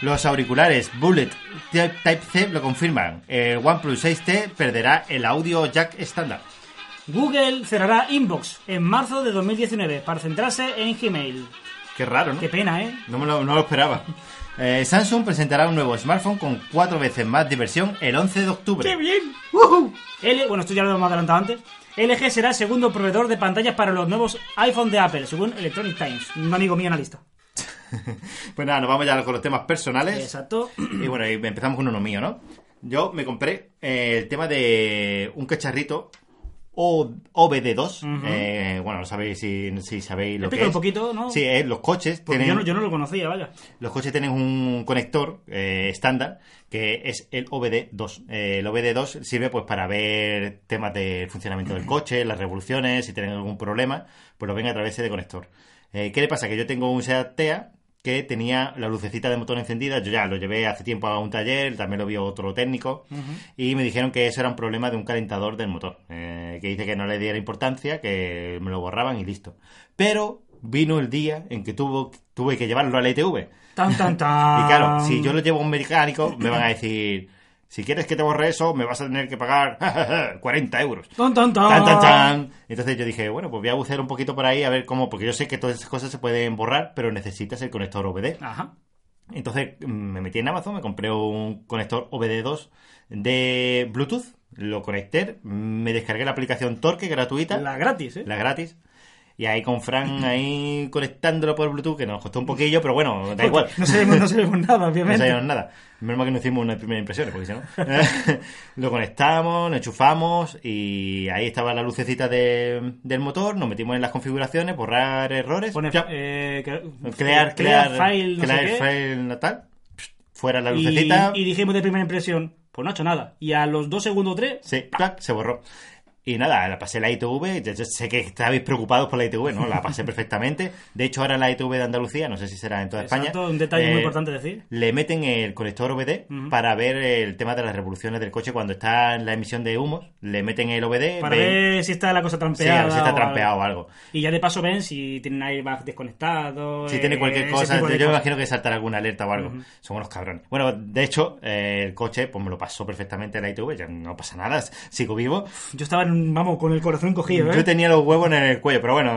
Los auriculares Bullet Type Type C lo confirman. El OnePlus 6T perderá el audio jack estándar. Google cerrará Inbox en marzo de 2019 para centrarse en Gmail. Qué raro, ¿no? Qué pena, ¿eh? No, me lo, no lo esperaba. Eh, Samsung presentará un nuevo smartphone con cuatro veces más diversión el 11 de octubre. bien! L, bueno, esto ya lo hemos adelantado antes. LG será el segundo proveedor de pantallas para los nuevos iPhone de Apple, según Electronic Times. Un amigo mío analista. Pues nada, nos vamos ya con los temas personales. Exacto. Y bueno, y empezamos con uno mío, ¿no? Yo me compré eh, el tema de un cacharrito o- OBD2. Eh, bueno, no sabéis si, si sabéis lo que Explica es. un poquito, ¿no? Sí, es los coches Porque tienen, yo, no, yo no lo conocía, vaya. los coches tienen un conector eh, estándar que es el OBD2. Eh, el OBD2 sirve pues para ver temas del funcionamiento del coche, las revoluciones, si tienen algún problema, pues lo ven a través de ese conector. Eh, ¿Qué le pasa? Que yo tengo un Seat Tea que tenía la lucecita de motor encendida, yo ya lo llevé hace tiempo a un taller, también lo vio otro técnico, y me dijeron que eso era un problema de un calentador del motor, eh, que dice que no le diera importancia, que me lo borraban y listo. Pero vino el día en que tuvo, tuve que llevarlo a la ITV. Tan, tan, tan. Y claro, si yo lo llevo a un mecánico, me van a decir, si quieres que te borre eso, me vas a tener que pagar 40 euros. Tan, tan, tan. Tan, tan, tan. Entonces yo dije, bueno, pues voy a bucear un poquito por ahí a ver cómo, porque yo sé que todas esas cosas se pueden borrar, pero necesitas el conector OBD. Ajá. Entonces mm, me metí en Amazon, me compré un conector OBD2 de Bluetooth, lo conecté, me descargué la aplicación Torque gratuita La gratis, ¿eh? la gratis. Y ahí con Fran ahí conectándolo por Bluetooth, que nos costó un poquillo, pero bueno, da igual. No sabemos, no sabemos nada, No obviamente. sabíamos nada. Menos mal que no hicimos una primera impresión, porque si no. lo conectamos, lo enchufamos y ahí estaba la lucecita de- del motor. Nos metimos en las configuraciones, borrar errores. Pone, ya. eh, cre- crear crear, crear, file, no crear sé qué. file natal. Psh, Fuera la Y- lucecita. Y, dijimos de primera impresión, pues no ha hecho nada. Y a los dos segundos o tres, Sí, clac, se borró. Y nada, la pasé la ITV. Yo, yo sé que estabais preocupados por la ITV, ¿no? La pasé perfectamente. De hecho, ahora la ITV de Andalucía, no sé si será en toda España. exacto, un detalle muy eh, importante decir. Le meten el conector OBD Ujú. para ver el tema de las revoluciones del coche cuando está en la emisión de humos. Le meten el OBD. Para ven- ver si está la cosa eh, sí, a trampeada. ver si está o trampeado algo. o algo. Y ya de paso ven si tienen airbag desconectado. Si eh, tiene cualquier ese cosa, yo tipo de me cosas. imagino que saltará alguna alerta o algo. Son unos cabrones. Bueno, de hecho, eh, el coche pues me lo pasó perfectamente la ITV. Ya no pasa nada, sigo vivo. Yo estaba, en un- vamos, con el corazón cogido, ¿eh? Yo tenía los huevos en el cuello, pero bueno.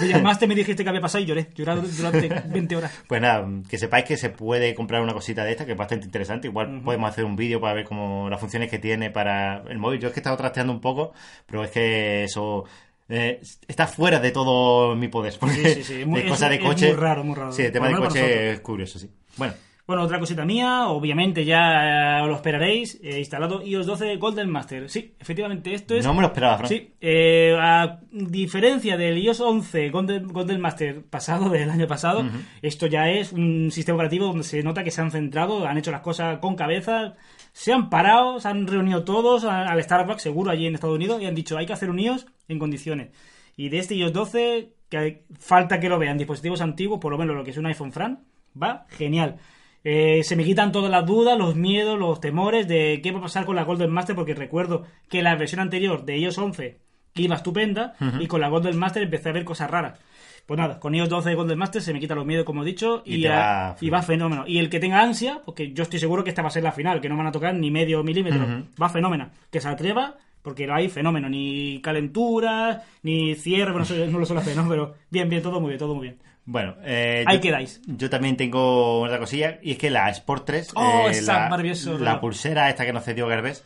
Me llamaste, me dijiste que había pasado y lloré. Lloré durante 20 horas. Pues nada, que sepáis que se puede comprar una cosita de esta que es bastante interesante. Igual podemos hacer un vídeo para ver cómo las funciones que tiene para el móvil. Yo es que he estado trasteando un poco, pero es que eso eh, está fuera de todo mi poder. Porque Sí, sí, sí, es muy- de cosas de es- es coche. muy raro, muy raro. Sí, el tema Por de lo menos coche para es curioso, sí. Bueno, Bueno, otra cosita mía, obviamente ya eh, os lo esperaréis, eh, instalado iOS 12 Golden Master. Sí, efectivamente, esto es... no me lo esperaba, Fran. Sí, eh, a diferencia del iOS 11 Golden, Golden Master pasado, del año pasado, esto ya es un sistema operativo donde se nota que se han centrado, han hecho las cosas con cabeza, se han parado, se han reunido todos a- al Starbucks, seguro, allí en Estados Unidos, y han dicho, hay que hacer un iOS en condiciones. Y de este iOS 12, que hay- falta que lo vean dispositivos antiguos, por lo menos lo que es un iPhone Fran, va genial. Eh, se me quitan todas las dudas, los miedos, los temores de qué va a pasar con la Golden Master, porque recuerdo que la versión anterior de iOS 11 que iba estupenda y con la Golden Master empecé a ver cosas raras. Pues nada, con iOS 12 de Golden Master se me quitan los miedos, como he dicho, Y y, te a- va y va fenómeno. Y el que tenga ansia, porque yo estoy seguro que esta va a ser la final, que no van a tocar ni medio milímetro, va fenómeno. Que se atreva, porque no hay fenómeno, ni calenturas, ni cierre, bueno, eso no lo suelo hacer, ¿no? Pero bien, bien, todo muy bien, todo muy bien. Bueno, eh, Ahí yo- quedáis. Yo también tengo otra cosilla, y es que la Sport 3, Oh, está la, maravilloso, la ¿no? pulsera esta que nos cedió Garbés,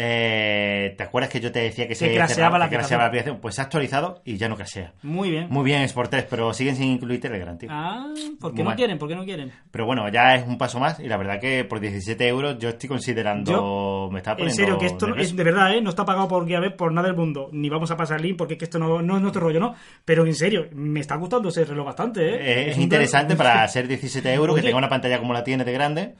eh, ¿te acuerdas que yo te decía que se craseaba cerraba, la que aplicación. craseaba la aplicación? Pues se ha actualizado y ya no crasea. Muy bien. Muy bien Sport 3, pero siguen sin incluir Telegram, tío. Ah, ¿por Muy qué no mal. quieren? ¿Por qué no quieren? Pero bueno, ya es un paso más y la verdad que por 17 euros yo estoy considerando... me está En poniendo serio, que esto nervioso. es de verdad, ¿eh? No está pagado por Guiabet por nada del mundo. Ni vamos a pasar link porque es que esto no, no es nuestro rollo, ¿no? Pero en serio, me está gustando ese reloj bastante, ¿eh? Eh, es un interesante reloj- para ser 17 euros, que Oye. tenga una pantalla como la tiene de grande.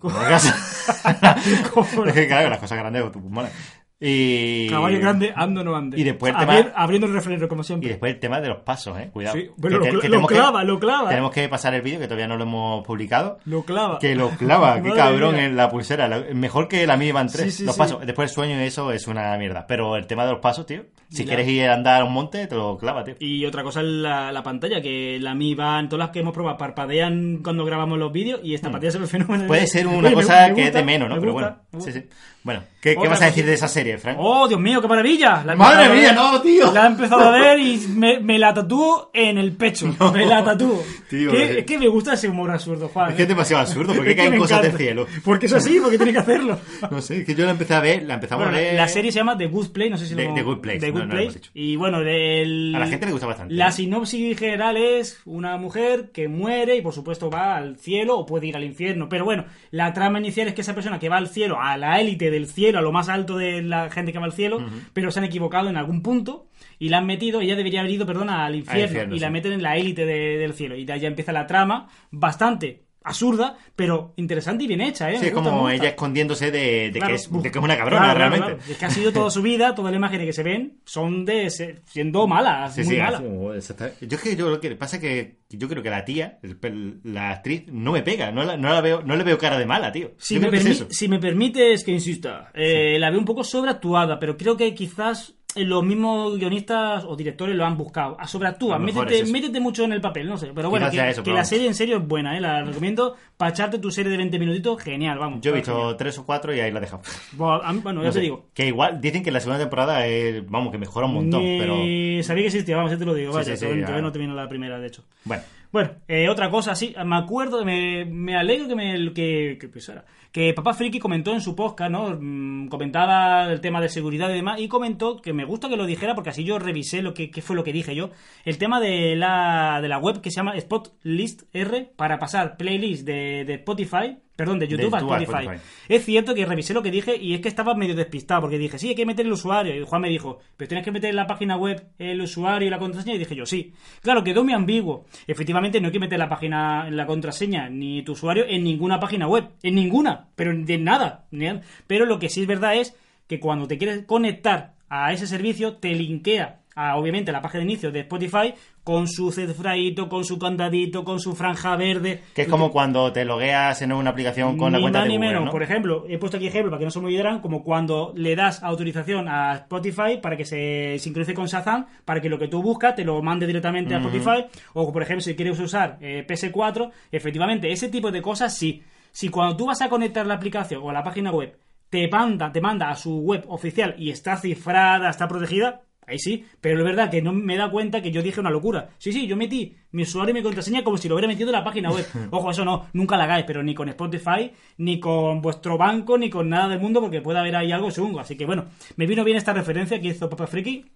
Como la casa. ¿Cómo no? Es que, claro, las cosas grandes pues, molan. Y... Caballo grande, ando no ande. y después el Abrier- tema- Abriendo el refresco, como Y siempre. después el tema de los pasos, eh. Cuidado. Sí, bueno, Que lo te- cla- que lo tenemos que- clava, lo clava. Tenemos que pasar el vídeo que todavía no lo hemos publicado. Lo clava. Que lo clava, qué Madre cabrón mía. en la pulsera. la- Mejor que la mía iban tres. Sí, sí, los sí. pasos. Después el sueño y eso es una mierda. Pero el tema de los pasos, tío. Si Mira. quieres ir a andar a un monte, te lo clava, tío. Y otra cosa es la, la pantalla, que la Mi van, todas las que hemos probado, parpadean cuando grabamos los vídeos y esta pantalla se ve fenomenal. Hmm. Puede ser Oye, una me- cosa me que es gusta, de menos, ¿no? me Pero gusta, bueno. me gusta. sí, sí. Bueno, ¿qué, qué Otra vas a decir cosita. de esa serie, Frank? ¡Oh, Dios mío, qué maravilla! La he ¡Madre empezado a mía, ver. no, tío! La he empezado a ver y me, me la tatúo en el pecho. Me la tatúo. Tío, Que- eh. es que me gusta ese humor absurdo, Juan. eh. Es que es demasiado absurdo, porque Es que caen me cosas del encanta. cielo. Porque es así, porque tiene que hacerlo. No sé, es que yo la empecé a ver, la empezamos Bueno, a la, ver. la serie se llama The Good Play, no sé si The- lo... The Good Place, The Good no, no lo Place. hemos dicho. y bueno, el- A la gente le gusta bastante. ¿eh? La ¿no? sinopsis general es una mujer que muere y por supuesto va al cielo o puede ir al infierno. Pero bueno, la trama inicial es que esa persona que va al cielo, a la élite del cielo, a lo más alto de la gente que va al cielo, pero se han equivocado en algún punto y la han metido, ella debería haber ido, perdona, al infierno, infierno, y la sí. meten en la élite de- del cielo. Y de ahí empieza la trama bastante absurda, pero interesante y bien hecha, ¿eh? Sí, Me es gusta, me como gusta. ella escondiéndose de, de Claro, que es, buf. de que es una cabrona, Claro, claro, realmente. claro. Es que ha sido toda su vida, todas las imágenes que se ven son de se- siendo malas, Sí, muy sí, malas. así como, exacta- Yo es que yo lo que pasa es que yo creo que la tía, el pel- la actriz, no me pega, no, la, no, la veo, no le veo cara de mala, tío. Si Yo me, creo que es permi- eso. si me permites que insista, eh, la veo un poco sobreactuada, pero creo que quizás eh, los mismos guionistas o directores lo han buscado. A sobreactúa, A lo mejor métete, es eso. métete mucho en el papel, no sé. Pero bueno, Quizás que, sea eso, que pero la vamos. serie en serio es buena, eh, la recomiendo. Para echarte tu serie de 20 minutitos, genial, vamos. Yo he va, visto genial. tres o cuatro y ahí la dejamos. Bueno, a mí- bueno, ya No te sé, digo. Que igual dicen que la segunda temporada es, vamos, que mejora un montón, Ni pero Sabía que existía, vamos, ya te lo digo. Sí, vaya, sí, sí, todavía ya. no termina la primera, de hecho. bueno. Bueno, eh, otra cosa, sí, me acuerdo, me, me alegro que me que, que, pues, ahora, que Papá Friki comentó en su podcast, ¿no? Mm, Comentaba el tema de seguridad y demás, y comentó que me gusta que lo dijera porque así yo revisé lo que, qué fue lo que dije yo. El tema de la, de la web que se llama Spotlist R para pasar playlist de, de Spotify, perdón, de YouTube a YouTube a Spotify. Spotify. Es cierto que revisé lo que dije y es que estaba medio despistado porque dije, sí, hay que meter el usuario. Y Juan me dijo, pero tienes que meter en la página web el usuario y la contraseña. Y dije yo, sí. Claro, quedó muy ambiguo. Efectivamente, no hay que meter la página, la contraseña ni tu usuario en ninguna página web. En ninguna, pero de nada. ni nada. Pero lo que sí es verdad es que cuando te quieres conectar a ese servicio, te linkea a, obviamente, la página de inicio de Spotify con su cifradito, con su candadito, con su franja verde. Que es como cuando te logueas en una aplicación con la Ni cuenta más de ni Google, menos. ¿no? Por ejemplo, he puesto aquí ejemplo para que no se me olvidaran, como cuando le das autorización a Spotify para que se sincronice con Shazam, para que lo que tú buscas te lo mande directamente a Spotify. O, por ejemplo, si quieres usar eh, PS4, efectivamente, ese tipo de cosas sí. Si cuando tú vas a conectar la aplicación o a la página web, te manda, te manda a su web oficial y está cifrada, está protegida, ahí sí. Pero es verdad que no me da cuenta que yo dije una locura. Sí, sí, yo metí mi usuario y mi contraseña como si lo hubiera metido en la página web. Ojo, eso no, nunca la hagáis, pero ni con Spotify, ni con vuestro banco, ni con nada del mundo, porque puede haber ahí algo chungo. Así que bueno, me vino bien esta referencia que hizo Papa Friki.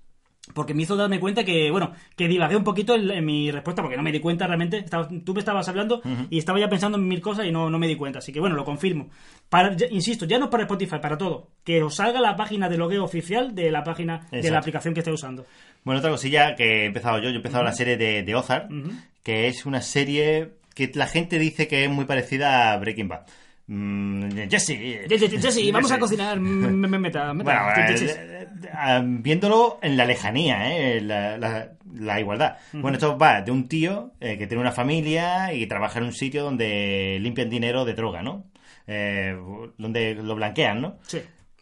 Porque me hizo darme cuenta que, bueno, que divagué un poquito en, en mi respuesta, porque no me di cuenta realmente. Estaba- tú me estabas hablando y estaba ya pensando en mil cosas y no, no me di cuenta. Así que, bueno, lo confirmo. Para, ya- insisto, ya no para Spotify, para todo. Que os salga la página de logueo oficial de la página de la Exacto. aplicación que esté usando. Bueno, otra cosilla que he empezado yo, yo he empezado la serie de, de Ozark, que es una serie que la gente dice que es muy parecida a Breaking Bad. Mm, Jesse. Ye- ye- ye- Jesse, vamos a Jesse. cocinar. Mm, me- me- Meta, Bueno, meta. Ye- ye- ye- eh, eh, viéndolo en la lejanía, eh, la, la- la igualdad. Bueno, esto va de un tío eh, que tiene una familia y trabaja en un sitio donde limpian dinero de droga, ¿no? Eh, donde lo blanquean, ¿no? Sí.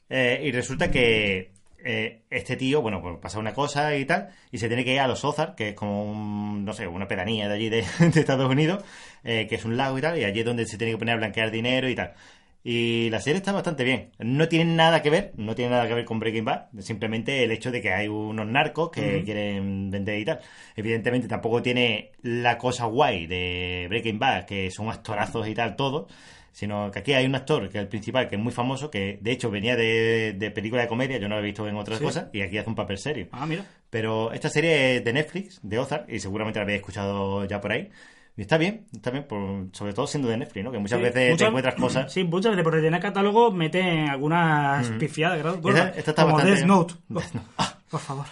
Eh, y resulta que eh, este tío, bueno, pues pasa una cosa y tal, y se tiene que ir a los Ozark, que es como un, no sé, una pedanía de allí de, de Estados Unidos, eh, que es un lago y tal, y allí es donde se tiene que poner a blanquear dinero y tal. Y la serie está bastante bien. No tiene nada que ver, no tiene nada que ver con Breaking Bad, simplemente el hecho de que hay unos narcos que quieren vender y tal. Evidentemente tampoco tiene la cosa guay de Breaking Bad, que son actorazos y tal, todos sino que aquí hay un actor que es el principal, que es muy famoso, que de hecho venía de, de película de comedia, yo no lo he visto en otras Sí. cosas, y aquí hace un papel serio. Ah, mira. Pero esta serie es de Netflix, de Ozark, y seguramente la habéis escuchado ya por ahí. Y está bien, está bien, por- sobre todo siendo de Netflix, ¿no? Que muchas Sí, veces te muchas- encuentras cosas. Sí, muchas veces por rellenar catálogo meten algunas pifiadas, claro. Esta- esta está como bastante Death bien. Note. Oh, Death Note. Por favor.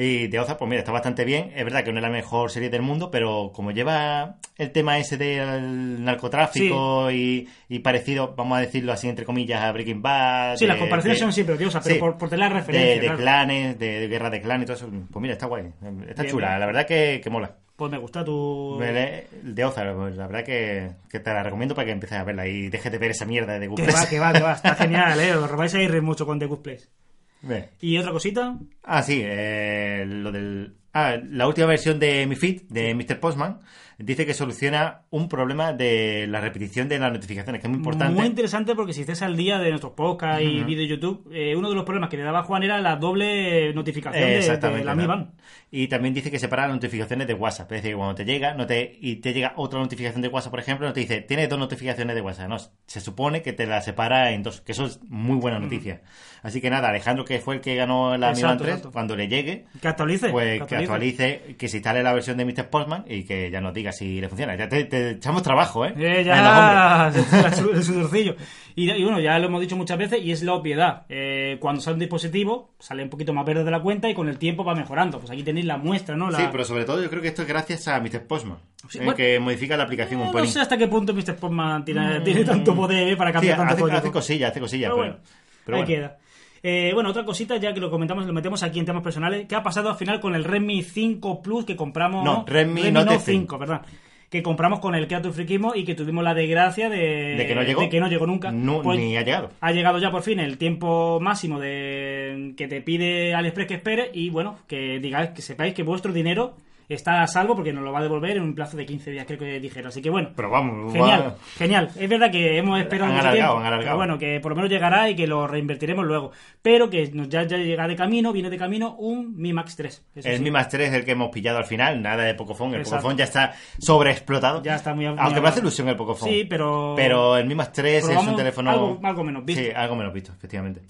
Y de Ozark, pues mira, está bastante bien. Es verdad que no es la mejor serie del mundo, pero como lleva el tema ese del narcotráfico y, y parecido, vamos a decirlo así, entre comillas, a Breaking Bad. Sí, de- las comparaciones Eh, de- son siempre odiosas, pero Sí. por, por tener la referencia. de, de claro. clanes, de, de guerra de clanes y todo eso. Pues mira, está guay. Está Bien, chula. bien. La verdad que, que mola. Pues me gusta tu. El- el De Ozark, pues la verdad que, que te la recomiendo para que empieces a verla y dejes de ver esa mierda de Que Google. va, que va, que va. Está genial, eh. Os vais a ir mucho con The Good Place. Ve. Y otra cosita. Ah, sí, eh, lo del Ah, la última versión de mi feed, de Mr. Postman, dice que soluciona un problema de la repetición de las notificaciones, que es muy importante. Muy interesante porque si estés al día de nuestros podcasts y vídeos de YouTube, eh, uno de los problemas que le daba Juan era la doble notificación de- de, Exactamente. la ¿no? Mi Band. Y también dice que separa las notificaciones de WhatsApp. Es decir, cuando te llega no te, y te llega otra notificación de WhatsApp, por ejemplo, no te dice, tienes dos notificaciones de WhatsApp. No, se supone que te las separa en dos, que eso es muy buena noticia. Así que nada, Alejandro, que fue el que ganó la Mi Mm. Exacto, Band 3, exacto. cuando le llegue, Que actualice. pues que actualice, que se instale la versión de Mr. Postman y que ya nos diga si le funciona. Ya te, te echamos trabajo, ¿eh? Eh, A ya, el sudorcillo. Y, y bueno, ya lo hemos dicho muchas veces y es la obviedad. Eh, cuando sale un dispositivo, sale un poquito más verde de la cuenta y con el tiempo va mejorando. Pues aquí tenéis la muestra, ¿no? los La... hombres. Sí, pero sobre todo yo creo que esto es gracias a Mr. Postman, Sí, eh, bueno. que modifica la aplicación Eh, un no pelín. Mm. sé hasta qué punto Mr. Postman tiene, tiene tanto poder eh, para Sí, cambiar tanto hace, código. hace cosillas, hace cosillas, Pero pero, bueno, pero ahí bueno. queda. Eh, bueno, otra cosita, ya que lo comentamos, lo metemos aquí en temas personales. ¿Qué ha pasado al final con el Redmi 5 Plus que compramos? No, Redmi Note 5, ¿verdad? Que compramos con el Creative Friquismo y que tuvimos la desgracia de, de que no llegó. Eh, de que no llegó nunca. No, Pues ni ha llegado. ha llegado ya por fin el tiempo máximo de que te pide AliExpress que espere y bueno, que digáis, que sepáis que vuestro dinero está a salvo porque nos lo va a devolver en un plazo de 15 días, creo que dijeron. Así que bueno, Pero vamos, Genial, va- genial. Es verdad que hemos esperado Han mucho alargado, tiempo, han alargado. pero bueno, que por lo menos llegará y que lo reinvertiremos luego. Pero que nos ya, ya llega de camino, viene de camino un Mi Max 3. eso El sí. Mi Max 3 es el que hemos pillado al final, nada de Pocophone. El Exacto. Pocophone ya está sobreexplotado. Ya está muy- muy Aunque me hace hablado. ilusión el Pocophone. Sí, pero- Pero el Mi Max 3 Pero es un vamos, teléfono. algo- algo menos visto. Sí, algo menos visto, efectivamente.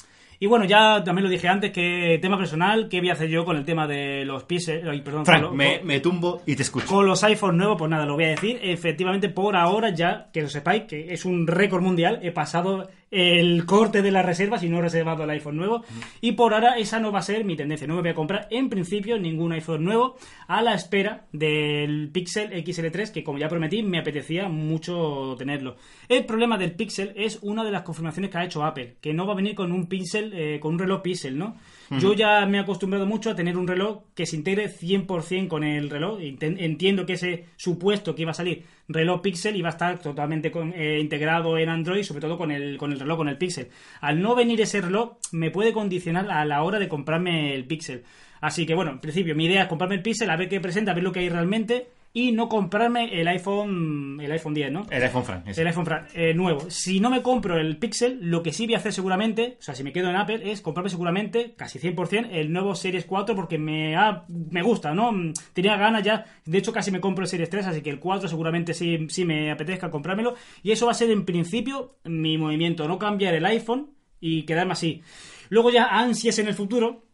Y bueno, ya también lo dije antes que tema personal, ¿qué voy a hacer yo con el tema de los píxeles? Ay, Perdón, Frank, con lo- me, con- me tumbo y te escucho. Con los iPhones nuevos, pues nada, lo voy a decir. Efectivamente, por ahora ya, que lo sepáis, que es un récord mundial. He pasado el corte de las reservas y no he reservado el iPhone nuevo. Y por ahora esa no va a ser mi tendencia. No me voy a comprar, en principio, ningún iPhone nuevo a la espera del Pixel XL3, que como ya prometí, me apetecía mucho tenerlo. El problema del Pixel es una de las confirmaciones que ha hecho Apple, que no va a venir con un Pixel, eh, con un reloj Pixel, ¿no? Yo ya me he acostumbrado mucho a tener un reloj que se integre 100% con el reloj. Enten- Entiendo que ese supuesto que iba a salir reloj Pixel iba a estar totalmente con- eh, integrado en Android, sobre todo con el, con el reloj, con el Pixel. Al no venir ese reloj, me puede condicionar a la hora de comprarme el Pixel. Así que bueno, en principio, mi idea es comprarme el Pixel, a ver qué presenta, a ver lo que hay realmente y no comprarme el iPhone, el iPhone 10, ¿no? El iPhone Frank. ese. El iPhone Fra- eh, nuevo. Si no me compro el Pixel, lo que sí voy a hacer seguramente, o sea, si me quedo en Apple, es comprarme seguramente, casi 100%, el nuevo Series 4 porque me, ha- me gusta, ¿no? Mm, Tenía ganas ya, de hecho casi me compro el Series 3, así que el 4 seguramente sí, sí me apetezca comprármelo. Y eso va a ser en principio mi movimiento, no cambiar el iPhone y quedarme así. Luego ya ansias en el futuro.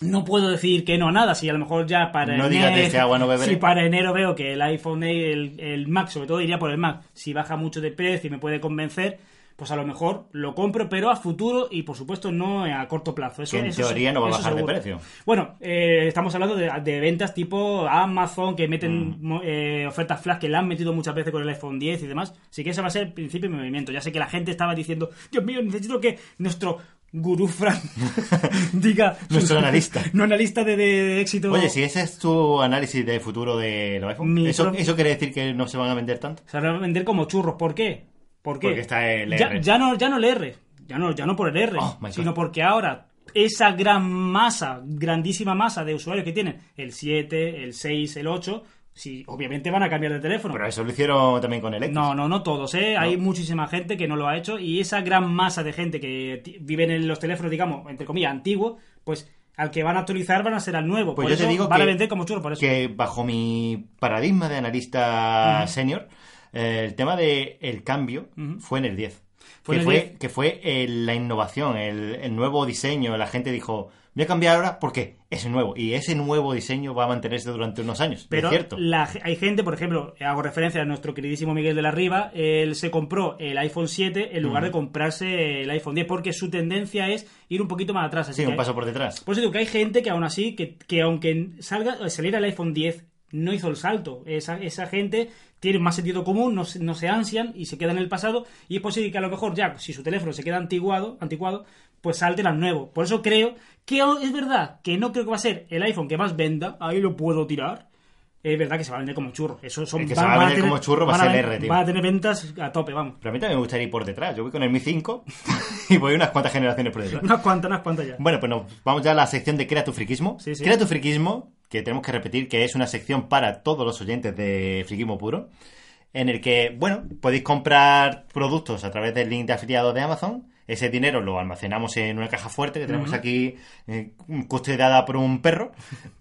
No puedo decir que no a nada, si a lo mejor ya para No digas de enero- este agua no beberé. si para enero veo que el iPhone, el, el Mac, sobre todo iría por el Mac, si baja mucho de precio y me puede convencer, pues a lo mejor lo compro, pero a futuro y por supuesto no a corto plazo. Eso, Que en eso teoría se- no va a eso bajar de seguro. precio. Bueno, eh, estamos hablando de, de ventas tipo Amazon, que Mm. meten mo- eh, ofertas flash, que la han metido muchas veces con el iPhone 10 y demás. Así que ese va a ser el principio de mi movimiento. Ya sé que la gente estaba diciendo, Dios mío, necesito que nuestro gurú Fran diga... Nuestro analista. No analista de, de- de éxito. Oye, si ese es tu análisis de futuro de los iPhone, Mi ¿eso, pro- ¿eso quiere decir que no se van a vender tanto? Se van a vender como churros. ¿Por qué? ¿Por qué? Porque está el Ya, R. ya no, ya no el R. Ya no, ya no por el R. Oh, my God. sino porque ahora esa gran masa, grandísima masa de usuarios que tienen, el 7, el 6, el 8, sí, obviamente van a cambiar de teléfono. Pero eso lo hicieron también con el X. No, no, no todos, ¿eh? Hay muchísima gente que no lo ha hecho y esa gran masa de gente que ti- viven en los teléfonos, digamos, entre comillas, antiguos, pues al que van a actualizar van a ser al nuevo. Pues por yo eso te digo van que, a vender como churros por eso. que bajo mi paradigma de analista senior, eh, el tema del el cambio fue en el 10. Fue que, en el fue, 10. que fue eh, la innovación, el, el nuevo diseño. La gente dijo, voy a cambiar ahora porque es nuevo. Y ese nuevo diseño va a mantenerse durante unos años. Pero es cierto. la- hay gente, por ejemplo, hago referencia a nuestro queridísimo Miguel de la Riva, él se compró el iPhone 7 en lugar de comprarse el iPhone 10 porque su tendencia es ir un poquito más atrás. así Sí, que un paso por detrás. Por eso digo que hay gente que aún así, que, que aunque salga, saliera el iPhone 10 no hizo el salto. Esa, esa gente tiene más sentido común, no, se- no se ansian y se queda en el pasado. Y es posible que a lo mejor ya, si su teléfono se queda antiguado, anticuado pues salten al nuevo. Por eso creo que es verdad que no creo que va a ser el iPhone que más venda, ahí lo puedo tirar. Es verdad que se va a vender como churro. Eso son, El que se va a vender como churro va a van ser el ven- R, tío. Van a tener ventas a tope, vamos. Pero a mí también me gustaría ir por detrás. Yo voy con el Mi 5 y voy unas cuantas generaciones por detrás. Unas cuantas, unas cuantas ya. Bueno, pues nos vamos ya a la sección de Crea tu friquismo. Sí, sí. Crea tu friquismo, que tenemos que repetir que es una sección para todos los oyentes de Friquismo Puro, en el que, bueno, podéis comprar productos a través del link de afiliado de Amazon. Ese dinero lo almacenamos en una caja fuerte que tenemos aquí eh, custodiada por un perro.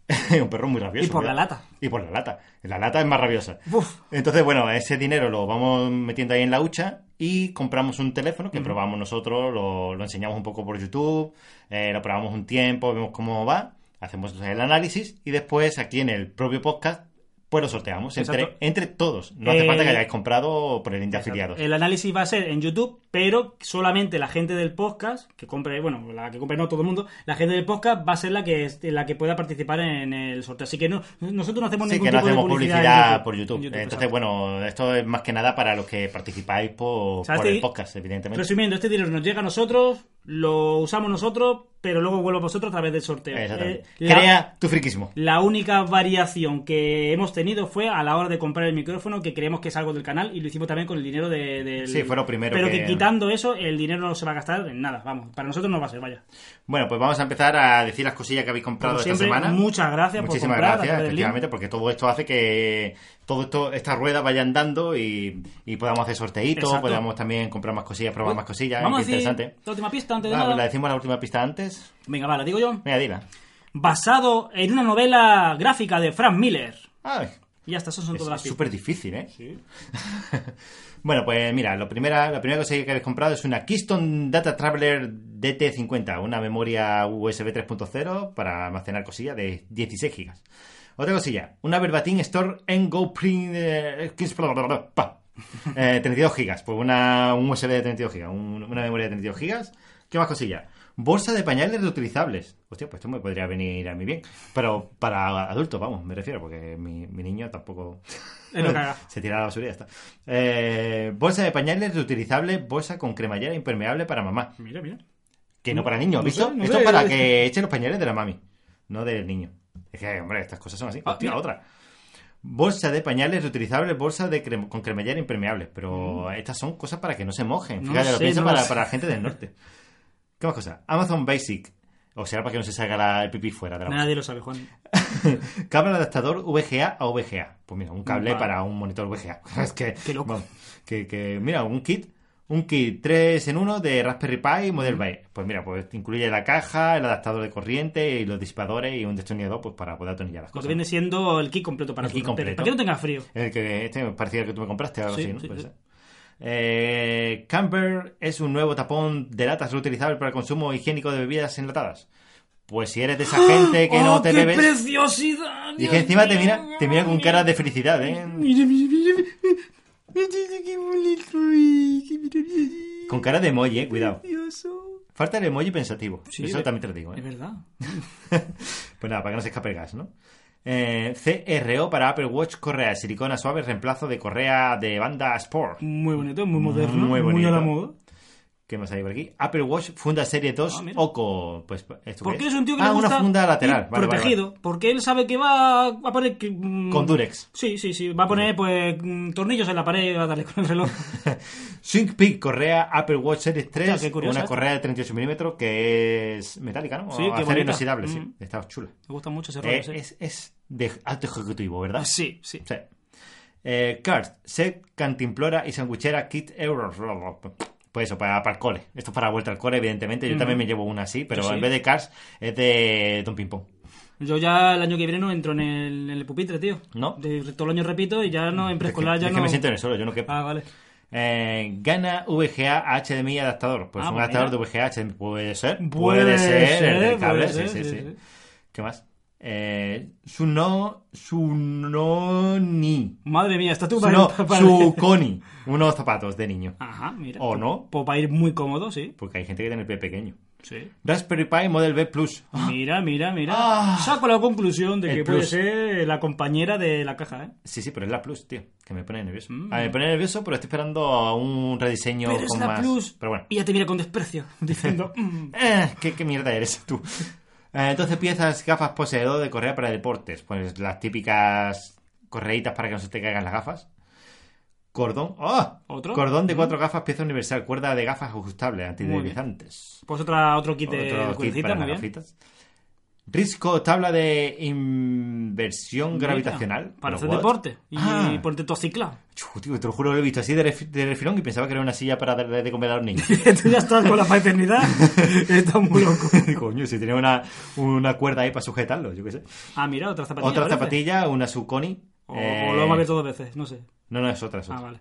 un perro muy rabioso. Y por la cuidado. lata. Y por la lata. La lata es más rabiosa. Uf. Entonces, bueno, ese dinero lo vamos metiendo ahí en la hucha y compramos un teléfono que probamos nosotros, lo, lo enseñamos un poco por YouTube, eh, lo probamos un tiempo, vemos cómo va, hacemos el análisis y después aquí en el propio podcast, pues lo sorteamos entre, Exacto. entre todos. No hace Eh, falta que hayáis comprado por el link de afiliados. El análisis va a ser en YouTube, pero solamente la gente del podcast, que compre, bueno, la que compre no todo el mundo, la gente del podcast va a ser la que es- la que pueda participar en el sorteo. Así que no, nosotros no hacemos Sí, ningún que no tipo de hacemos publicidad, en publicidad por YouTube. En Entonces, exacto. bueno, esto es más que nada para los que participáis por, ¿Sabes por qué? el podcast, evidentemente. Resumiendo, este dinero nos llega a nosotros, lo usamos nosotros, pero luego vuelve a vosotros a través del sorteo. Exactamente. Eh, la- Crea tu friquismo. La única variación que hemos tenido fue a la hora de comprar el micrófono, que creemos que es algo del canal, y lo hicimos también con el dinero de- del... Sí, fue lo primero Pero que... que- quitando eso, el dinero no se va a gastar en nada, vamos. Para nosotros no va a ser, vaya. Bueno, pues vamos a empezar a decir las cosillas que habéis comprado Como esta siempre, semana. muchas gracias por Muchísimas comprar a gracias, través del link. efectivamente, porque todo esto hace que todo esto, esta rueda vaya andando y, y podamos hacer sorteitos, Exacto. podamos también comprar más cosillas, probar más cosillas. Vamos a que decir interesante. la última pista antes de Ah, nada. pues la decimos la última pista antes. Venga, va, la digo yo. Venga, dila. Basado en una novela gráfica de Frank Miller. Ay, Y ya está, esas son todas las es pistas. súper difícil, ¿eh? bueno, pues mira, lo primera, la primera cosilla que habéis comprado es una Keystone Data Traveler DT50, una memoria USB 3.0 para almacenar cosillas de 16 GB. Otra cosilla, una Verbatim Store N-Go Print eh, 15 bla, bla, bla, pa. Eh, 32 GB, pues una, un USB de 32 GB, un- una memoria de 32 GB. ¿Qué más cosilla? Bolsa de pañales reutilizables. Hostia, pues esto me podría venir a mí bien. Pero para adultos, vamos, me refiero, porque mi, mi niño tampoco... Él no caga. Se tira a la basura y ya está. Eh, bolsa de pañales reutilizable, bolsa con cremallera impermeable para mamá. Mira, mira. Que no para niños, no ¿visto? sé, no esto sé. es para que echen los pañales de la mami, no del niño. Es que, hombre, estas cosas son así. Ah, Hostia, mira. otra. Bolsa de pañales reutilizables, bolsa de crem- con cremallera impermeable. Pero estas son cosas para que no se mojen. Mm. No Fíjate, lo sé, pienso no para, sé. para la gente del norte. ¿Qué más cosas? Amazon Basic. O sea, para que no se salga la- el pipí fuera de la bolsa. Nadie lo sabe, Juan. Cable adaptador VGA a VGA. Pues mira, un cable Vale. para un monitor VGA. Es que, Qué loco. vamos, que, que- mira, un kit, un kit 3 en 1 de Raspberry Pi y Model Base. Pues mira, pues incluye la caja, el adaptador de corriente y los disipadores y un destornillador pues para poder atornillar las Lo que cosas. viene siendo el kit completo para El tu kit rompete. completo. Para que no tengas frío. El que este me parecía el que tú me compraste, algo Sí, así, ¿no? sí, Puede sí. ser. Eh, Camper es un nuevo tapón de latas reutilizable para el consumo higiénico de bebidas enlatadas. Pues si eres de esa gente que no ¡Oh, te qué bebes. preciosidad! Y Dios que encima te mío, mira, te mira con Dios cara mío. de felicidad, ¿eh? Mira, mira, mira, mira. Mira, qué bonito, eh. Qué mira, mira. Con cara de emoji, eh, cuidado. Precioso. Falta el emoji pensativo. Sí, Eso de- también te lo digo, Es ¿eh? verdad. Pues nada, para que no se escape el gas, ¿no? Eh, CRO para Apple Watch, correa de silicona suave, reemplazo de correa de banda Sport. Muy bonito, muy moderno, Muy muy, bonito. a la moda. ¿Qué más hay por aquí? Apple Watch Funda Serie 2 Ah, mira. Oco. Pues, ¿esto Porque qué es un tío que ah, le gusta una funda lateral. y Vale, vale, vale. protegido, porque él sabe que va a- va a poner que, mm, Con Durex. Sí, sí, sí, va a poner pues mm, tornillos en la pared y va a darle con el reloj. SyncPeak, correa Apple Watch Series 3. Hostia, qué curioso una esto. correa de 38 milímetros que es metálica, ¿no? Sí, O qué acero bonita. inoxidable, sí. Mm. Está chula. Me gusta mucho ese rollo. Eh, sí. Ah, es, es de alto ejecutivo, ¿verdad? Sí, sí. Sí. Eh, Cart, set, cantimplora y sanguchera kit euros. Pues eso, para, para el cole. Esto es para vuelta al cole, evidentemente. Yo Ujú. también me llevo una así, pero Yo sí. en vez de Cars es de Don Pimpón. Yo ya el año que viene no entro en el, en el pupitre, tío. No. De, todo el año repito y ya no en preescolar es ya que no. me siento en el suelo, yo no quepo. Ah, vale. Eh, Gana VGA a HDMI adaptador. Pues Ah, un pues adaptador mira. de VGA a HDMI. Puede ser. Puede, Puede ser, el ser, del cable. puede sí, ser, sí, sí, sí. sí. ¿Qué más? Eh, Suno, Sunoni. Madre mía, está tú Su, para, no, para- su Connie. Unos zapatos de niño. Ajá, mira. ¿O no? Pues para ir muy cómodo, sí. Porque hay gente que tiene el pie pequeño. Sí. Raspberry Pi Model B Plus. Mira, mira, mira. Ah. Saco la conclusión de El que plus. puede ser la compañera de la caja, ¿eh? Sí, sí, pero es la Plus, tío. Que me pone nervioso. Mm. Ah, me pone nervioso, pero estoy esperando a un rediseño Pero es con la más. plus. Pero bueno. Y ya te mira con desprecio, diciendo. "Mm". Eh, ¿qué, qué mierda eres tú? Eh, 12 piezas, gafas poseedor de correa para deportes. Pues las típicas correitas para que no se te caigan las gafas. Cordón. ¡Ah! ¿Otro? Mm. Cordón de cuatro gafas, pieza universal, cuerda de gafas ajustable, antideslizantes. Pues otra, otro kit de Otro de kit cuerdecita, para muy las bien. gafitas. Risco, tabla de inversión gravitacional. Para ¿Pero hacer what? deporte. Y Ah. ponerte tu cicla. Chu, tío, te lo juro, lo he visto así de, ref- de refilón y pensaba que era una silla para darle de comer a los niños. Tú ya estás con la paternidad. Estás muy loco. Coño, si tenía una, una cuerda ahí para sujetarlo, yo qué sé. Ah, mira, otra zapatilla. Otra parece. zapatilla, una Suconi. O, eh, o lo hemos abierto dos veces, no sé. No, no, es otra, es otra. Ah, vale.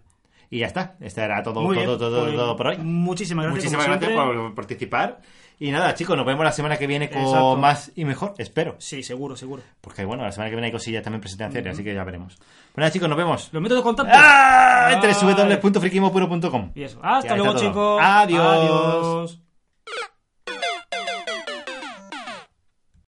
Y ya está. Este era todo, Muy todo, bien, todo, pues, todo por hoy. Muchísimas gracias. Muchísimas como gracias siempre. por participar. Y nada, chicos, nos vemos la semana que viene con Exacto. más y mejor, espero. Sí, seguro, seguro. Porque bueno, la semana que viene hay cosillas también presentaciones, así que ya veremos. Bueno, nada, chicos, nos vemos. Los métodos de contacto. ¡Ah! Ay. www.frikimopuro.com. Y eso. Hasta Ya luego, está todo. chicos. Adiós. Adiós.